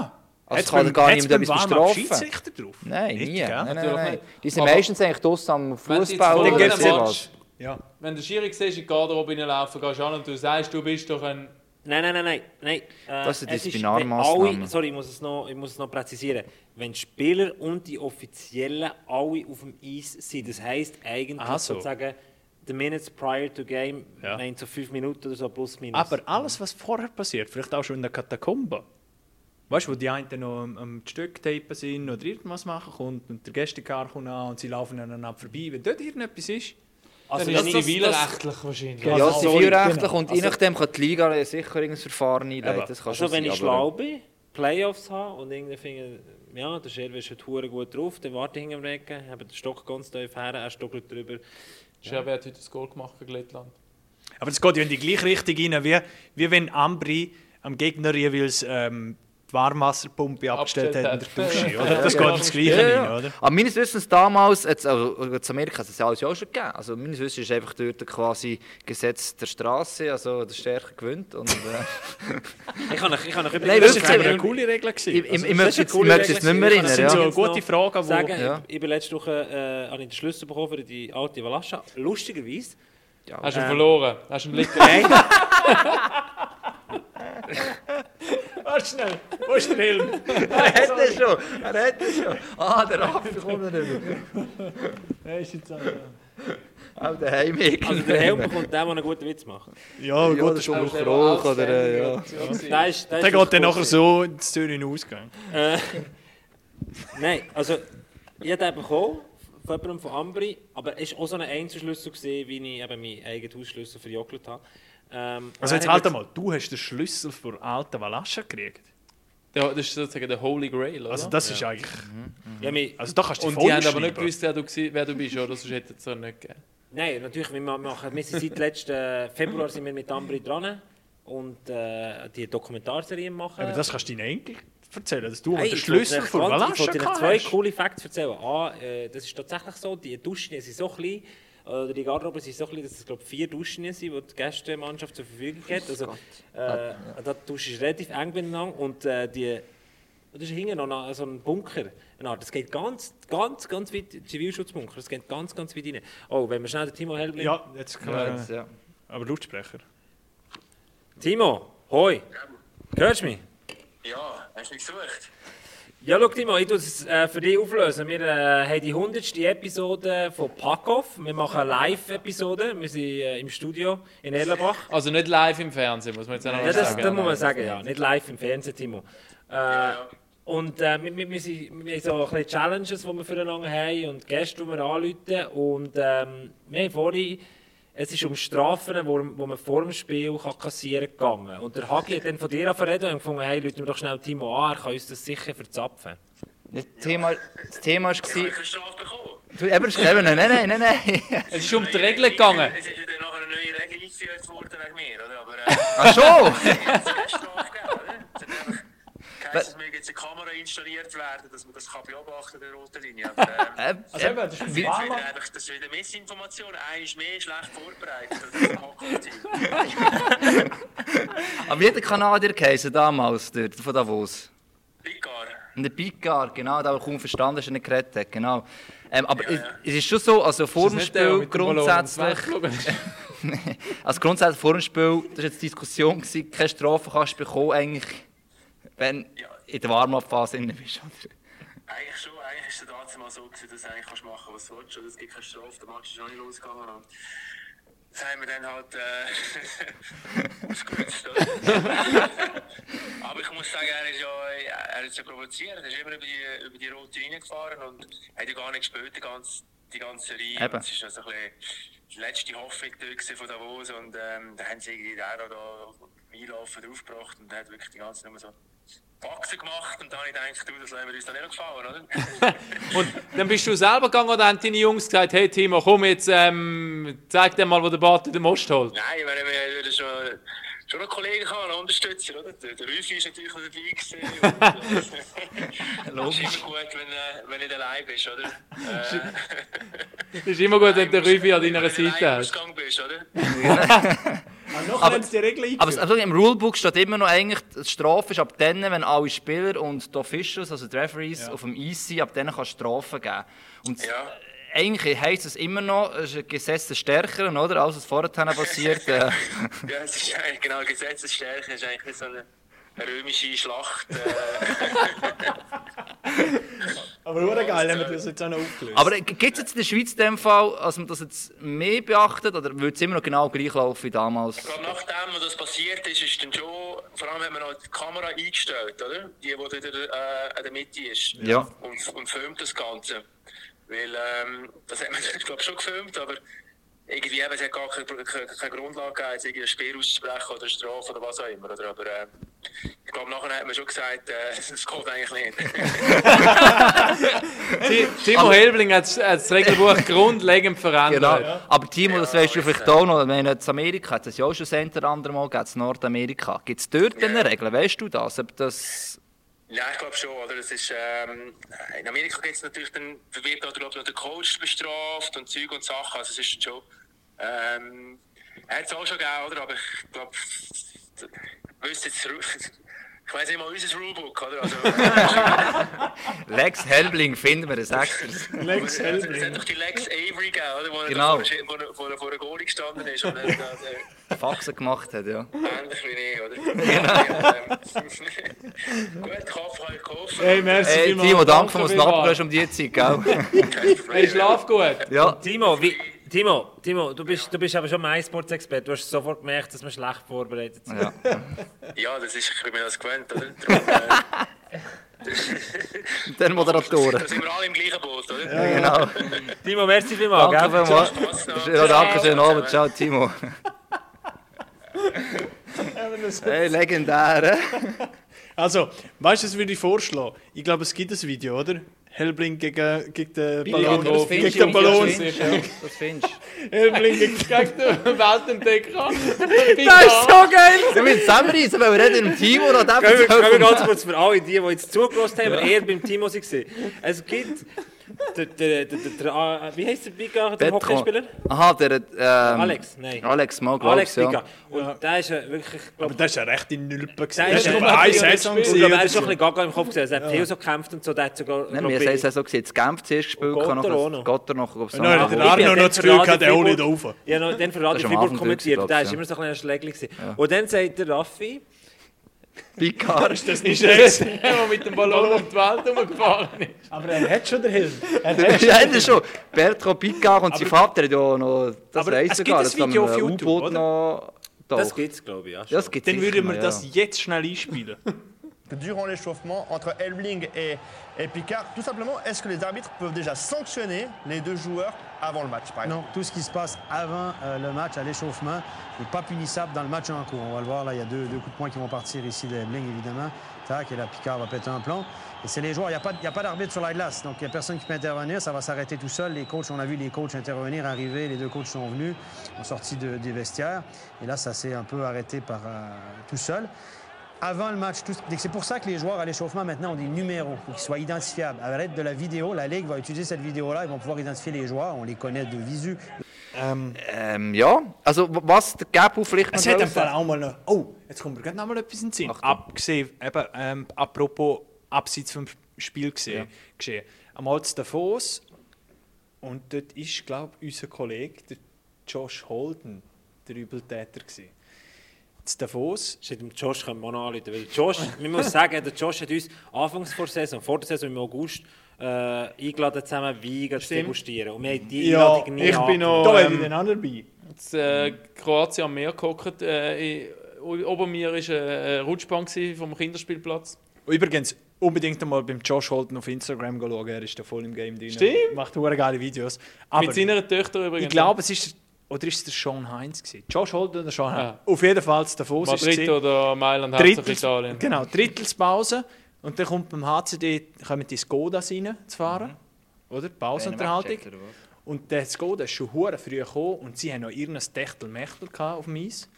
S2: Also kann er gar nicht etwas bestrafen.
S8: Schiedsrichter drauf?
S2: Nein, nie.
S8: gell?
S2: Nein, nein,
S3: Natürlich
S2: nein.
S3: nicht.
S2: Die sind
S3: Aber-
S2: meistens eigentlich draussen am
S3: Wenn du jetzt
S2: Fußball
S3: vor
S2: oder
S3: einem
S2: so
S3: Match-
S2: was.
S8: Ja.
S3: Wenn du Schiri siehst, in die Garderobe reinlaufen, gehst du an und du sagst, du bist doch ein...
S4: Nein, nein, nein, nein. nein. Äh,
S2: Das sind
S4: es ist,
S2: Disziplinarmassnahmen.
S4: wenn alle- Sorry, ich muss, es noch, ich muss es noch präzisieren. Wenn die Spieler und die Offiziellen alle auf dem Eis sind, das heisst eigentlich
S8: Aha, so.
S4: sozusagen the minutes prior to game,
S8: Ja.
S4: meint so fünf Minuten oder so plus minus.
S8: Aber alles, was vorher passiert, vielleicht auch schon in der Katakombe, weißt du, wo die einen noch am, am Stück tapen sind oder irgendwas machen kommt und der Gästekar kommt an und sie laufen aneinander vorbei, wenn dort irgendetwas ist.
S4: also,
S3: Das ist
S4: wenn ich-
S3: zivilrechtlich wahrscheinlich.
S2: Ja,
S8: Also,
S2: zivilrechtlich
S8: genau.
S2: und je nachdem kann die Liga sicher irgendein Verfahren einleiten.
S8: Eben.
S2: Das kann
S4: also
S2: schon
S4: wenn
S2: sein,
S4: ich
S2: aber-
S4: schlau bin, Playoffs habe und irgendwie finde, ja, der Scherwe ist heute verdammt gut drauf, dann warte ich hinter dem Regen, habe den Stock ganz tief her, er stockelt drüber.
S3: Scherbe hat heute ein Goal gemacht gegen Lettland.
S8: Aber es geht ja in die gleiche Richtung rein, wie, wie wenn Ambri am Gegner jeweils ähm, die Warmwasserpumpe abgestellt hat in der
S3: Abgestellt hat.
S8: Dusche. Oder? Das geht ins Gleiche
S2: Ja,
S8: rein,
S2: ja.
S8: oder?
S2: Aber meines Wissens damals, jetzt, also, in Amerika hat es ja alles ja auch schon gegeben. Also meines Wissens ist einfach dort quasi Gesetz der Straße, also der Stärker gewinnt. Und, äh,
S4: Ich kann euch, ich kann euch
S2: Nein,
S8: Das
S2: wirklich,
S8: war aber eine
S2: ich-
S8: coole Regel.
S2: ich,
S8: gewesen.
S2: ich,
S8: Also,
S2: ich möchte
S4: eine
S2: jetzt,
S4: coole
S2: möchte jetzt
S4: Regel
S2: nicht mehr rein.
S4: gewesen.
S8: Das
S2: Ja.
S8: sind so
S4: Jetzt noch
S8: gute Fragen, die...
S4: sagen,
S2: Ja.
S4: ich, ich bin letzte Woche äh, habe ich den Schlüssel bekommen für die alte Valascha. Lustigerweise.
S3: Hast du
S4: Ähm.
S3: ihn verloren? Hast du einen Blick
S4: Nein,
S8: Warte schnell, wo ist der Helm?
S2: Er hat es schon, er hat es schon. Ah, der Raffi kommt noch nicht mehr.
S8: Er ist jetzt
S2: eh, Auch der Heimweg.
S4: also der Helm bekommt der, der einen guten Witz macht.
S2: Ja,
S8: Ja, gut,
S2: der
S8: das
S2: Spruch Rauch oder äh, ja.
S4: Der, ist, der, ist
S8: Der geht dann
S4: wirklich
S8: nachher
S4: gut.
S8: so ins Zürich Ausgang.
S4: Äh, Nein, also ich habe den bekommen von jemandem von Ambri, aber es war auch so ein Einzelschlüssel, gewesen, wie ich eben meinen eigenen Hausschlüssel verjockelt habe. Ähm,
S8: Also
S4: und
S8: jetzt
S4: er hat
S8: halt einmal, du hast den Schlüssel für alte Valascha gekriegt.
S3: Ja, das ist sozusagen der Holy Grail, oder?
S8: Also das ist eigentlich...
S4: mir- ja, mich,
S8: Also da kannst du
S3: und
S8: dich
S3: die
S8: voll
S3: haben aber nicht
S8: beschreiben.
S3: gewusst, wer du, gsi- wer du bist, oder? Sonst hätte es auch nicht gegeben.
S4: Nein, natürlich, wir ma- machen, wir sind seit letzten Februar sind wir mit Ambri dran und äh, die Dokumentarserien machen.
S8: Aber das kannst du deinen Enkel erzählen, dass du
S4: Hey,
S8: den
S4: ich
S8: Schlüssel
S4: wollte
S8: für
S4: euch ganz-
S8: Valascha
S4: Ich wollte euch zwei
S8: hast.
S4: coole Facts erzählen. A, äh, das ist tatsächlich so, die Duschen sind so klein, oder die Garderobe sind so klein, dass es glaube ich, vier Duschen sind, die die Gästemannschaft zur Verfügung hat. Also, äh, da Dusche ist relativ eng miteinander und äh, die... Das ist hinten noch na- so ein Bunker. Eine Art. Das geht ganz, ganz, ganz weit, Zivilschutzbunker, das geht ganz, ganz weit rein. Oh, wenn wir schnell den Timo Helbling...
S8: Ja, jetzt kann
S2: Ja,
S8: man...
S2: jetzt, ja.
S8: Aber Lautsprecher.
S4: Timo, hoi! Hörst du mich?
S7: Ja, hast du mich gesucht?
S4: Ja, schau Timo, ich muss es äh, für dich auflösen. Wir äh, haben die 100. Episode von Packoff. Wir machen eine Live-Episode. Wir sind äh, im Studio in Erlenbach.
S3: Also nicht live im Fernsehen, muss man jetzt auch noch
S4: Ja, das,
S3: sagen.
S4: das muss man sagen, ja. Nicht live im Fernsehen, Timo. Äh, und äh, wir, wir, wir, sind, wir haben so ein bisschen Challenges, die wir füreinander haben und Gäste, die wir anrufen. Und ähm, wir haben vorhin, es ist um Strafen, wo, wo man vor dem Spiel kann kassieren kann. gegangen. Und der Hagi hat dann von dir angefangen zu reden und gefunden, hey, rufen wir doch schnell Timo an, er kann uns das sicher verzapfen.
S2: Das Thema, das Thema war...
S7: Ich habe eine Strafe bekommen.
S2: Du, eben, das- eben, nein, nein, nein, nein.
S3: Es ist um die Regeln gegangen.
S7: Es ist ja dann nachher eine neue Regel eingeführt worden wegen mir, oder? Aber äh, es
S2: Ach schon!
S7: hat eine Strafe gegeben, oder? Es hat einfach geheißen, es möge jetzt eine Kamera installiert werden, dass man das kann beobachten der roten Linie. Aber ähm,
S2: Äh,
S8: Also eben, das ist
S7: das, ist wieder einfach, das ist wieder Missinformation. Einer ist mehr schlecht vorbereitet als das Hockey-Team.
S2: aber jeder Kanadier geheißen damals dort, von Davos.
S7: Picard.
S2: Und der Picard, genau, der aber kaum verstanden ist, er nicht geredet hat, genau. Ähm, aber Es, es ist schon so, also vor dem Spiel grundsätzlich... Also grundsätzlich vor dem Spiel, das war jetzt die Diskussion, gewesen, keine Strafe kannst du bekommen, eigentlich, wenn
S7: Ja.
S2: in der Warm-Up-Phase drin bist. Oder?
S7: Eigentlich schon, eigentlich ist es damals mal so gewesen, dass du eigentlich kannst machen was du willst. oder Es gibt keine Strafe, der Match ist noch nicht losgegangen. Und das haben wir dann halt eh, äh, ausgenutzt. oder? Aber ich muss sagen, er ist ja, er ist ja provoziert. Er ist immer über die, über die rote Linie gefahren und hat ja gar nicht gespielt, die ganze, die ganze Reihe.
S2: Eben.
S7: Und Es war also ein bisschen die letzte Hoffnung da gewesen von Davos und ähm, da haben sie irgendwie den da einlaufen draufgebracht und er hat wirklich die ganze Nummer so Pakten gemacht und dann habe ich gedacht, du, das lassen wir uns dann nicht gefallen, oder?
S3: Und dann bist du selber gegangen und haben deine Jungs gesagt, hey Timo, komm jetzt, ähm, zeig dir mal, wo der Bart den Most holt.
S7: Nein, weil wir würden schon, schon einen Kollegen haben, einen Unterstützer, oder? Der, der Rüfi ist natürlich noch dabei gewesen. Und, äh, Logisch. ist immer gut, wenn, äh, wenn nicht allein bist, oder? Äh,
S3: Es ist immer gut, wenn der Rüfi an deiner
S7: wenn du
S3: Seite
S7: allein im
S3: hast.
S7: Ausgang bist, oder?
S8: Noch
S2: Aber-
S8: haben sie die Regel eingeführt.
S2: Aber es- also im Rulebook steht immer noch eigentlich, die Strafe ist ab dann, wenn alle Spieler und die Officials, also die Referees, auf dem Eis sind, ab dann kann es Strafen geben. Und s-
S7: Ja.
S2: eigentlich heisst es immer noch, es ist ein Gesetz des Stärkeren, oder? Alles, was vorher passiert. Äh,
S7: Ja, es ist eigentlich genau Gesetzesstärke, ist eigentlich nicht so eine römische Schlacht. Äh,
S8: Aber hure geil, haben wir das jetzt auch noch aufgelöst.
S2: aber gibt es jetzt in der Schweiz in dem Fall, als man das jetzt mehr beachtet, oder würde es immer noch genau gleich laufen wie damals?
S7: Ich glaube, nachdem was das dus passiert ist, ist dann schon, vor allem hat man halt die Kamera eingestellt, oder? Die, die dort äh, an der Mitte ist.
S2: Ja.
S7: Und, und filmt das Ganze. Weil, ähm, das hat man dort, glaube ich, schon gefilmt, aber irgendwie eben, es hat gar keine, keine, keine Grundlage gegeben, jetzt irgendwie ein Spiel auszusprechen oder eine Strafe oder was auch immer, oder? Aber, äh, ich glaube, nachher hat man schon gesagt, äh, das kommt eigentlich nicht.
S3: Ti- Timo Helbling hat das- hat das Regelbuch grundlegend
S2: Genau.
S3: verändert.
S2: Aber Timo, das weißt du vielleicht auch noch. Wenn jetzt Amerika, hat es ja auch schon das ein oder andere Mal, gibt es Nordamerika. Gibt es dort
S7: Ja.
S2: eine Regel? Weißt du das? Ob das
S7: Ja, ich glaube schon, oder? Es ist, ähm, in Amerika gibt es natürlich dann, wird da, glaub, ich, noch der Coach bestraft und Zeug und Sachen. Also, es ist schon. Ähm, hat es auch schon gegeben, oder? Aber ich glaube, ich wüsste jetzt. Ich weiss nicht mal unser Rulebook, oder? Also,
S2: Lex Helbling finden wir, ein Sechser.
S8: Lex
S7: es hat
S8: Helbring.
S7: doch die Lex Avery gegeben, oder? Wo er
S2: Genau.
S7: da vor, vor, vor, vor der Goal gestanden ist. Und dann, äh,
S2: Faxen gemacht hat, ja.
S7: ähnlich wie ich, oder? Genau. Gut, Kopf habe ich gekauft.
S8: Hey, merci
S2: Hey,
S8: vielmals.
S2: Timo, danke, dass du
S3: vielmals.
S2: abgehst um die Zeit, gell?
S3: Hey, schlaf gut.
S2: Ja.
S4: Timo, wie, Timo, Timo, du bist, du bist aber schon MySports-Experte. Du hast sofort gemerkt, dass wir schlecht vorbereitet sind.
S2: ja.
S7: Ja, das ist, ich bin mir das gewöhnt, oder? Darum, äh,
S2: Der Moderator.
S7: Da sind wir alle im gleichen Boot, oder?
S2: Genau.
S4: Timo, merci vielmals.
S2: Danke
S4: gell?
S2: vielmals. Ja, danke, schönen Abend. Ciao, Timo. Hey, legendär. hä?
S8: Also, weißt du, was würde ich vorschlagen? Ich glaube, es gibt ein Video, oder? Helbling gegen, gegen den Ballon.
S2: aber das
S8: gegen
S2: findest
S8: den
S2: du im
S8: Ballon.
S2: Video, Das findest du.
S8: Helbling gegen
S3: Gegen den Weltentdecker.
S4: Das ist so geil!
S2: Genau. Wir müssen zusammenreißen, weil wir reden im Timo noch
S4: Gehen wir, gehen wir
S2: dem
S4: ganz kurz für alle, die, die jetzt zugelassen haben, aber eher beim Timo waren. Es gibt. Der, der, der, der, der, wie heißt der Biga, der
S2: Petro.
S4: Hockeyspieler?
S2: Aha, der. Ähm,
S4: Alex, nein.
S2: Alex Mal, glaube
S4: Alex
S2: ich. Ja.
S4: Biga. Und der ist äh, wirklich. Glaub,
S8: Aber das war eine rechte Nülpe. gewesen.
S4: Der ist
S8: Das war
S4: nur
S8: nur
S4: ein
S8: eine
S4: Jahr
S8: Saison.
S4: ich glaube, er ist
S8: gewesen,
S4: schon ein
S8: oder so.
S4: bisschen gaga im Kopf. gewesen. Er hat viel so gekämpft und so. Der hat sogar.
S2: Nein,
S4: glaub
S2: wir
S4: ich-
S2: haben es so gesehen. Jetzt Genf zuerst gespielt,
S4: Und
S2: kann
S4: Gotter auch
S2: noch
S4: noch.
S2: Gotter noch. glaub ich, so
S8: Nein, der
S2: machen.
S8: Arno hat noch das Gefühl gehabt, der holt nicht auf.
S4: Ja, noch, dann für
S2: am
S4: Radio Fribourg
S2: Abend
S4: kommentiert.
S2: gewesen,
S4: Der
S2: glaub
S4: war
S2: ich,
S4: immer so ein kleiner Schlägli. gewesen. Und dann sagt der Raffi.
S2: Picard ist
S8: Das ist rechts.
S3: Der mit dem Ballon um die Welt umgefahren ist.
S8: Aber er hat schon den Helm. Er hat
S2: Ja, das ist schon. Bertrand Picard und sein Vater hat ja noch das
S8: Aber es
S2: Reisen
S8: gibt
S2: gehabt.
S8: ein
S2: Das haben
S8: Video auf
S2: wir
S8: YouTube,
S2: äh, U-Boot
S8: oder?
S2: noch.
S4: Das
S2: Oh.
S4: gibt's, glaube ich. Ja,
S2: Ja, das gibt's
S8: Dann
S2: sicher
S8: würden
S2: noch,
S8: wir
S2: ja.
S8: das jetzt schnell einspielen.
S9: durant l'échauffement entre Elbling et, et Picard. Tout simplement, est-ce que les arbitres peuvent déjà sanctionner les deux joueurs avant le match par exemple
S10: Non, tout ce qui se passe avant euh, le match, à l'échauffement, n'est pas punissable dans le match en cours. On va le voir, là, il y a deux, deux coups de poing qui vont partir ici de Bling, évidemment. Tac, et là, Picard va péter un plomb. Et c'est les joueurs. Il n'y a pas, de- il y a pas d'arbitre sur la glace, donc il n'y a personne qui peut intervenir. Ça va s'arrêter tout seul. Les coachs, on a vu les coachs intervenir, arriver. Les deux coachs sont venus, ont sorti de- des vestiaires. Et là, ça s'est un peu arrêté par euh, tout seul. Avant le match, tout- donc c'est pour ça que les joueurs à l'échauffement maintenant ont des numéros pour qu'ils soient identifiables. À l'aide de la vidéo, la Ligue va utiliser cette vidéo-là. Ils vont pouvoir identifier les joueurs. On les connaît de visu.
S2: Ähm, ja, also w- was der Gap vielleicht
S8: Es
S2: noch
S8: hat im
S2: raus-
S8: Fall auch mal noch. Oh, jetzt kommt mir gerade noch mal etwas in den Sinn. Abgesehen, eben, ähm, apropos abseits vom Spiel gesehen, geschehen. Am Holz Davos und dort ist, glaube ich, unser Kollege, der Josh Holden, der Übeltäter. Gewesen. In Davos
S4: Shit, dem Josh können wir auch noch anrufen. Weil Josh, man muss sagen, der Josh hat uns anfangs vor der Saison, vor der Saison im August, äh, eingeladen, zusammen Wein zu degustieren. Und wir haben die Einladung nie
S1: ich bin
S4: angenommen.
S1: noch-
S8: Da
S1: ähm,
S8: hätte ich den anderen bei.
S3: Jetzt, äh, Kroatien am Meer gehockt. Äh, in- ober mir war eine Rutschbahn gewesen vom Kinderspielplatz.
S8: Übrigens, unbedingt einmal beim Josh Holden auf Instagram schauen, er ist da voll im Game drin.
S3: Stimmt.
S8: Macht hure geile Videos. Aber
S3: Mit seiner Töchter übrigens.
S8: ich glaube, es ist Oder ist es der Sean Heinz? Gewesen? Josh Holden oder Sean Heinz? Auf jeden Fall es Davos ist
S3: Madrid
S8: gewesen.
S3: oder Mailand, Herzog
S8: Drittels,
S3: Italien.
S8: genau, Drittelspause. Und dann kommt beim HCD kommen die Skodas rein zu
S3: Mhm.
S8: fahren. Oder? Die Pausenunterhaltung. Und der Skoda ist schon hure früh gekommen und sie haben noch ihren Techtelmechtel gehabt auf dem Eis.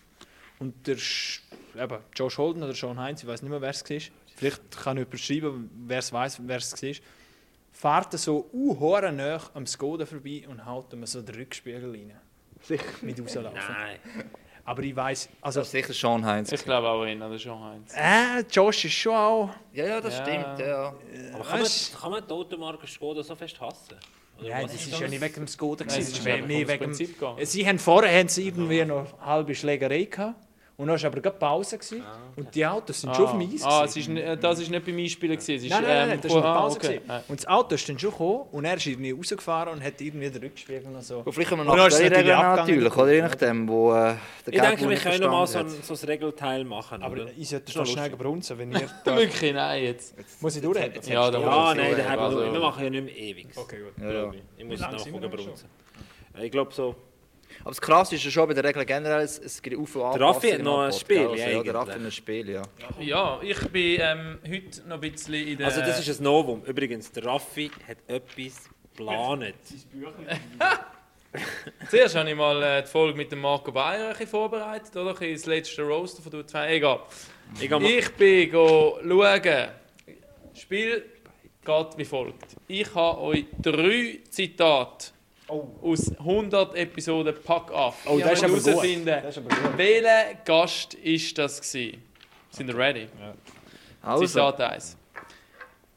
S8: Und der Sch- eben, Josh Holden oder Sean Heinz, ich weiß nicht mehr, wer es war. Vielleicht kann jemand schreiben, wer es weiß, wer es war. Fährt er so uh, nach am Skoda vorbei und haut ihm so den Rückspiegel rein. Sicher. Mit rauslaufen.
S11: Nein.
S8: Aber ich weiß, also.
S2: Das ist sicher Sean Heinz.
S3: Ich glaube auch ihn, oder schon Heinz.
S8: Äh, Josh ist schon auch.
S2: Ja, ja, das
S3: Ja.
S2: stimmt. Ja.
S4: Aber kann man,
S8: Weißt-
S4: kann man die Automarke Skoda so fest hassen? Oder
S8: Nein,
S4: was
S8: das
S4: ist
S8: ist ja nicht wegen dem Skoda.
S3: Nein,
S8: gewesen,
S3: es
S8: das
S3: ist
S8: war
S3: einfach
S8: mehr
S3: ums
S8: wegen dem-
S3: Prinzip gegangen.
S8: Sie haben vorher haben sie irgendwie noch eine halbe Schlägerei gehabt. Und dann war aber gerade Pause. Gewesen. Und die Autos sind schon auf dem Eis.
S3: Ah, es
S8: gewesen.
S3: ist, n- das war nicht beim Einspielen. gewesen, es ist,
S8: Nein, nein, nein, nein,
S3: ähm,
S8: das war eine
S3: ah,
S8: Pause.
S3: okay.
S8: gewesen.
S3: Nein.
S8: Und das Auto ist dann schon gekommen und er ist irgendwie rausgefahren und hat irgendwie den Rückspiegel noch so.
S2: Und vielleicht können wir
S8: Und dann
S2: noch
S8: ist es
S2: die Regeln
S8: natürlich
S2: natürlich,
S8: abgegangen.
S2: oder? Je nachdem, wo äh, der
S4: Ich denke,
S2: Geldbund
S4: wir
S2: nicht
S4: können nochmal so ein,
S2: verstanden hat.
S4: so ein Regelteil machen.
S8: Aber
S4: oder?
S8: ich sollte
S4: Ist
S8: schon
S4: noch
S8: schnell
S4: lustig.
S8: brunzen, wenn ihr. da-
S3: Wirklich, nein, jetzt.
S8: Muss ich durchhalten?
S3: Ja, da
S4: Ja,
S3: muss ich
S4: nein,
S3: sagen,
S4: da haben
S3: also-
S4: wir, wir machen ja nicht mehr ewig.
S8: Okay, gut.
S2: Ja, ja.
S4: Ich muss
S8: lang
S4: es
S8: sind wir
S4: nachher
S8: denn
S4: brunzen. Ich glaube so.
S2: Aber das Krasse ist ja schon bei den Regeln generell, es, es gibt auf und an.
S4: Raffi hat noch ein Spiel,
S2: Ja, der Raffi
S4: eigentlich.
S2: hat ein Spiel, ja.
S3: Ja, ich bin ähm, heute noch ein bisschen in
S8: Äh.
S3: der...
S4: Also das ist ein Novum. Übrigens, der Raffi hat etwas geplant.
S3: Zuerst habe ich mal äh, die Folge mit dem Marco Bayer ein bisschen vorbereitet, oder? Ein bisschen das letzte Roaster von den zwei. Egal.
S4: Ich gehe mal-
S3: Ich bin go schauen. Das Spiel geht wie folgt. Ich habe euch drei Zitate aus 100 Episoden Pack ab.
S8: Oh, das ist aber gut.
S3: ist aber gut. Welcher Gast ist das gewesen? Sind ihr ready?
S2: Also,
S3: Zitat 1.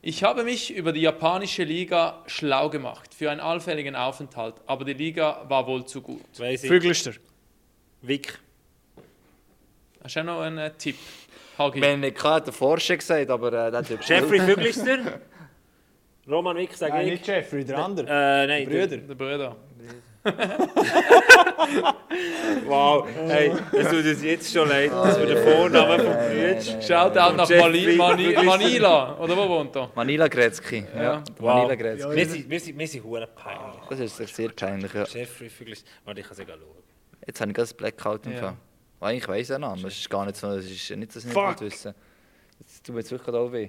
S3: Ich habe mich über die japanische Liga schlau gemacht für einen allfälligen Aufenthalt, aber die Liga war wohl zu gut.
S4: Das weiss ich.
S8: Vögelster.
S4: Wick.
S3: Hast du auch noch einen äh, Tipp? Hagi.
S2: wir haben nicht klar den Forscher gesagt, aber äh, der Typ...
S4: Jeffrey Vöglister. Roman Wick, sage
S8: Nein,
S4: ich.
S8: nicht Jeffrey, der andere.
S4: Äh, nein,
S8: Brüder.
S3: Der Bruder.
S4: der- Wow. Hey, es tut uns jetzt schon leid, dass wir den Vornamen vom Brüder.
S3: Schaut auch nach Mali
S4: Jeffrey
S3: Mani
S4: Vöglister.
S3: Manila. Oder wo wohnt er?
S2: Manila Gretzky. Ja, Manila Gretzky.
S4: Wir sind, wir sind, wir sind hure peinlich.
S2: Das ist sich sehr peinlich, ja.
S4: Jeffrey Vöglister. Warte, ich kann es egal schauen.
S2: Jetzt habe ich gerade das Blackout im
S3: Ja.
S2: Fall. Oh, Eigentlich weiss ich den Namen, das ist gar nicht so, das ist nicht, dass ich nicht wollte wissen Das tut mir jetzt wirklich gerade auch weh.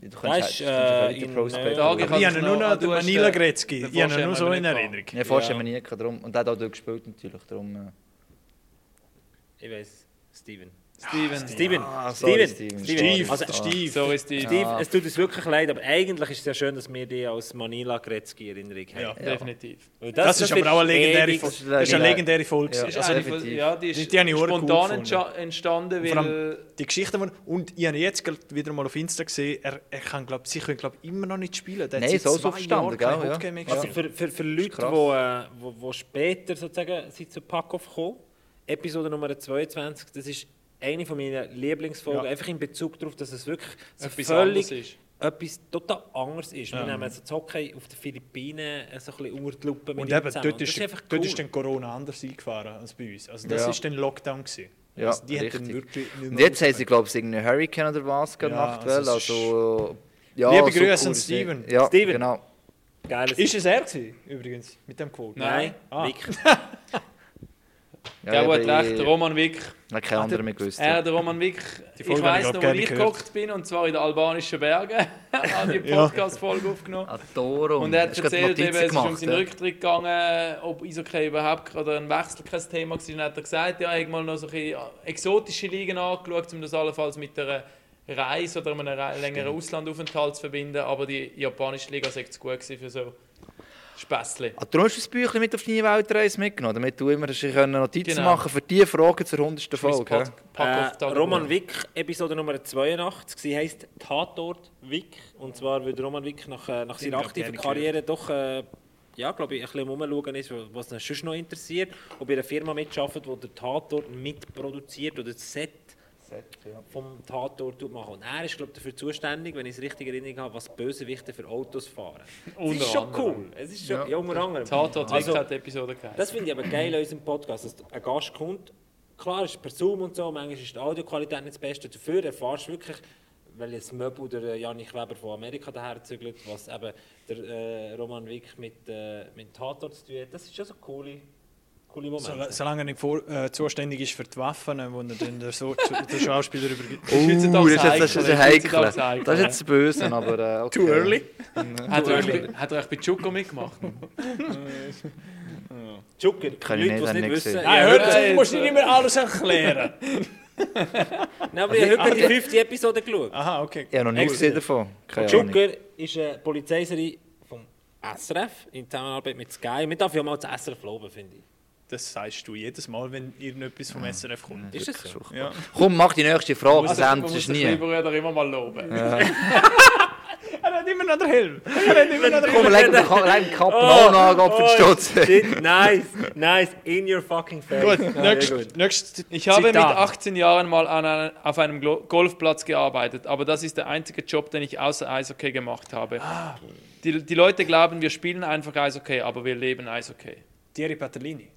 S2: Du
S4: Das ist,
S2: kannst
S4: äh,
S2: die
S4: in-
S2: Prospect.
S4: Ja,
S3: ich
S2: Ja,
S3: kann
S8: Ich
S3: es
S8: habe nur noch
S3: Ah, du
S8: den
S3: hast
S8: Manila
S3: den-
S8: Gretzky.
S3: den
S8: Ich habe ihn nur
S3: Vorschlag
S8: so
S3: haben
S8: in
S3: wir nicht
S8: Erinnerung.
S2: Forscher haben wir nie gehabt, darum. Und der hat auch dort gespielt natürlich, darum... Äh.
S4: Ich weiß. Steven.
S3: Steven.
S4: Steven.
S2: Ah, sorry, Steven.
S4: Steven. Steven.
S2: Steve.
S8: Ah,
S4: Also,
S3: Steve. Sorry, Steve.
S4: Steve, es tut uns wirklich leid, aber eigentlich ist es ja schön, dass wir dich als Manila Gretzky in Erinnerung haben.
S3: Definitiv.
S4: Weil
S8: Das, ist
S4: wird
S8: aber auch eine legendäre
S4: ewig-
S8: Folge. Das ist eine legendäre Folge.
S2: Ja.
S8: gewesen.
S3: Ist eine von,
S2: definitiv.
S3: ja, Also die
S8: Die-
S3: ist
S8: die habe ich auch
S3: spontan
S8: cool
S3: entscha- entstanden,
S8: Und vor
S3: weil...
S8: Die Geschichte, die, und ich habe jetzt gerade wieder mal auf Insta gesehen, er, er kann, glaub, sie können glaub, immer noch nicht spielen. Der hat
S2: Nein,
S8: seit
S2: so ist
S8: zwei
S2: aufgestanden,
S8: Jahren kein
S2: gell, ja.
S8: Hockey mehr
S4: Also
S8: gespielt.
S4: für, für, für Leute, die wo, äh, wo, wo später sozusagen sind zu Packoff gekommen Episode Nummer 22, das ist eine von meiner Lieblingsfolgen, einfach in Bezug darauf, dass es wirklich so
S3: Etwas anderes
S4: völlig
S3: ist.
S4: etwas total anderes ist. Wir nehmen jetzt das Hockey auf den Philippinen äh, so ein bisschen unter die Lupe mit
S8: Und
S4: ihm
S8: eben,
S4: zusammen.
S8: dort
S4: Und das
S8: ist,
S4: ist einfach
S8: dort
S4: cool.
S8: ist dann Corona anders eingefahren als bei uns. Also das
S2: Ja.
S8: war dann Lockdown. Gewesen.
S2: Ja,
S8: also die hat dann
S2: richtig.
S8: wirklich nicht mehr
S2: Und jetzt haben sie,
S8: ausgehalten.
S2: glaube ich, irgendeinen Hurricane oder was gemacht.
S8: also es
S2: Also,
S8: ist-
S2: also, äh, ja,
S8: Liebe Grüße an
S2: ist
S8: Steven.
S2: nicht. Ja,
S4: Steven.
S2: genau.
S4: Geiles
S8: Ist es er gewesen, übrigens, mit dem Quote?
S4: Nein,
S8: Ah.
S4: wirklich.
S2: Ja,
S3: Der,
S2: eben,
S3: der hat recht,
S2: ich-
S3: Roman Wick.
S2: Ich habe keinen anderen mehr gewusst.
S3: Er, der Roman Wick, ich
S8: Folge habe
S3: weiss
S8: ich gerade
S3: noch, wo
S8: gerne
S3: ich
S8: gehört.
S3: geguckt bin, und zwar in den albanischen Bergen. habe die Podcast-Folge aufgenommen.
S2: Adoro.
S3: Und er hat erzählt, eben, es ist um seinen
S2: ja.
S3: Rücktritt gegangen, ob Eishockey überhaupt oder ein Wechsel kein Thema war. Dann hat er gesagt, ja, er hat mal noch so ein bisschen exotische Ligen angeschaut, um das allenfalls mit einer Reise oder einem rei- längeren Auslandaufenthalt zu verbinden. Aber die japanische Liga sei zu gut gewesen für so Späßchen.
S2: Ah, darum hast du das Büchlein mit auf deine Weltreise mitgenommen, damit du immer hast können Notizen
S3: Genau.
S2: machen für die Fragen zur 100.
S3: Mein
S2: Folge.
S3: Pod-
S2: hä?
S3: Pack auf
S4: Äh,
S3: Tagebuch.
S4: Roman Wick, Episode Nummer 82. Sie heisst Tatort Wick. Und zwar, weil Roman Wick nach, äh, nach seiner
S8: glaub,
S4: aktiven
S8: gerne
S4: Karriere doch, äh, ja, glaube ich, ein bisschen umschauen ist, was ihn sonst noch interessiert. Ob bei einer Firma mitarbeitet, die den Tatort mitproduziert oder das Set vom Tatort machen. Und er ist, glaube ich, dafür zuständig, wenn ich es richtig erinnert habe, was Bösewichte für Autos fahren. Das ist schon cool. Es ist schon, Oh, ja. unter anderem.
S3: Tatort halt Wick
S4: Also,
S3: hat die Episode gehabt.
S4: das finde ich aber geil an unserem Podcast, dass ein Gast kommt. Klar ist es per Zoom und so, manchmal ist die Audioqualität nicht das Beste. Dafür erfahrst du wirklich, weil jetzt Möbel der äh, Janik Weber von Amerika daherzügelt, was eben der äh, Roman Wick mit, äh, mit Tatort zu tun hat. Das ist schon so eine coole coole Momente.
S8: Sol solange er nicht vor, äh, zuständig ist für die Waffen, die er dann der, so der Schauspieler übergibt.
S2: Oh, das ist jetzt das ist ein Heikel. Das ist jetzt böse, aber. Äh, okay.
S3: Too early. hat, er euch, hat er euch bei Chuko mitgemacht?
S4: Zucker,
S2: Kann ich nicht,
S4: Leute, die es
S2: wenn
S4: nicht
S2: nicht
S4: wissen.
S2: sehe.
S4: Ja,
S8: Nein,
S4: hört-
S8: hör zu, du musst nicht mehr alles erklären.
S4: Nein, aber ich habe heute die fünfte Episode geschaut.
S2: Ah,
S8: Aha, okay.
S2: Ich habe noch nie gesehen davon. Keine Ahnung.
S4: Zucker ist eine Polizeiserie vom SRF in Zusammenarbeit mit Sky. Man darf ja mal das SRF loben, finde ich.
S8: Das sagst du jedes Mal, wenn irgendetwas vom SRF kommt.
S4: Ist das so?
S8: Ja.
S2: Komm, mach die nächste Frage, das
S3: Man
S2: ändert
S3: muss
S2: sich
S3: den
S2: nie.
S3: Kleinbruder immer mal loben.
S8: Er hat immer noch den Helm. Er hat immer noch den
S2: Komm, leg
S8: Helm.
S2: den Ka- leg den Kappen auch noch an, Gott für die Stotze.
S4: oh, shit, nice, nice, in your fucking face.
S8: Gut,
S4: Ja,
S8: nächst-
S4: sehr gut.
S8: nächstes
S3: Ich habe mit
S8: Zitat.
S3: 18 Jahren mal an einem, auf einem Glo- Golfplatz gearbeitet, aber das ist der einzige Job, den ich außer Eishockey gemacht habe. Die, die Leute glauben, wir spielen einfach Eishockey, aber wir leben Eishockey.
S8: Thierry Patellini.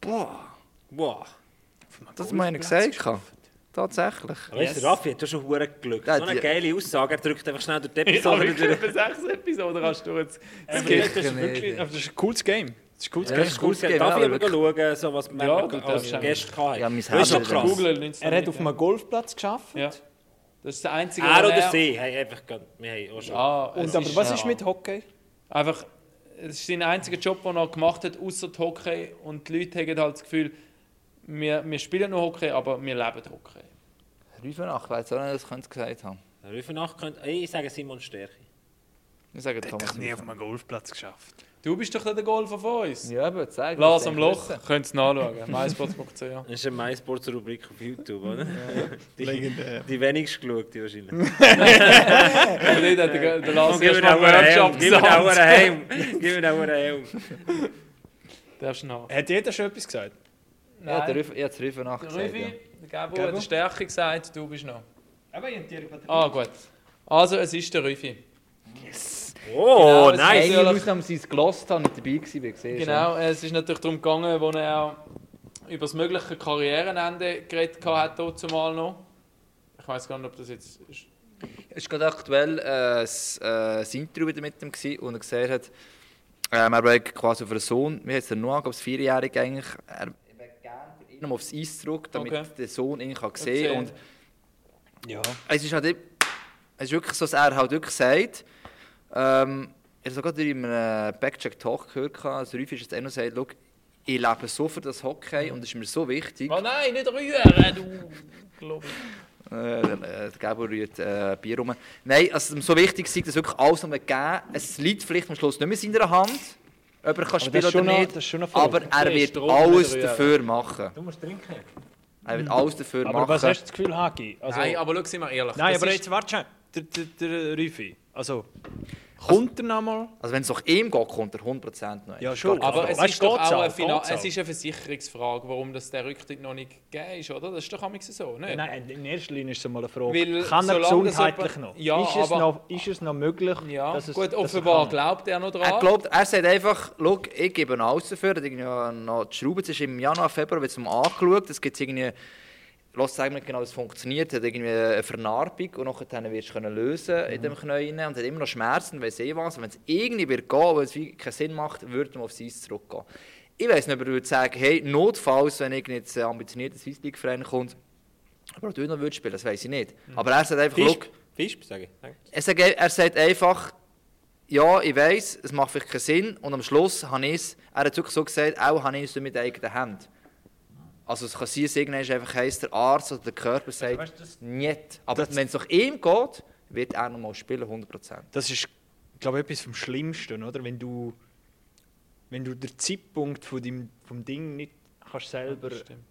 S2: Boah,
S4: Wow.
S2: das hat mir einer gesagt. gehabt. Tatsächlich.
S4: Aber Weißt du, Raffi, du hast schon hure Glück. So
S2: Ja,
S4: eine
S2: die-
S4: geile Aussage, er drückt einfach schnell durch die
S3: Ich habe
S4: Episode.
S3: wirklich
S4: durch.
S3: über sechs Episoden hast du jetzt. Das
S8: Das
S3: geht.
S8: ist wirklich aber das ist ein cooles Game. Das ist ein cooles
S2: Ja,
S8: Game.
S2: das ist
S4: Cool,
S2: gut gegeben,
S4: darf ich
S2: aber
S4: aber
S2: wirklich.
S4: schauen, so was man
S3: Ja, du
S4: als
S3: darfst auch.
S4: Gäste hatte?
S2: nou Ja, mein
S4: Das ist schon
S2: Handy-
S4: krass.
S3: Google nützt
S8: Er hat
S3: nicht,
S8: auf einem Golfplatz geschafft.
S3: ja. Das ist der einzige.
S4: Er
S3: wo
S4: oder sie, hey, einfach, gehen. wir haben auch schon.
S3: Ah, es
S8: Und aber
S3: ist-
S8: was ist mit Hockey?
S3: einfach, es ist sein einziger Job, den er gemacht hat, außer Hockey. Und die Leute haben halt das Gefühl, wir, wir spielen nur Hockey, aber wir leben Hockey.
S2: Rüfenacht, weiss auch nicht, dass ich es gesagt haben.
S4: Rüfenacht könnte... Ey, ich sage Simon Stärke.
S2: Ich sage Thomas. Rüfenacht.
S8: einem Golfplatz geschafft.
S3: Du bist doch der Golfer von uns.
S2: Ja, aber zeig
S3: Lars am Loch, könnt ihr nachschauen. mysports.ch.
S4: Das ist eine MySports-Rubrik auf YouTube, oder?
S8: Legendär.
S4: Die wenigst geschaute wahrscheinlich.
S3: Aber dort hat der, der Lars
S4: Gib mir
S3: erst
S4: da
S3: mal
S4: einen Helm,
S3: Workshop
S4: gib mir da einen
S3: gesagt.
S4: Helm, gib mir da einen Helm.
S3: Darfst du noch?
S8: Hat jeder schon etwas gesagt?
S2: Ja, der
S3: Nein.
S2: Rüfe, ich habe Rüfenacht
S3: Der
S2: gesagt. Ja.
S3: Rüfi, der Gabo
S8: Gabo?
S3: hat die Stärke gesagt, du bist noch.
S8: Aber ich habe Thierry Patellini.
S3: Ah, gut. Also, es ist der Rüfi. Genau,
S4: Oh,
S3: es
S4: nice.
S3: ist-
S2: Eine ausnahmsweise gelost habe, nicht dabei gewesen bin, siehst du.
S3: Genau, es ist natürlich darum gegangen, wo er auch über das mögliche Karrierenende geredet hat, dazu mal noch. Ich weiß gar nicht, ob das jetzt. Ist.
S2: Es war gerade aktuell äh, s- äh, das Interview wieder mit ihm gewesen, und er gesagt hat, ähm, er wäre quasi auf einen Sohn, wie heißt der Noah, glaube ich, vierjährige eigentlich, er wäre gerne für ihn um aufs Eis zurück, damit
S3: Okay.
S2: der Sohn ihn kann
S3: Gesehen.
S2: sehen kann. Und es ist halt eben- es ist wirklich so, dass er halt wirklich sagt, ähm, ich habe sogar in einem Backcheck-Talk gehört, gehabt, also Rüff ist jetzt auch noch sagt, «Schau, ich lebe so für das Hockey und es ist mir so wichtig.
S3: Oh nein, nicht rühren, du. Glaub ich.
S2: Äh, äh, der Gabo rührt äh, Bier rum. Nein, also es ist so wichtig sei, dass wirklich alles noch gegeben Es liegt vielleicht am Schluss nicht mehr in seiner Hand, ob er kann
S8: das
S2: spielen
S8: ist
S2: oder
S8: schon noch-
S2: nicht.
S8: das ist schon noch
S2: aber
S8: verrückt.
S2: er
S3: Der ist
S2: wird
S3: drum,
S2: alles
S3: nicht rühren.
S2: dafür machen.
S4: Du musst trinken.
S2: Er wird alles dafür
S8: Aber
S2: machen.
S8: was hast du das Gefühl, Hagi? Also,
S3: Nein, aber schau, sind wir ehrlich.
S8: Nein,
S3: das
S8: aber
S3: ist,
S8: jetzt warte schon. Der, der, der Rüfi. Also, kommt er nochmal?
S2: also wenn es nach ihm geht, kommt er 100% noch.
S8: Ja, schon.
S3: aber es
S8: Weißt,
S3: ist doch
S8: geht's
S3: auch eine,
S8: geht's
S3: Finan
S8: auch?
S3: es ist eine Versicherungsfrage, warum das der Rücktritt noch nicht gegeben ist, oder? Das ist doch am so,
S1: Genau.
S3: ne?
S8: Nein, in erster Linie ist es mal eine Frage.
S3: Weil
S8: kann er
S3: solange das
S8: gesundheitlich
S3: jemand-
S8: noch?
S3: Ja,
S8: ist, es
S3: aber-
S8: noch ist es noch möglich?
S3: Ja,
S8: dass es,
S3: gut,
S8: dass er
S3: offenbar
S8: kann?
S3: glaubt er noch dran.
S2: Er glaubt, er sagt einfach, «Schau, ich gebe alles dafür. Er hat irgendwie noch die Schrauben, es ist im Januar, Februar, wird es mal angeschaut. Es gibt irgendwie, lass sagen nicht genau, wie es funktioniert. Er hat irgendwie eine Vernarbung und nachher wirst du es können lösen in dem Knie rein. und hat immer noch Schmerzen, weiss eh was. Und wenn es irgendwie wird gehen, weil es wie keinen Sinn macht, würde man aufs Eis zurückgehen. Ich weiß nicht, ob er würde sagen, hey, notfalls, wenn irgendwie jetzt ein ambitionierter Swiss League Verein kommt, aber du noch würdest spielen, das weiß ich nicht. Aber er sagt einfach, «Schau,
S4: Fisch, Fisch, sage ich. Danke.
S2: er sagt, er sagt einfach, ja, ich weiß, es macht vielleicht keinen Sinn. Und am Schluss habe ich es, er hat wirklich so gesagt, auch habe ich es nicht mit eigenen Händen. Also es kann sein, dass irgendwann einfach heisst, der Arzt oder der Körper sagt, nicht. Aber wenn es nach ihm geht, wird er nochmal spielen, 100%.
S8: Das ist, glaube ich, etwas vom Schlimmsten, oder? Wenn du, wenn du den Zeitpunkt von deinem, vom Ding nicht kannst selber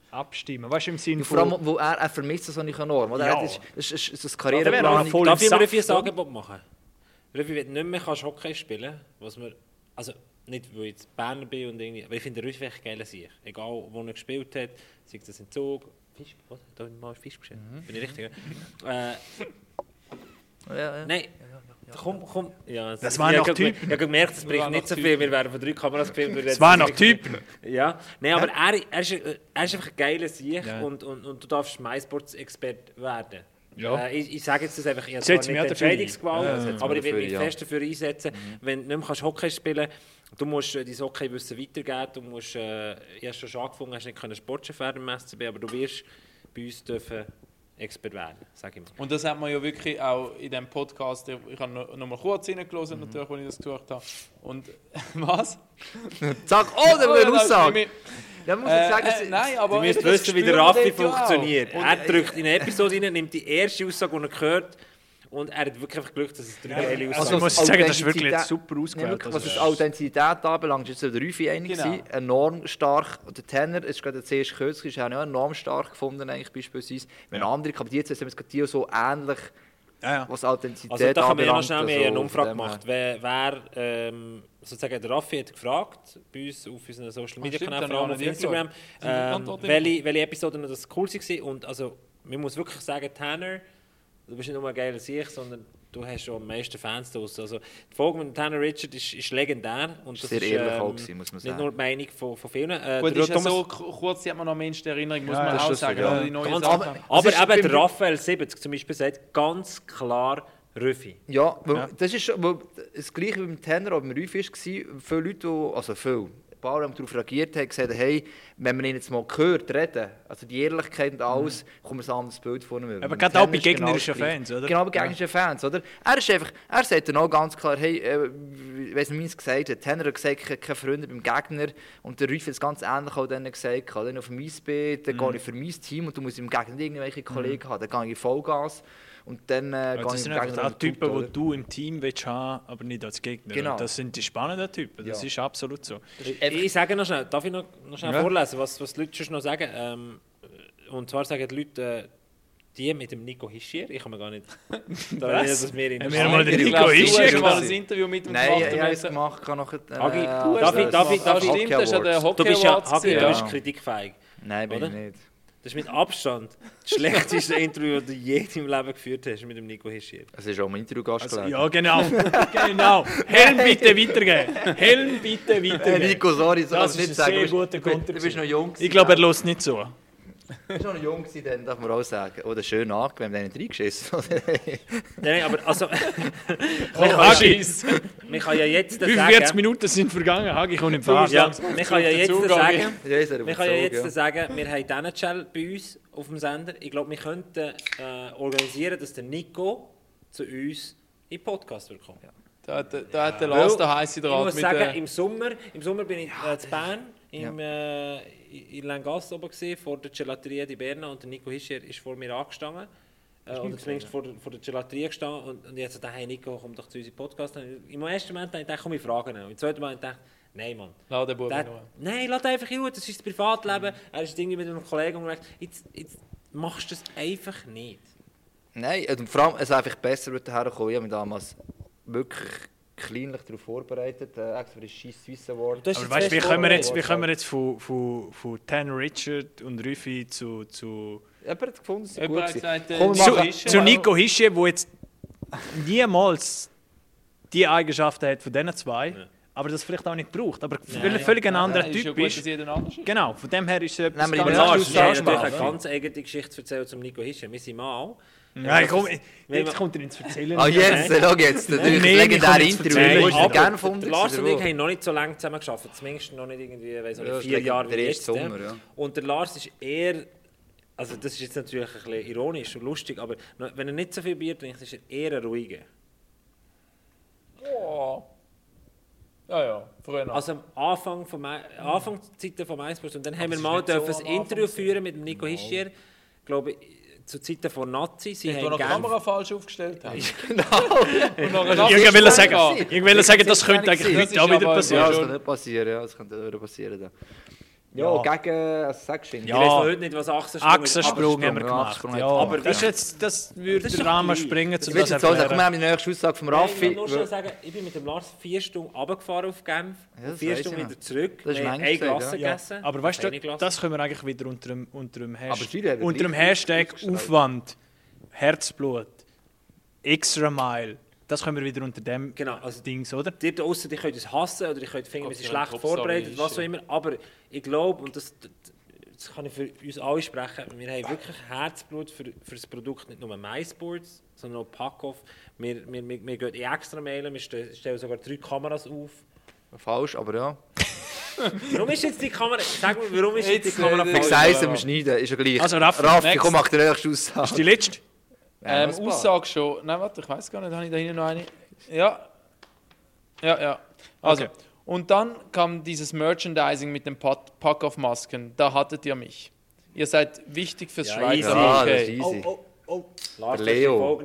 S8: abstimmen. Weißt du, im Sinne
S2: Und vor allem,
S8: von.
S2: wo er, er vermisst das nicht enorm. Oder?
S8: Ja.
S2: Er- Das ist, das ist, das ist das
S8: Ja, der wäre
S2: Karriereplan.
S8: auch voll
S4: Darf
S8: im
S4: ich mir
S8: Saft,
S4: Rüffi ein
S8: oder?
S4: Angebot machen? Rüffi, wenn du nicht mehr kannst Hockey spielen was wir... Also, nicht, weil ich jetzt Berner bin und irgendwie... Aber ich finde Rüffi echt geil sich. Egal, wo er gespielt hat, sei das in Zug... Fisch, was? Da habe ich mal Fisch geschrieben. Bin ich richtig, oder? äh,
S2: Mhm. Ja, ja.
S4: Nein. Komm, komm. Ja, es-
S8: Das waren
S4: ich
S8: noch
S4: hab gem-
S8: Typen.
S4: Ich habe gemerkt, es bringt
S3: waren
S4: nicht
S3: noch
S4: so viel. Wir wären von drei Kameras gefilmt.
S8: Es waren noch Typen.
S4: Ja, nein, aber er, er, ist, er ist einfach ein geiler Sieg
S8: Ja.
S4: und, und, und du darfst MySports-Expert werden. Ja. Äh, ich, ich, sage jetzt das einfach, ich habe nicht Entscheidungsgewalt, ja, aber ich will mich ja. fest dafür einsetzen. Mhm. Wenn du nicht mehr kannst Hockey spielen kannst, du musst äh, dein Hockey wissen weitergeben, du musst, äh, ich habe schon angefangen, hast nicht können Sportchef werden im SCB, aber du wirst bei uns dürfen Expert werden, sage ich mal.
S3: Und das hat man ja wirklich auch in diesem Podcast, ich habe noch, noch mal kurz reingelassen, mhm. natürlich, als ich das gesucht habe. Und was?
S2: Sag, oh, der will Aussage!
S3: Ja, muss äh, sagen, äh, nein, aber
S4: du musst wissen, wie der Raffi funktioniert. Und, er drückt in eine Episode rein, nimmt die erste Aussage, die er gehört, und er hat wirklich Glück, dass es drei ja, geile Aussagen
S8: Also muss ich sagen, das ist wirklich super ausgewählt. Ja,
S2: wirklich, was dus die Authentizität anbelangt, ist der Rüffi einig genau. enorm stark. Der Tenor ist gerade zuerst kürzlich, ist auch enorm stark gefunden eigentlich beispielsweise. Wenn ja. andere Kandidaten sind, sind die so ähnlich. Ja, ja. Was Authentizität
S4: also da haben wir ja noch schnell also, eine Umfrage gemacht. Wer, wer ähm, sozusagen der Raffi hat gefragt bei uns auf unseren
S3: Ah,
S4: Social Media Kanälen, vor allem auf Instagram, ähm, welche, welche Episoden das cool waren. Und also, man muss wirklich sagen, Tanner, du bist nicht nur ein geiler Sieg, sondern du hast schon am meisten Fans draus. Also, die Folge mit Tanner Richard ist, ist legendär. Und das
S2: Sehr
S4: ist,
S2: ehrlich ähm, auch gewesen, muss man sagen.
S4: Nicht nur die Meinung von, von vielen. Äh,
S3: Gut, ist ja so kurz, hat man noch Menschen in Erinnerung, muss ja, man auch sagen. Ja. Also, Die neue
S4: ganz, aber aber eben der Raphael 70 zum Beispiel sagt ganz klar, Rüffi.
S2: Ja, weil ja. das ist weil das Gleiche wie beim Tenor, aber beim Rüffi war, viele Leute, die, also viele, ein paar haben darauf reagiert, haben gesagt, hey, wenn man ihn jetzt mal hört reden, also die Ehrlichkeit und alles, mhm. kommt ein anderes Bild von ihm.
S8: Aber gerade auch bei gegnerischen genau Fans, oder?
S2: Genau, bei gegnerischen ja. Fans, oder? Er ist einfach, er sagt dann auch ganz klar, hey, äh, ich weiss nicht, wie es gesagt hat, Tenner hat gesagt, keine Freunde beim Gegner und der Rüffel hat es ganz ähnlich auch dann gesagt, dann auf dem Eis bin, dann mhm. gehe ich für mein Team und du musst im Gegner nicht irgendwelche Kollegen mhm. haben, dann gehe ich Vollgas. Und dann äh, ja,
S8: das sind einfach die Typen, die du im Team willst haben, aber nicht als Gegner. Genau. Und das sind die spannenden Typen, das ja. ist absolut so.
S4: Ich, ich sage noch schnell, darf ich noch, noch schnell ja. vorlesen, was, was die Leute schon noch sagen? Ähm, und zwar sagen die Leute, äh, die mit dem Nico Hischier, ich kann mir gar nicht
S8: da erinnern, dass wir ihn haben. Wir mal den Nico Hischier
S3: gemacht. ein Interview mit ihm
S2: Nein, gemacht. Nein, ich habe es gemacht, kann nachher... Äh,
S4: Agi, du darf ich, darf ich, darf ich,
S3: stimmt, das ist ja der Hockey
S4: Du bist ja, Hagi, du bist kritikfähig.
S2: Nein, bin ich nicht.
S4: Das ist mit Abstand das schlechteste Interview, das du je in deinem Leben geführt hast mit dem Nico Hischier.
S2: Es ist auch mein Interviewgast also,
S8: Ja, genau. genau. Helm bitte weitergeben. Helm bitte weitergeben.
S2: Hey, Nico, sorry, so
S8: das ist nicht ein sagen. sehr bist, guter
S2: Konter. Du bist noch jung.
S8: Ich glaube, er lässt nicht so.
S2: Du warst noch jung, dann darf man auch sagen. Oder schön angenehm, der nicht reingeschissen.
S4: Nein, aber also...
S8: oh, Hagis!
S4: Man kann ja jetzt sagen...
S8: 45 Minuten sind vergangen, Hagi kommt im Fahrrad.
S4: Ja, man kann ja jetzt sagen... Man kann ja jetzt sagen, wir haben diesen Channel bei uns auf dem Sender. Ich glaube, wir könnten äh, organisieren, dass der Nico zu uns in den Podcast wird kommen. Ja.
S3: Da, da, da hat der Lars den heißen Draht äh,
S4: Ich muss sagen, der... im, Sommer, im Sommer bin ich ja, äh, zu Bern im, ja. äh, in Langast oben gesehen, vor der Gelateria di Berna und der Nico Hischer ist vor mir angestanden. Äh, oder zumindest vor, vor der Gelateria gestanden und, und jetzt dachte hey Nico, komm doch zu unserem Podcast. Und Im ersten Moment dachte ich, komm, ich frage ihn. Im zweiten Moment dachte ich, nein Mann.
S3: Lass den Bub
S4: Nein, lass einfach in Ruhe, das ist das Privatleben. Mhm. Er ist irgendwie mit einem Kollegen und jetzt, jetzt machst du das einfach nicht.
S2: Nein, und vor allem, es einfach besser herkommen. Ich habe mich damals wirklich kleinlich darauf vorbereitet, äh, extra für den scheiß Swiss Award.
S8: Aber weißt, wie kommen wir jetzt, wie kommen wir jetzt von, von, von Tan Richard und Rüffi zu... zu
S2: Jemand hat gefunden, es
S3: Jemand gut gesagt,
S8: äh, zu, Hische. zu Nico Hische, der jetzt niemals die Eigenschaften hat von diesen zwei. Ja aber das vielleicht auch nicht braucht. Aber Nein. völlig ein anderer Nein, Typ
S3: ist. Ja gut, ist.
S8: Genau, von dem her ist es
S4: etwas Nein, ganz anderes. Ich habe natürlich eine ganz eigene Geschichte erzählt zum Nico Hischer. Wir sind mal.
S8: Nein, komm, jetzt kommt er ins Erzählen.
S2: Ah, oh, jetzt, schau jetzt, natürlich das legendäre Interview.
S4: Ich habe gerne gefunden. Lars und ich haben noch nicht so lange zusammen geschafft, zumindest noch nicht irgendwie, weiss nicht, ja, vier Jahre
S2: wie jetzt. Sommer, ja.
S4: Und der Lars ist eher, also das ist jetzt natürlich ein bisschen ironisch und lustig, aber wenn er nicht so viel Bier dus trinkt, ist er eher ein ruhiger.
S3: Oh. Ja, ja, früher.
S4: Also am Anfang von Anfangszeiten von MySports. Und dann Aber haben wir mal dürfen so ein Interview führen mit dem Nico no. Hischier, glaube ich, zu Zeiten von Nazi. Sie
S3: haben die Kamera falsch aufgestellt haben.
S8: genau. Also, ich will sagen, ich will sagen, das könnte eigentlich heute auch wieder passieren.
S2: Ja, das könnte passieren, ja, das könnte wieder passieren. Dann. Ja, ja, gegen also Sechsschwingen.
S4: Ja. Ich weiß noch heute nicht, was Achsensprung
S8: Achsensprung haben wir gemacht. Ja, ja. Aber das, jetzt, das würde den Rahmen springen,
S2: zu das erklären. Jetzt, wir haben die nächste Aussage vom Raffi.
S4: Ich nur schnell sagen, ich bin mit dem Lars vier Stunden runtergefahren auf Genf, ja, vier Stunden wieder zurück, das wir haben eine Glasse gegessen.
S8: Aber weißt du, das können wir eigentlich wieder unter dem, unter dem Hashtag, unter dem Hashtag Aufwand, Herzblut, Extra Mile, das können wir wieder unter dem
S4: genau, also
S8: Dings, oder?
S4: Die da außen, die können es hassen oder die können finden, wir sind schlecht vorbereitet, was auch immer. Aber ich glaube, und das, das kann ich für uns alle sprechen, wir haben wirklich Herzblut für, für das Produkt, nicht nur MySports, sondern auch Packoff. Wir, wir, wir, wir gehen in extra mailen, wir stellen, stellen sogar drei Kameras auf.
S2: Falsch, aber ja.
S4: warum ist jetzt die Kamera. Sag mir, warum ist jetzt die
S2: Jetzt,
S4: Kamera
S2: äh, Ich sage es im Schneiden, ist ja gleich.
S3: Also, Raffi, next.
S2: komm, mach die nächste Aussage.
S3: Ist die letzte?
S2: Ja,
S3: Ähm,
S2: noch ein paar.
S3: Aussage schon. Nein, warte, ich weiß gar nicht, habe ich da hinten noch eine? Ja. Ja, ja. Also, und dann kam dieses Merchandising mit den Pat- Pack-of-Masken. Da hattet ihr mich. Ihr seid wichtig fürs
S4: Ja,
S3: Schweizer
S4: easy. Ja,
S3: Hockey.
S4: das ist easy.
S8: Oh, oh,
S4: oh.
S2: Der Leo.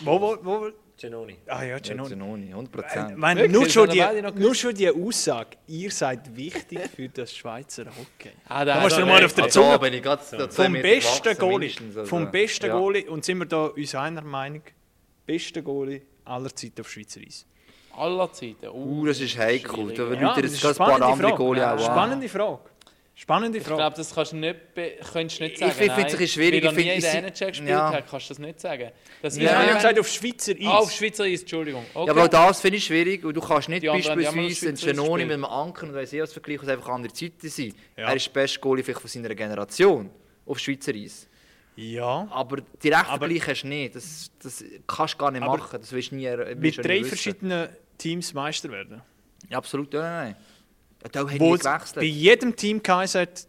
S8: Wo, wo, wo?
S4: Genoni.
S8: Ah ja, Genoni.
S2: Genoni, 100%.
S8: Ich meine, nur, schon die, nur schon die Aussage, ihr seid wichtig für das Schweizer Hockey.
S2: Ah, da
S8: da
S2: hat
S8: musst du
S2: er
S8: dir mal
S2: recht.
S8: auf der
S2: Ah, da
S8: Zunge.
S2: bin ich grad- da zwei
S8: vom
S2: Meter
S8: besten
S2: gewachsen,
S8: Goalie.
S2: mindestens, also.
S8: Vom besten
S2: Ja.
S8: Goalie, und sind wir da uns einer Meinung, bester Goalie aller Zeiten auf Schweizer Eis.
S3: Aller Zeiten.
S2: Uh, das ist heikel. Da würden
S8: das
S2: dir jetzt
S8: ist
S2: gerade ein paar
S8: spannende
S2: andere
S8: Frage.
S2: Goalie auch an.
S8: Spannende Frage. Spannende
S3: Ich
S8: Frage.
S3: glaube, das kannst du nicht, be- könntest du nicht
S8: Ich
S3: sagen.
S8: finde-
S3: nein.
S8: finde es schwierig.
S3: Weil er
S8: Ich
S3: nie
S8: finde,
S3: in der
S8: ich-
S3: NHL gespielt
S8: ja.
S3: hat, kannst du das nicht sagen. Das
S8: Nein, ich habe gesagt,
S3: auf
S8: Schweizer Eis.
S3: Ah, auf Schweizer Eis, Entschuldigung. Okay.
S2: Ja, aber auch das finde ich schwierig. Und du kannst nicht
S3: Die anderen haben ja mal
S2: beispielsweise einen
S3: Schweizer
S2: Genoni
S3: gespielt.
S2: mit einem Anker und weiss ich was vergleichen und einfach andere Zeiten sein.
S8: Ja.
S2: Er ist der beste Goalie vielleicht von seiner Generation auf Schweizer Eis.
S8: Ja.
S2: Aber direkt vergleichen hast du nicht. Das, das kannst du gar nicht
S8: Aber
S2: machen. Das willst du nie er- willst
S8: Mit
S2: du
S8: drei
S2: nie wissen.
S8: verschiedenen Teams Meister werden.
S2: Ja, absolut, ja, nein. nein. Ja, da haben
S8: Wo
S2: wir
S8: es bei
S2: gewechselt.
S8: jedem Team geheißen hat,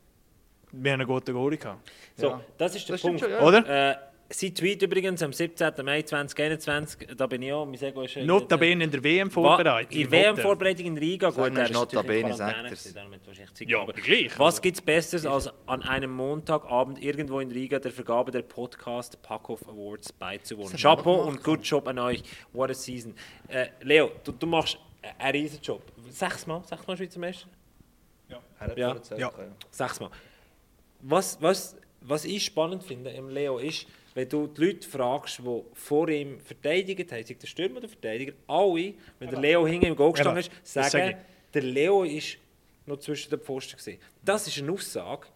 S8: wir haben einen guten Goalie gehabt.
S4: So, das ist der Punkt.
S8: schon, ja. Oder?
S4: Äh, sein Tweet übrigens am 17. Mai 2021, da bin ich auch, mein Ego ist... äh,
S8: Notabene in der WM-Vorbereitung.
S4: In WM-Vorbereitung in Riga, gut,
S8: Sag mir,
S4: er
S8: ist
S4: ist natürlich in
S8: notabene, sagt
S4: Quarantäne
S8: er's.
S4: gewesen, darum hat er wahrscheinlich Zeit
S8: Ja,
S4: gehabt.
S8: aber gleich,
S4: Was gibt es Besseres als an einem Montagabend irgendwo in Riga der Vergabe der Podcast Packoff Awards beizuwohnen?
S3: Das haben wir
S4: Chapeau
S3: gemacht,
S4: und good job an euch. What a season. Äh, Leo, du, du machst äh, einen riesen Job. Sechsmal, sechsmal Schweizer Meister? Ja.
S2: Ja.
S4: ja.
S2: Ja.
S4: Sechsmal. Was, was, was ich spannend finde im Leo ist, wenn du die Leute fragst, die vor ihm verteidigt haben, sei der Stürmer oder Verteidiger, alle, wenn der Leo hinten im Goal gestanden
S8: Eben,
S4: ist,
S8: das
S4: sagen,
S8: sag ich.
S4: der Leo ist noch zwischen den Pfosten gewesen. Das ist eine Aussage.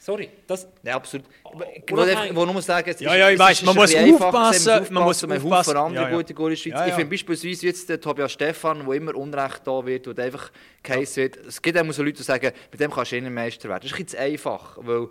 S4: Sorry, das...
S2: Ja, absolut. Ich wollte einfach- ich wollte nur sagen, es
S4: Ja, ja, ich
S2: es
S4: weiss, man
S2: ein
S4: muss
S2: bisschen einfacher,
S4: aufpassen, man muss
S2: man
S4: aufpassen.
S2: Haufen andere
S4: Ja, ja.
S2: gute Goalie in der Schweiz.
S4: Ja,
S2: Ich
S4: ja.
S2: finde beispielsweise jetzt den Tobias Stefan, der immer Unrecht da wird und einfach geheißen wird. Es gibt auch so Leute, die sagen, mit dem kannst du eh nicht Meister werden. Das ist ein bisschen zu einfach, weil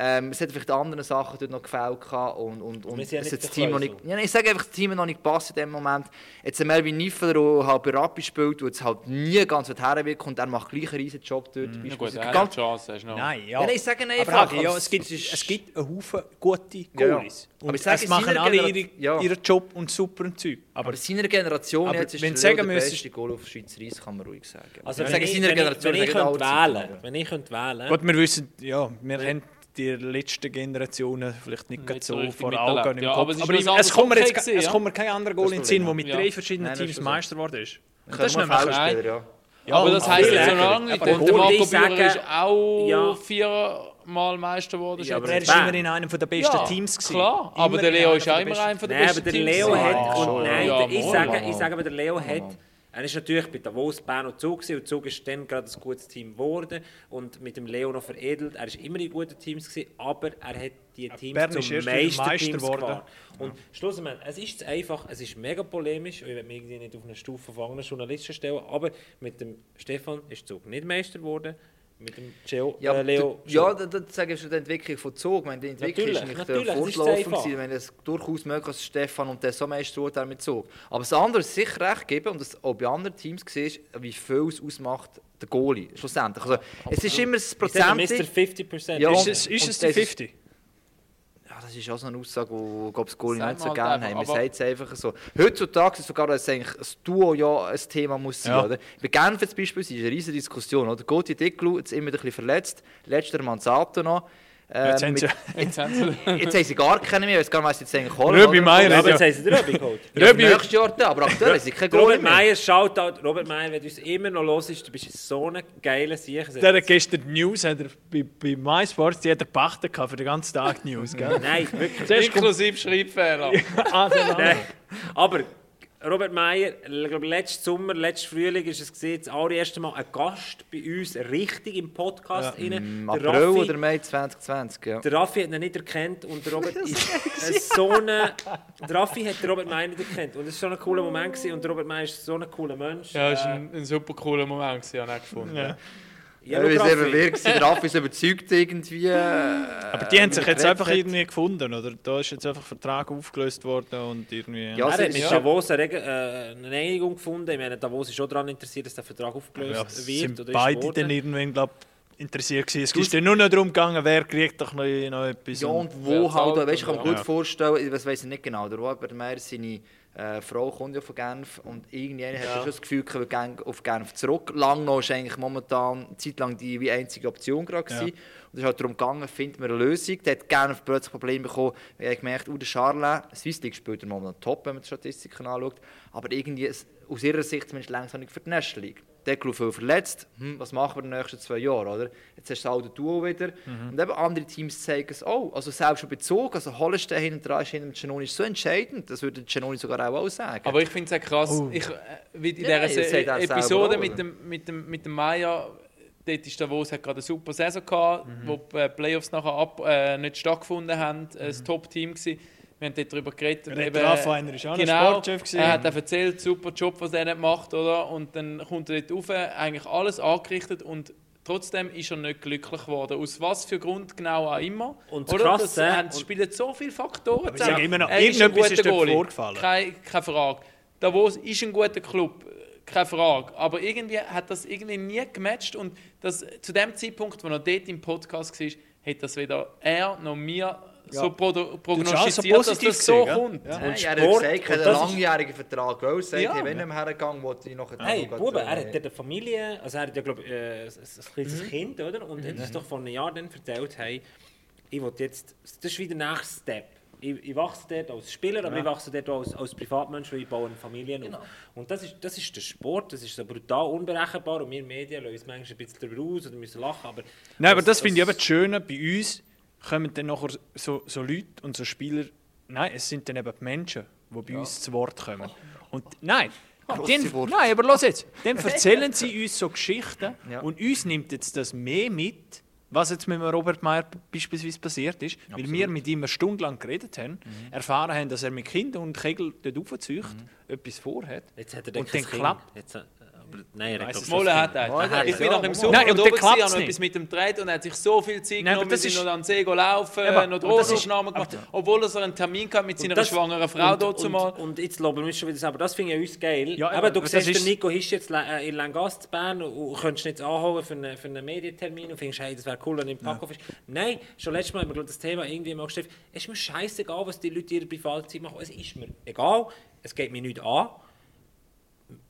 S2: ähm, es hat vielleicht anderen Sachen dort noch gefällt gehabt und, und, und
S4: Wir sind ja
S2: es
S4: nicht
S2: hat das Team noch
S4: verklärt,
S2: nicht... Ja, nein, ich sage einfach, das Team hat noch nicht gepasst in dem Moment. Jetzt ein Melvin Niffler, der halt bei Rappi spielt und jetzt halt nie ganz her will, und er macht gleich einen riesen Job dort.
S3: Na gut,
S2: beispielsweise.
S3: er hat
S2: Ganz-
S3: Chance, hast du noch.
S8: Nein, ja.
S2: Ja, nein, ich sage einfach,
S8: Aber Hagi, ja,
S2: als-
S8: es, gibt, es gibt einen Haufen gute
S2: Ja, ja.
S8: Goalies.
S2: Aber
S8: Und
S2: ich sage,
S8: es
S2: in
S8: machen
S2: seiner
S8: alle
S2: Genera-
S8: ihre,
S2: Ja.
S8: ihren Job und super Zeug. Aber,
S2: seiner Generation
S8: aber
S2: jetzt ist
S8: wenn
S2: der
S8: sagen
S2: Leo der
S8: müsstest-
S2: beste Goal auf Schweizer Eis, kann man ruhig sagen.
S4: Also
S2: ich
S4: wenn,
S2: sage,
S4: ich,
S2: seiner
S4: wenn, ich,
S2: Generation
S4: wenn, ich
S2: sagen
S4: könnte
S2: alle
S4: wählen,
S2: Zeiten.
S4: wenn ich könnte wählen
S8: Gut, wir wissen, ja, wir haben die letzten Generationen vielleicht nicht, gerade
S4: so
S8: so
S4: richtig
S8: vor
S4: miterlebt.
S8: Augen und im
S4: Ja, aber
S8: Kopf.
S4: es ist
S8: Aber,
S4: ein
S8: ich-
S4: anderes
S8: es kommt mir jetzt
S4: Hockey
S8: ke-
S4: gewesen,
S8: es
S4: ja.
S8: kommt mir kein anderer Goal in den Sinn, der mit
S4: Ja.
S8: drei verschiedenen
S4: Nein, das ist
S8: Teams
S4: so.
S8: Meister geworden ist. Und
S4: Können wir
S8: nämlich-
S4: Feldspieler, ja.
S8: Ja,
S3: aber
S8: und
S3: das heisst jetzt
S8: vielleicht-
S3: noch lange nicht.
S8: aber
S3: Der
S8: Goalie
S3: Marco
S8: sagen-
S3: Bühler ist auch
S8: Ja.
S3: viermal Meister geworden.
S8: Ja, aber
S3: schätze
S8: er
S3: ich.
S8: ist immer in einem der besten
S3: ja,
S8: Teams gewesen.
S3: klar. Aber
S8: Immer
S3: der
S8: in
S3: Leo
S8: einem
S3: ist
S8: der
S3: auch immer
S8: besten-
S3: einer der
S4: Nein, aber
S3: besten
S4: der
S3: Teams.
S4: Leo
S3: gewesen.
S4: hat. Und nein,
S3: Ja,
S4: der, ich,
S3: Mann.
S4: sage, ich sage, aber der Leo hat. Er ist natürlich bei Davos, Bern und Zug gewesen, und Zug ist dann gerade ein gutes Team geworden und mit dem Leo noch veredelt. Er ist immer in guten Teams gewesen, aber er hat die Teams
S8: Bern ist
S4: zum
S8: erst wieder Meister
S4: Meisterteams
S8: geworden.
S4: geworden. Und schlussendlich, es ist zu einfach, es ist mega polemisch. und Ich will mich irgendwie nicht auf eine Stufe von anderen Journalisten stellen, aber mit dem Stefan ist Zug nicht Meister geworden. Mit dem Geo,
S2: Ja,
S4: äh, Leo.
S2: du- ja, da- da sage ich schon die Entwicklung von Zug. Ich meine, die Entwicklung
S4: Natürlich,
S2: ist nicht
S4: natürlich,
S2: äh,
S4: das ist
S2: fortlaufend.
S4: einfach.
S2: gewesen. Ich meine, es ist durchaus möglich, dass Stefan und der so Meister wurde mit Zug. Aber das andere ist sicher recht geben und das auch bei anderen Teams siehst, wie viel es ausmacht, der Goalie schlussendlich. Also, es ist immer das
S4: Ich sage,
S2: Prozent.
S4: Mr. 50%.
S2: Ja,
S4: Ist
S2: und-
S4: es-
S8: Ist
S2: und
S8: es
S2: das
S8: die 50?
S2: Ja, das ist auch so eine Aussage, die glaub, das Goalie
S8: Sag
S2: nicht so
S8: mal
S2: gerne
S8: einfach,
S2: haben. Man
S8: aber-
S2: sagt es einfach so. Heutzutage ist es sogar, dass eigentlich das Duo ja ein Thema muss sein
S8: Ja.
S2: oder? Bei Genf jetzt beispielsweise ist eine riesige Diskussion. Oder? Goti Dicklu, jetzt immer ein bisschen verletzt, letzter Manzato noch. Ähm,
S8: Jetzt haben sie-
S2: jetzt, jetzt haben sie gar keinen mehr, ich weiß gar nicht, was sie jetzt eigentlich holen.
S8: Röbi
S2: oder?
S8: Meier,
S4: Aber jetzt ja. haben sie den Röbi geholt.
S2: Ja,
S4: Röbi-
S2: nächstes Jahr dann, aber aktuell haben sie keinen Goalie
S4: Robert
S2: mehr.
S4: Meier, Shoutout. Robert Meier, wenn du uns immer noch los ist, du bist so ein geiler Sieger.
S8: Der hat gestern die News, hat er bei, bei MySports, die hat er gepachtet gehabt für den ganzen Tag die News, gell?
S4: Nein, wirklich.
S8: Zuerst kommt-
S3: Schreibfehler.
S4: Nein. Aber Robert Meier, ich glaube, letzten Sommer, letzten Frühling ist es gesehen, das allererste Mal ein Gast bei uns richtig im Podcast
S2: Ja.
S4: rein.
S2: Im
S4: Der
S2: April
S4: Raffi-
S2: oder Mai 2020, ja.
S4: Der Raffi hat ihn nicht erkannt und der Robert ist äh, so eine. Der Raffi hat den Robert Meier nicht erkannt und es war so ein cooler Moment gewesen, und der Robert Meier ist so ein cooler Mensch.
S3: Ja, das
S4: Äh,
S3: war ein, ein super cooler Moment, gewesen, habe ich gefunden.
S2: Ja,
S4: Ja.
S2: wir sind verwirrt, der Raffi ist überzeugt irgendwie. eh,
S8: Aber die haben sich jetzt einfach irgendwie gefunden, oder? Da ist jetzt einfach ein Vertrag aufgelöst worden und irgendwie...
S4: Ja, er hat mit Davos eine, äh, eine Einigung gefunden. Ich meine, Davos ist schon daran interessiert, dass der Vertrag aufgelöst ja, wird.
S8: Sind beide dann irgendwann, glaube interessiert gewesen. Es ist ja nur noch darum gegangen, wer kriegt doch noch, noch etwas.
S2: Ja, und wo ja, halt, weißt, ich kann mir gut vorstellen, das weiß ich nicht genau, der Robert Meyer, seine äh, Frau kommt ja von Genf und irgendwie ja. hast du schon das Gefühl, ich will auf Genf zurück. Lang noch ist eigentlich momentan zeitlang die wie einzige Option gerade ja. Und es ist halt darum gegangen, finden wir eine Lösung. Da hat Genf plötzlich Probleme bekommen, weil ich gemerkt, Ude Charle, Swiss League spielt er momentan top, wenn man die Statistiken anschaut, aber irgendwie aus ihrer Sicht zumindest langsam nicht für die National League. Deckel viel verletzt. Hm, was machen wir in den nächsten zwei Jahren? Oder? Jetzt hast du auch den Duo wieder. Mhm. Und eben andere Teams zeigen es auch. Also selbst schon bezogen. Also Hollenstein hinten dran ist hinter Genoni ist so entscheidend. Das würde Genoni sogar auch, auch sagen.
S3: Aber ich finde es ja krass, oh. ich, äh, wie in ja, dieser Se Episode auch, mit, dem, mit, dem, mit dem Maya, dort ist Davos hat gerade eine super Saison gehabt, mhm. wo die Playoffs nachher ab, äh, nicht stattgefunden haben. Mhm. Das Top-Team war. Wir haben dort darüber geredet. Und
S8: eben, Rafa, einer ist auch genau, Sportchef gewesen.
S3: Er hat auch erzählt, super Job, was er macht, oder? Und dann kommt er dort rauf, eigentlich alles angerichtet und trotzdem ist er nicht glücklich geworden. Aus was für Grund genau auch immer.
S4: Und oder? krass,
S3: das haben, spielen so viele Faktoren
S8: zusammen. Sage immer noch, er ist ein guter Goalie, vorgefallen.
S3: Keine, keine Frage. Davos ist ein guter Club, keine Frage. Aber irgendwie hat das irgendwie nie gematcht und das, zu dem Zeitpunkt, wo er dort im Podcast war, hat das weder er noch mir ja. so pro prognostiziert, so dass das so kommt.
S2: Ja. Und Sport, er hat gesagt, einen langjährigen Vertrag will, sagt, ja. wenn er hergegangen wollte ich noch einen
S4: Hey, Bube, er hat der Familie, also er hat ja, glaube ich, äh, ein, kleines mhm. Kind, oder? Und mhm. hat uns doch vor einem Jahr dann erzählt, hey, ich will jetzt, das ist wieder der nächste Step. Ich, ich wachse dort als Spieler, aber ja. ich wachse dort auch als, als Privatmensch, weil ich baue eine Familie genau. Und das ist, das ist der Sport, das ist so brutal unberechenbar und wir Medien lassen uns manchmal ein bisschen darüber aus oder müssen lachen, aber...
S8: Nein, aber das, das finde ich eben das Schöne bei uns, kommen dann nachher so, so Leute und so Spieler. Nein, es sind dann eben die Menschen, die bei ja. Oh, uns zu Wort kommen. Und nein, den, nein, aber los jetzt. Dann erzählen sie uns so Geschichten ja. und uns nimmt jetzt das mehr mit, was jetzt mit dem Robert Meyer beispielsweise passiert ist, Absolut. weil wir mit ihm eine Stunde lang geredet haben, mhm. erfahren haben, dass er mit Kindern und Kegeln dort aufzieht, mhm. etwas vorhat.
S4: Jetzt hat er
S8: und dann klappt.
S4: äh, Nein, er
S3: hat Molle hat er. Ich bin noch im Sommer
S8: Nein,
S3: und oben gewesen, habe noch etwas mit dem Dreht und er hat sich so viel Zeit Nein, genommen, wir sind ist... noch an den See laufen, aber, noch Drogenaufnahmen gemacht, aber, obwohl er so einen Termin hatte mit seiner das, schwangeren Frau
S4: und,
S3: dort
S4: und,
S3: mal.
S4: Und, und jetzt loben wir schon wieder, aber das finde ich uns geil. Ja, aber, du siehst, ist... Nico ist jetzt äh, in Langast Bern und könntest nicht anholen für einen, für einen Medientermin und findest, hey, das wäre cool, wenn du im Packhof bist. Nein, schon letztes Mal haben wir das Thema irgendwie mal gestellt, es ist mir scheißegal, was die Leute ihre Privatzeit machen, es ist mir egal, es geht mir nicht an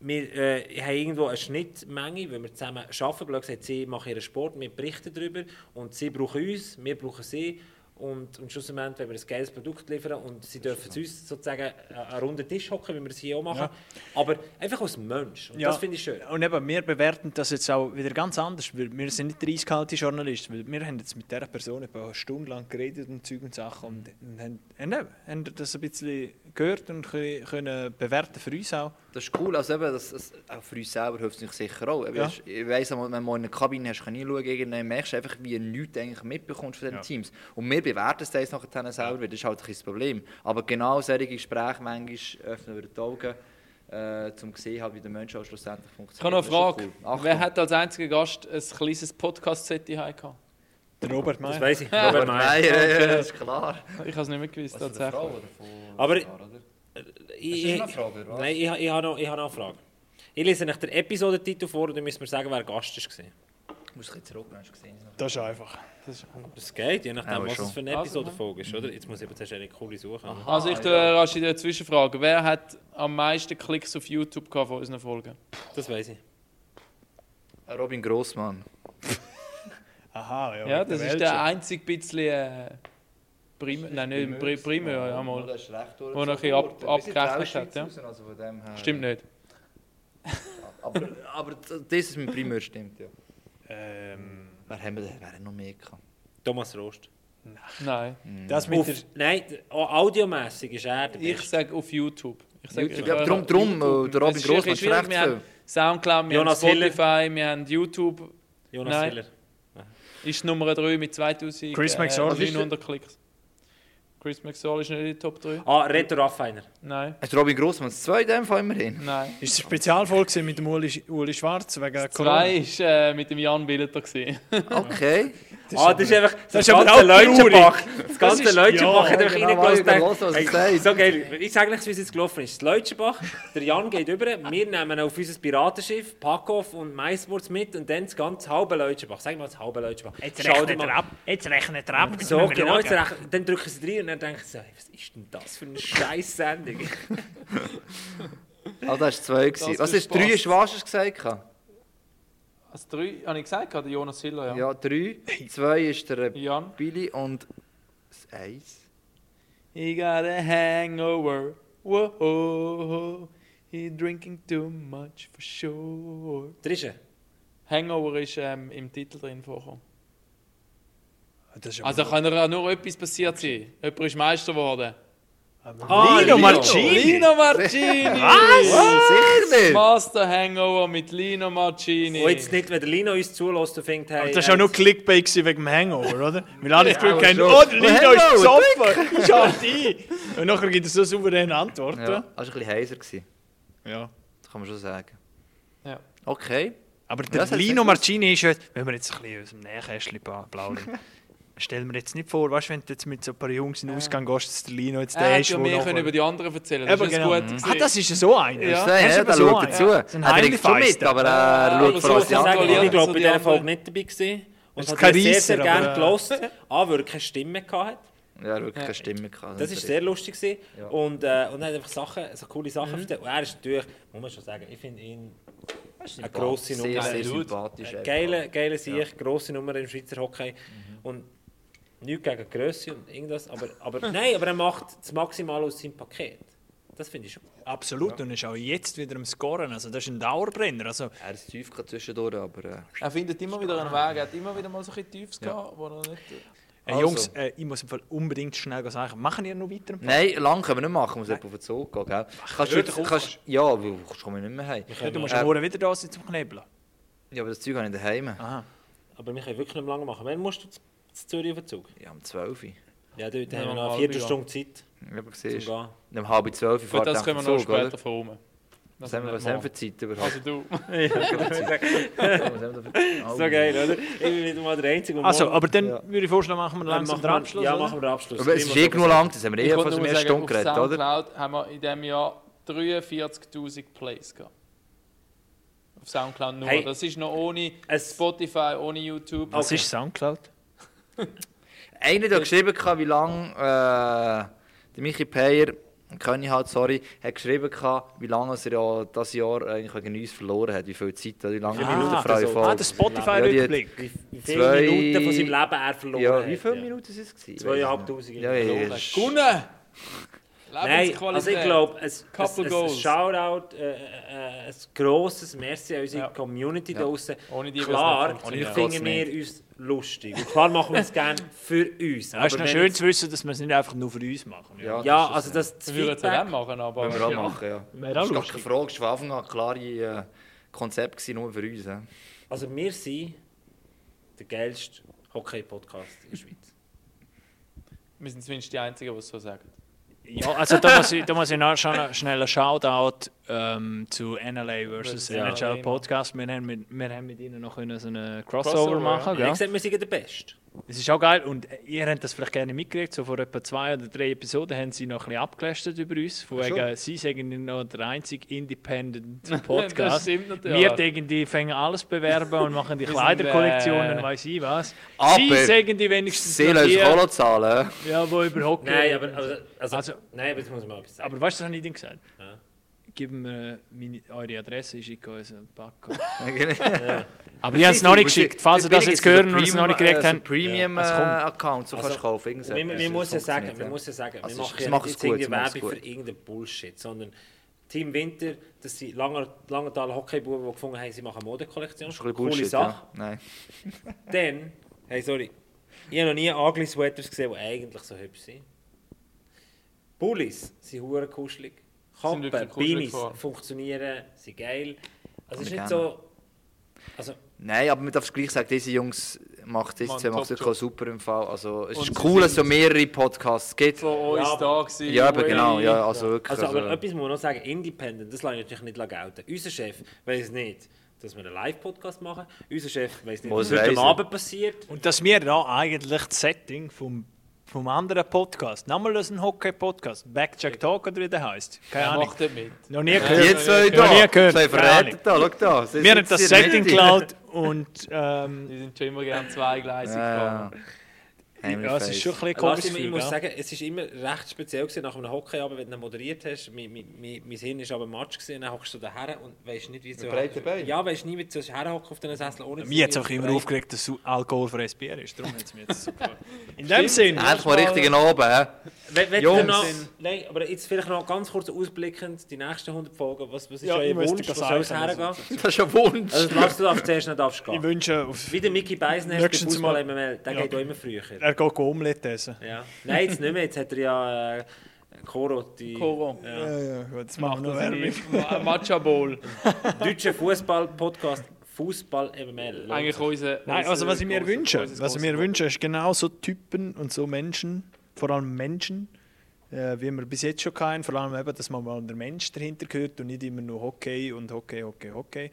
S4: wir äh, haben irgendwo eine Schnittmenge, wenn wir zusammen arbeiten. Blöd gesagt, sie machen ihren Sport, wir berichten darüber und sie brauchen uns, wir brauchen sie. Und, und schlussendlich, wenn wir ein geiles Produkt liefern und sie dürfen zu uns sozusagen einen runden Tisch hocken, wie wir es hier auch machen. Ja. Aber einfach als Mensch. Und ja. das finde ich schön.
S8: Und eben, wir bewerten das jetzt auch wieder ganz anders, weil wir sind nicht der eiskalte Journalist, weil wir haben jetzt mit dieser Person etwa eine Stunde lang geredet und Zeug und Sachen und, und haben, und eben, haben das ein bisschen gehört und können bewerten für uns auch.
S2: Das ist cool, also eben, das, das, auch für uns selber hilft es uns sicher auch. Ja. Ich weiss, wenn man mal in eine Kabine hast, kann ich schauen, irgendwann merkst du einfach, wie du nichts eigentlich mitbekommst von diesen ja. Teams. Und wir bewerten es dann nachher selber, das ist halt ein Problem. Aber genau solche Gespräche manchmal öffnen wir die Augen, äh, um zu sehen, wie der Mensch auch schlussendlich funktioniert.
S3: Ich habe noch eine Frage. Cool. Wer hat als einziger Gast ein kleines Podcast-Set gehabt?
S8: Der Robert Meyer. Das
S4: weiß ich.
S2: Robert Meyer, ja, ja, ist klar.
S3: Ich habe es nicht mehr gewusst, tatsächlich.
S4: Aber ich, ich, Frage, nein, ich, ich, habe noch, ich habe noch eine Frage. Ich lese nach der Episodentitel vor und dann müssen wir sagen, wer Gast war.
S2: Muss ich zurück, hast gesehen?
S8: Das ist einfach.
S4: Das, ist das geht, je nachdem, ja, was schon. Also, ne? es für eine Episodenfolge ist, oder? Jetzt muss ich aber zuerst eine coole suchen.
S3: Aha, also ich tue ja. rasch in der Zwischenfrage. Wer hat am meisten Klicks auf YouTube gehabt von unseren Folgen?
S4: Das weiß ich.
S2: Robin Grossmann.
S8: Aha, ja.
S3: Ja, das der ist Welt der schon. einzige bisschen. Äh, Primär, nein, nicht Primär, Primär ja, mal. Wo er ein bisschen ab, abgerechnet hat. Ja.
S2: Also
S3: stimmt nicht.
S2: aber, aber das ist mein Primär, stimmt, ja. Ähm, wer haben wir denn? Wer hat noch mehr gehabt?
S4: Thomas Rost.
S3: Nein.
S4: Mm. Das mit Auf, der... Nein, audiomässig ist er der
S3: Ich Beste. sage auf YouTube.
S2: Ich sage YouTube. Ja, drum, drum,
S3: äh,
S2: YouTube. der Robin Grossmann ist recht
S3: wir haben Soundcloud, wir Jonas haben Spotify, Hiller. wir haben YouTube.
S4: Jonas Nein. Hiller.
S3: Ist Nummer 3 mit 2900
S8: Chris äh,
S3: 900 Klicks. Chris McSall ist nicht in die Top 3.
S4: Ah, Reto Raffainer.
S3: Nein.
S2: Hat Robin Grossmann zwei in dem Fall immerhin?
S3: Nein.
S8: Ist es eine Spezialfolge mit dem Uli, Uli Schwarz wegen das Corona?
S3: Zwei ist äh, mit dem Jan Billeter. gewesen.
S2: Okay.
S4: Das ah, das ist einfach das,
S8: ist aber
S4: ganze
S8: auch traurig.
S4: Leutschenbach. Das ganze
S8: ist-
S4: Leutschenbach
S8: ja,
S4: hat einfach
S2: genau,
S4: reingelassen
S2: ich
S4: und
S2: überlasse, was
S4: gedacht,
S2: er
S4: hey,
S2: sagt.
S4: so geil. Ich sage nicht, wie es jetzt gelaufen ist. Das Leutschenbach, der Jan geht über, wir nehmen auf unser Piratenschiff Packhoff und Maiswurz mit und dann das ganze halbe Leutschenbach. Sag mal das halbe Leutschenbach.
S5: Jetzt
S4: Schau dir
S5: rechnet
S4: mal-
S5: er ab. Jetzt rechnet er ab. Jetzt
S4: So,
S5: müssen wir
S4: genau.
S5: schauen.
S4: Jetzt rechnen- Dann drücken sie rein und dann denken sie, so, hey, was ist denn das für eine scheiß Sendung?
S2: Also, das war zwei. gewesen.
S3: Das
S2: Was
S3: ist
S2: ist drei?
S3: Spaß.
S2: Ist was hast du gesagt? gehabt?
S3: Also drei, habe ich gesagt, der Jonas Hiller, ja.
S2: Ja, drei. Zwei ist der äh,
S3: Jan.
S2: Billy und das Eis.
S3: He got a hangover. Whoa, he drinking too much for sure.
S4: Der ist er.
S3: Hangover ist ähm, im Titel drin vorgekommen.
S8: Ah, Das ist aber-
S3: Also kann er auch nur etwas passiert sein. Jemand ist Meister geworden.
S4: Ah,
S8: Lino
S4: Lino.
S8: Marcini!
S3: Lino Marcini!
S2: Was? Sicher nicht!
S3: Master Hangover mit Lino Marcini.
S4: Und Oh, jetzt nicht, wenn der Lino uns zulässt und denkt, hey...
S8: Das war ja nur Clickbait gewesen wegen dem Hangover, oder? Weil alle das Gefühl haben,
S2: schon.
S8: oh, der Lino ist
S2: Hangover,
S8: besoffen, ich schalte ein. Und nachher gibt es so souveräne Antworten.
S2: Ja, das war ein bisschen heiser. gewesen.
S8: Ja.
S2: Das kann man schon sagen.
S3: Ja.
S2: Okay.
S8: Aber der
S2: das hat
S8: Lino
S2: sich
S8: Marcini ist jetzt, wenn wir jetzt ein bisschen aus dem Nähkästchen pla- plaudern, stell mir jetzt nicht vor, weißt, du, wenn du jetzt mit so ein paar Jungs in den Ausgang gehst, dass der Lino jetzt
S3: Er
S8: der
S3: hätte
S8: ist,
S3: ja
S8: der
S3: mehr können
S8: nachher-
S3: über die anderen erzählen Das
S8: Eben,
S3: ist
S8: genau.
S3: das Gute.
S8: Ah, das ist ja so einer.
S3: Ja.
S2: Ja,
S8: Er ist
S2: ja,
S8: eben
S2: da
S8: so
S2: schaut er
S8: einer.
S2: zu.
S8: Das ist ein
S2: Er trägt schon mit,
S8: Heimfeister.
S2: aber er schaut
S4: Ich
S2: vor allem
S4: muss
S2: die
S4: sagen,
S2: anderen.
S3: Italien.
S4: ich glaube,
S3: So also die
S4: in dieser
S3: anderen.
S4: Folge nicht dabei gewesen. Und
S8: Ist
S4: hat
S8: kein
S4: sehr, sehr,
S8: Reisser,
S4: sehr
S8: aber,
S4: gerne
S8: äh,
S4: gelost. A, weil er keine Stimme hatte.
S2: Ja, er hat wirklich keine Stimme gehabt. Also
S4: Das war sehr lustig. Gewesen.
S2: Ja.
S4: Und, äh, und er hat einfach Sachen, also coole Sachen
S8: Mhm.
S4: erzählt. Und er ist natürlich, muss man schon sagen, ich finde ihn eine grosse
S2: Sehr,
S4: Nummer.
S2: sehr Mhm.
S4: Ein
S2: sympathisch. einfach.
S4: Geile, geile Sieg, grosse Nummer im Schweizer Hockey. Und nichts gegen Grösse und irgendwas. Aber, aber nein, aber er macht das Maximale aus seinem Paket. Das finde ich schon.
S8: Absolut, und ist auch jetzt wieder am Scoren. Also, das ist ein Dauerbrenner. Also,
S2: Er ist tief gerade zwischendurch, aber... Äh,
S3: Er findet immer wieder einen Weg. Er hat immer wieder mal so ein bisschen Tiefs gehabt, wo er nicht...
S8: äh,
S2: Also.
S8: Jungs, äh, ich muss im Fall unbedingt schnell sagen, machen ihr noch weiter?
S2: Nein, lang können wir nicht machen, muss jemand auf den Zug gehen, gell? Kannst
S8: hör doch
S2: du,
S8: auf,
S2: kannst, ja, weil du kommst nicht mehr heim.
S8: Du musst
S2: Äh,
S8: am Morgen wieder da sein zum Knebeln.
S2: Ja, aber das Zeug habe ich daheim.
S8: Aha.
S4: Aber wir können wirklich nicht mehr lange machen. Wann musst du zu- zu Zürich auf den Zug?
S2: Ja, um 12 Uhr.
S4: Ja, dort haben wir
S3: um
S4: noch eine
S3: halb,
S4: Viertelstunde Zeit
S2: Ich habe
S4: zum
S2: gesehen, um
S4: Gehen.
S2: halb 12 Uhr
S3: Gut,
S2: fährt dann
S3: das können wir
S2: der
S3: noch
S2: Zug, oder?
S3: später verräumen.
S2: Was haben wir was haben wir für Zeit überhaupt?
S3: Also du.
S2: Was haben wir da für-
S4: So
S2: Oh.
S4: geil, oder? Ich bin wieder mal der Einzige, der
S8: Also,
S4: morgen-
S8: aber dann
S2: Ja.
S8: würde ich vorschlagen, machen wir
S4: Dann
S8: langsam
S4: machen wir-
S8: den Abschluss.
S4: Ja,
S8: oder?
S4: machen wir den Abschluss.
S2: Aber es ist
S4: Immer
S2: eh
S4: so
S2: genug lang, das haben wir eh
S3: wollte
S2: fast
S3: nur
S2: eine
S3: sagen,
S2: Stunde
S3: auf
S2: geredet, oder?
S3: Soundcloud haben wir in diesem Jahr 43'000 Plays gehabt. Auf Soundcloud nur.
S4: Hey.
S3: Das ist noch ohne
S4: Es-
S3: Spotify, ohne YouTube.
S8: Was ist Soundcloud?
S2: Einer, der geschrieben hat, wie lange äh, der Michi Peyer, kann ich halt, sorry, hat geschrieben, hat, wie lange er ja das Jahr eigentlich gegen uns verloren hat, wie viel Zeit, oder wie lange
S4: viele
S2: Minuten
S4: Minuten
S2: freie
S4: so.
S2: Folge.
S8: Ah, der Spotify-Rückblick.
S4: Wie wie viele
S2: Zwei-
S4: Minuten von seinem Leben er verloren
S2: Ja,
S4: hat.
S2: wie viele
S4: ja.
S2: Minuten sind es? gewesen?
S4: Zweieinhalbtausend.
S2: Ja, ja, ja.
S3: Gunnen!
S4: Nein, also ich glaube, ein, ein,
S3: Couple
S4: ein, ein
S3: goals.
S4: Shoutout, äh, äh, ein grosses Merci an unsere
S3: Ja.
S4: Community da
S2: Oh,
S4: draußen.
S3: Ohne die
S4: Klar,
S3: wär's nicht
S4: ich
S3: funktioniert.
S4: finde wir uns lustig. Und klar machen wir es gerne für uns.
S8: Ja, ist
S4: Aber
S8: noch
S4: wenn
S8: schön
S4: jetzt-
S8: zu wissen, dass wir es nicht einfach nur für uns machen.
S2: Ja,
S4: Ja,
S2: das
S4: also das, das
S3: Wir würden es auch
S4: Feedback-
S3: gerne machen, aber...
S2: können wir auch machen, ja.
S8: Wäre
S2: Das
S8: auch
S2: war gar
S8: lustig.
S2: keine Frage, das war von Anfang an ein klares äh, Konzept, gewesen, nur für uns. Ja.
S4: Also wir sind der geilste Hockey-Podcast in der Schweiz.
S3: Wir sind zumindest die Einzigen, die es so sagen.
S8: Ja, also da muss ich, da muss ich noch schon schnell einen Shoutout ähm, zu NLA vs.
S3: Ja.
S8: NHL Podcast. Wir haben mit, wir haben mit ihnen noch können so einen Crossover,
S3: Crossover, ja.
S8: machen
S4: Ja. Ich
S8: gell?
S4: gesagt, wir sind der Beste.
S8: Es ist auch geil und äh, ihr habt das vielleicht gerne mitgekriegt, so vor etwa zwei oder drei Episoden haben sie noch ein bisschen abgelästert über uns, von
S2: schon?
S8: wegen, sie sagen noch der einzige Independent
S3: Das
S8: Podcast.
S3: stimmt natürlich.
S8: Wir denken, die fängen alles bewerben und machen die
S3: sind,
S8: Kleiderkollektionen,
S3: äh,
S8: weiß ich was.
S2: Aber
S8: sie sagen die wenigstens
S2: Sie
S8: noch
S2: lassen
S8: die,
S2: Kohle zahlen.
S8: ja, wo über Hockey.
S4: Nein, aber, also, also,
S8: Also-
S4: nein, aber jetzt muss man etwas sagen.
S8: Aber weißt du, was habe ich denn gesagt?
S4: Ja.
S8: Gib mir äh, meine, eure Adresse, ich schicke euch einen Pack.
S2: ja.
S8: Aber die haben es noch nicht geschickt. Falls ihr das jetzt hören und es noch nicht gekriegt
S2: haben.
S8: habt.
S4: es kommt.
S2: Premium-Account, so kannst du
S4: Also,
S2: kaufen.
S4: Und Wir, wir, müssen ja sagen, wir müssen ja sagen,
S2: Also,
S4: wir
S2: sie
S4: machen ja
S2: machen
S4: nicht
S2: es
S4: jetzt
S2: gut,
S4: irgendwie
S2: sie machen es
S4: Werbung
S2: gut.
S4: für irgendeinen Bullshit, sondern Team Winter, das sind Langer- Langenthal Hockeybuben, die gefunden haben, sie machen eine Modekollektion.
S2: Das ist ein bisschen
S4: Coole
S2: Bullshit,
S4: Sache.
S2: ja. Nein.
S4: Dann, hey, sorry, ich habe noch nie Agli-Sweaters gesehen, die eigentlich so hübsch sind. Pullis sind hure kuschelig.
S3: Sind
S4: Kappen,
S3: wirklich kuschelig
S4: Beanies
S3: vor.
S4: funktionieren, sind geil. Also es ist
S2: ich gerne.
S4: nicht so...
S2: Also, Nein, aber man darf es gleich sagen, diese Jungs machen das,
S3: Mann,
S2: zwei machen es
S3: top
S2: wirklich super im Fall. Also, es
S3: Und
S2: ist
S3: sie
S2: cool, dass es so
S3: sind
S2: mehrere Podcasts gibt.
S3: von uns da gewesen,
S2: Ja, aber
S3: Ui.
S2: genau, ja, also wirklich.
S4: Also, aber
S2: also-
S4: etwas muss man noch sagen, independent, das lasse ich natürlich nicht gelten. Unser Chef weiß nicht, dass wir einen Live-Podcast machen. Unser Chef weiß nicht,
S8: Wo
S4: was
S8: es
S4: heute
S8: weiss.
S4: Abend passiert.
S8: Und dass wir da eigentlich das Setting vom, vom anderen Podcast, nochmal ein Hockey-Podcast, Backjack Talk oder wie der heißt, keine
S3: Wer
S8: Ahnung.
S3: macht dort mit?
S8: Noch nie
S3: Ja,
S8: gehört.
S3: jetzt soll ich
S8: Noch
S3: da.
S8: nie gehört.
S3: Soll ich
S8: keine
S3: verraten?
S8: Ahnung.
S3: Da, schau da, sie
S8: Wir haben
S3: sitzt
S8: das
S3: hier
S8: Setting
S3: richtig.
S8: geklaut und... Ähm,
S3: Die sind schon immer gerne zweigleisig gefahren.
S8: Ja, es ist schon ein bisschen
S4: Lass
S8: komisch.
S4: mich- Ich
S8: Gefühl,
S4: muss
S8: gell?
S4: sagen, es war immer recht speziell gewesen, nach einem Hockeyabend, wenn du moderiert hast. Mein, mein, mein, mein Hirn war aber im Matsch, gewesen, und dann hockst du da her und weißt nicht, wie du...
S8: breiten Beinen?
S4: Ja, weißt nie, wie du herhockst auf diesen Sessel ohne... zu-
S8: Mir hat es auch immer
S4: breit-
S8: aufgeregt, dass Alkohol für Bier ist. Darum hat es mir jetzt so gefallen. In dem Sinne.
S2: Endlich mal richtig oben.
S4: Wenn, wenn
S2: Jungs.
S4: Jungs. Noch, nein, aber jetzt vielleicht noch ganz kurz ausblickend, die nächsten 100 Folgen, was, was ist
S8: Ja,
S4: euer
S8: ich müsste
S4: Wunsch, wo
S8: das
S4: soll es
S8: sagen,
S4: hergehen?
S8: also-
S2: Das ist ein Wunsch.
S4: Also lass du darfst zuerst nicht darfst gehen.
S8: Ich wünsche auf...
S4: Wie der Mickey Beisenherz bei
S8: Nächstes
S4: Fußball
S8: Mal-
S4: MML, der
S8: Ja.
S4: geht auch immer früher.
S8: Er geht Omelette essen.
S4: Ja. Nein, jetzt nicht mehr, jetzt hat er ja äh, Korotti.
S8: Koro. Ja, ja, gut, das macht noch Werbung.
S3: Matcha Bowl.
S4: Deutscher Fußball-Podcast Fußball MML.
S3: Eigentlich unser-
S8: Nein, also was ich mir wünsche, was ich mir wünsche, ist genau so Typen und so Menschen, vor allem Menschen, äh, wie wir bis jetzt schon keinen, vor allem eben, dass man mal der Mensch dahinter gehört und nicht immer nur Hockey und Hockey, Hockey, Hockey.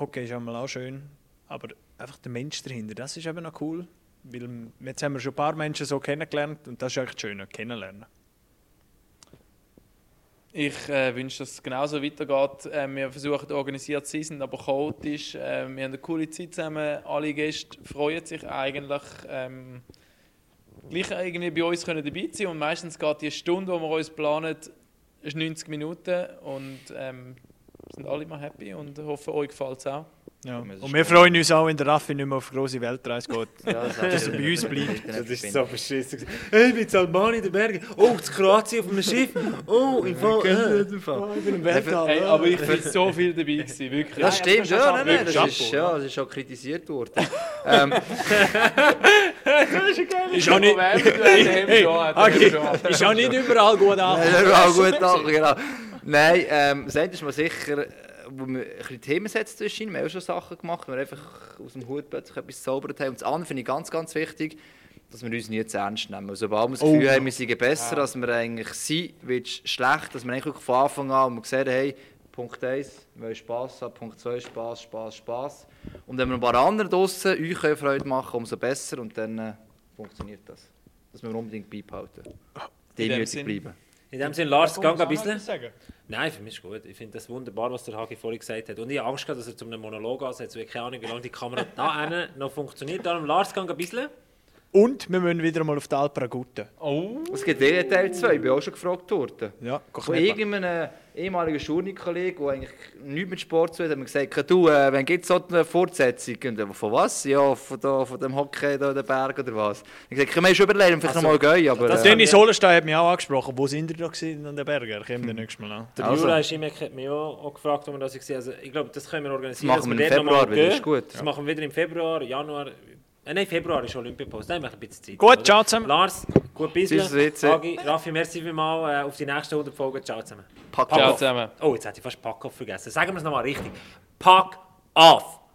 S8: Hockey ist einmal auch schön, aber einfach der Mensch dahinter, das ist eben noch cool, weil ähm, jetzt haben wir schon ein paar Menschen so kennengelernt und das ist echt schön, kennenlernen.
S3: Ich äh, wünsche, dass es genauso weitergeht. Ähm, wir versuchen organisiert zu sein, aber chaotisch. Ähm, wir haben eine coole Zeit zusammen. Alle Gäste freuen sich eigentlich. Ähm, gleich irgendwie bei uns können dabei sein und meistens geht die Stunde, die wir uns planen, ist 90 Minuten und ähm, sind alle mal happy und hoffen, euch gefällt es auch.
S8: Ja. Und wir freuen uns auch, wenn der Raffi nicht mehr auf große Weltreise geht,
S3: Ja, das
S8: dass er
S3: ist-
S8: bei uns bleibt.
S4: Das ist so beschissen. gewesen. Hey, ich bin in Albanien in den Bergen. Oh, in Kroatien auf einem Schiff. Oh, im Fall. Äh.
S2: Oh,
S4: ich bin im
S2: Weltall,
S3: Hey, aber ich bin so viel dabei gewesen, wirklich.
S2: Das stimmt, ja, nein, nein, das ist, ja, das ist schon kritisiert worden. ähm,
S8: Ist auch nicht, hey, Agi, ist auch nicht überall gut
S4: Genau.
S2: Nein, das ist auch gut nachher, genau. Nein, ähm, das eine ist mal sicher, äh, wo man ein bisschen Themen setzt zwischen ihnen. Wir haben auch schon Sachen gemacht, wo wir einfach aus dem Hut plötzlich etwas zaubert haben. Und das andere finde ich ganz, ganz wichtig, dass wir uns nie zu ernst nehmen. Also, Sobald wir das
S8: Oh,
S2: Gefühl
S8: ja.
S2: haben, wir seien besser, als wir eigentlich sind, wird es schlecht, dass wir eigentlich wirklich von Anfang an und wir sehen, hey, Punkt 1, wir wollen Spass haben, Punkt 2, Spass, Spass, Spass. Und wenn wir ein paar anderen draussen euch können Freude machen umso besser und dann äh, funktioniert das. Dass wir unbedingt beibehalten.
S4: In dem
S2: Demütig
S4: Sinn-
S2: bleiben.
S4: In dem Sinne, Lars,
S2: Ja,
S4: gang ein
S2: komm,
S4: bisschen.
S2: was soll man
S4: Nein, für mich ist gut. Ich finde das wunderbar, was der Hagi vorhin gesagt hat. Und ich habe Angst gehabt, dass er zu einem Monolog geht. Also jetzt habe ich keine Ahnung, wie lange die Kamera da hinten noch funktioniert. Darum, Lars, gang ein bisschen.
S8: Und wir müssen wieder mal auf die Alparagute.
S3: Oh.
S2: Es gibt eh Teil 2, ich bin auch schon gefragt worden.
S8: Ja,
S2: Von irgendeinem ehemaligen Schurnikollegen, der eigentlich nichts mit Sport zu tun hat, hat mir gesagt, du, äh, wenn gibt es so eine Fortsetzung? Und ich, von was? Ja, von, da, von dem Hockey da in den Berg oder was? Ich habe gesagt, können wir schon überlegen, vielleicht
S8: Also,
S2: nochmal gehen, aber...
S8: Das
S2: äh,
S8: Dennis Holenstein hat mich auch angesprochen. Wo sind ihr da gewesen an den Bergen? Er kommt den nächsten Mal an.
S4: Der Jura ist immer, hat mich auch, auch gefragt, ob wir das gesehen Also ich glaube, das können wir organisieren.
S8: Das machen
S4: dass
S8: wir
S4: dort
S8: im
S4: noch mal
S8: Februar wieder,
S4: gehen.
S8: ist gut.
S4: Das machen wir wieder im Februar, Januar. Äh, nein, Februar ist Olympiapause. Nein, wir haben ein bisschen Zeit.
S8: Gut,
S4: oder?
S8: ciao zusammen.
S4: Lars, gut
S8: Tschüss,
S4: bisschen.
S8: Ritze.
S4: Agi, Raffi, merci vielmals. Äh, auf die nächsten 100 Folgen. Ciao zusammen.
S2: Pack
S4: Pack
S3: Ciao
S4: off.
S3: zusammen.
S4: Oh, jetzt hätte ich fast Pack off vergessen. Sagen wir es nochmal richtig. Pack off.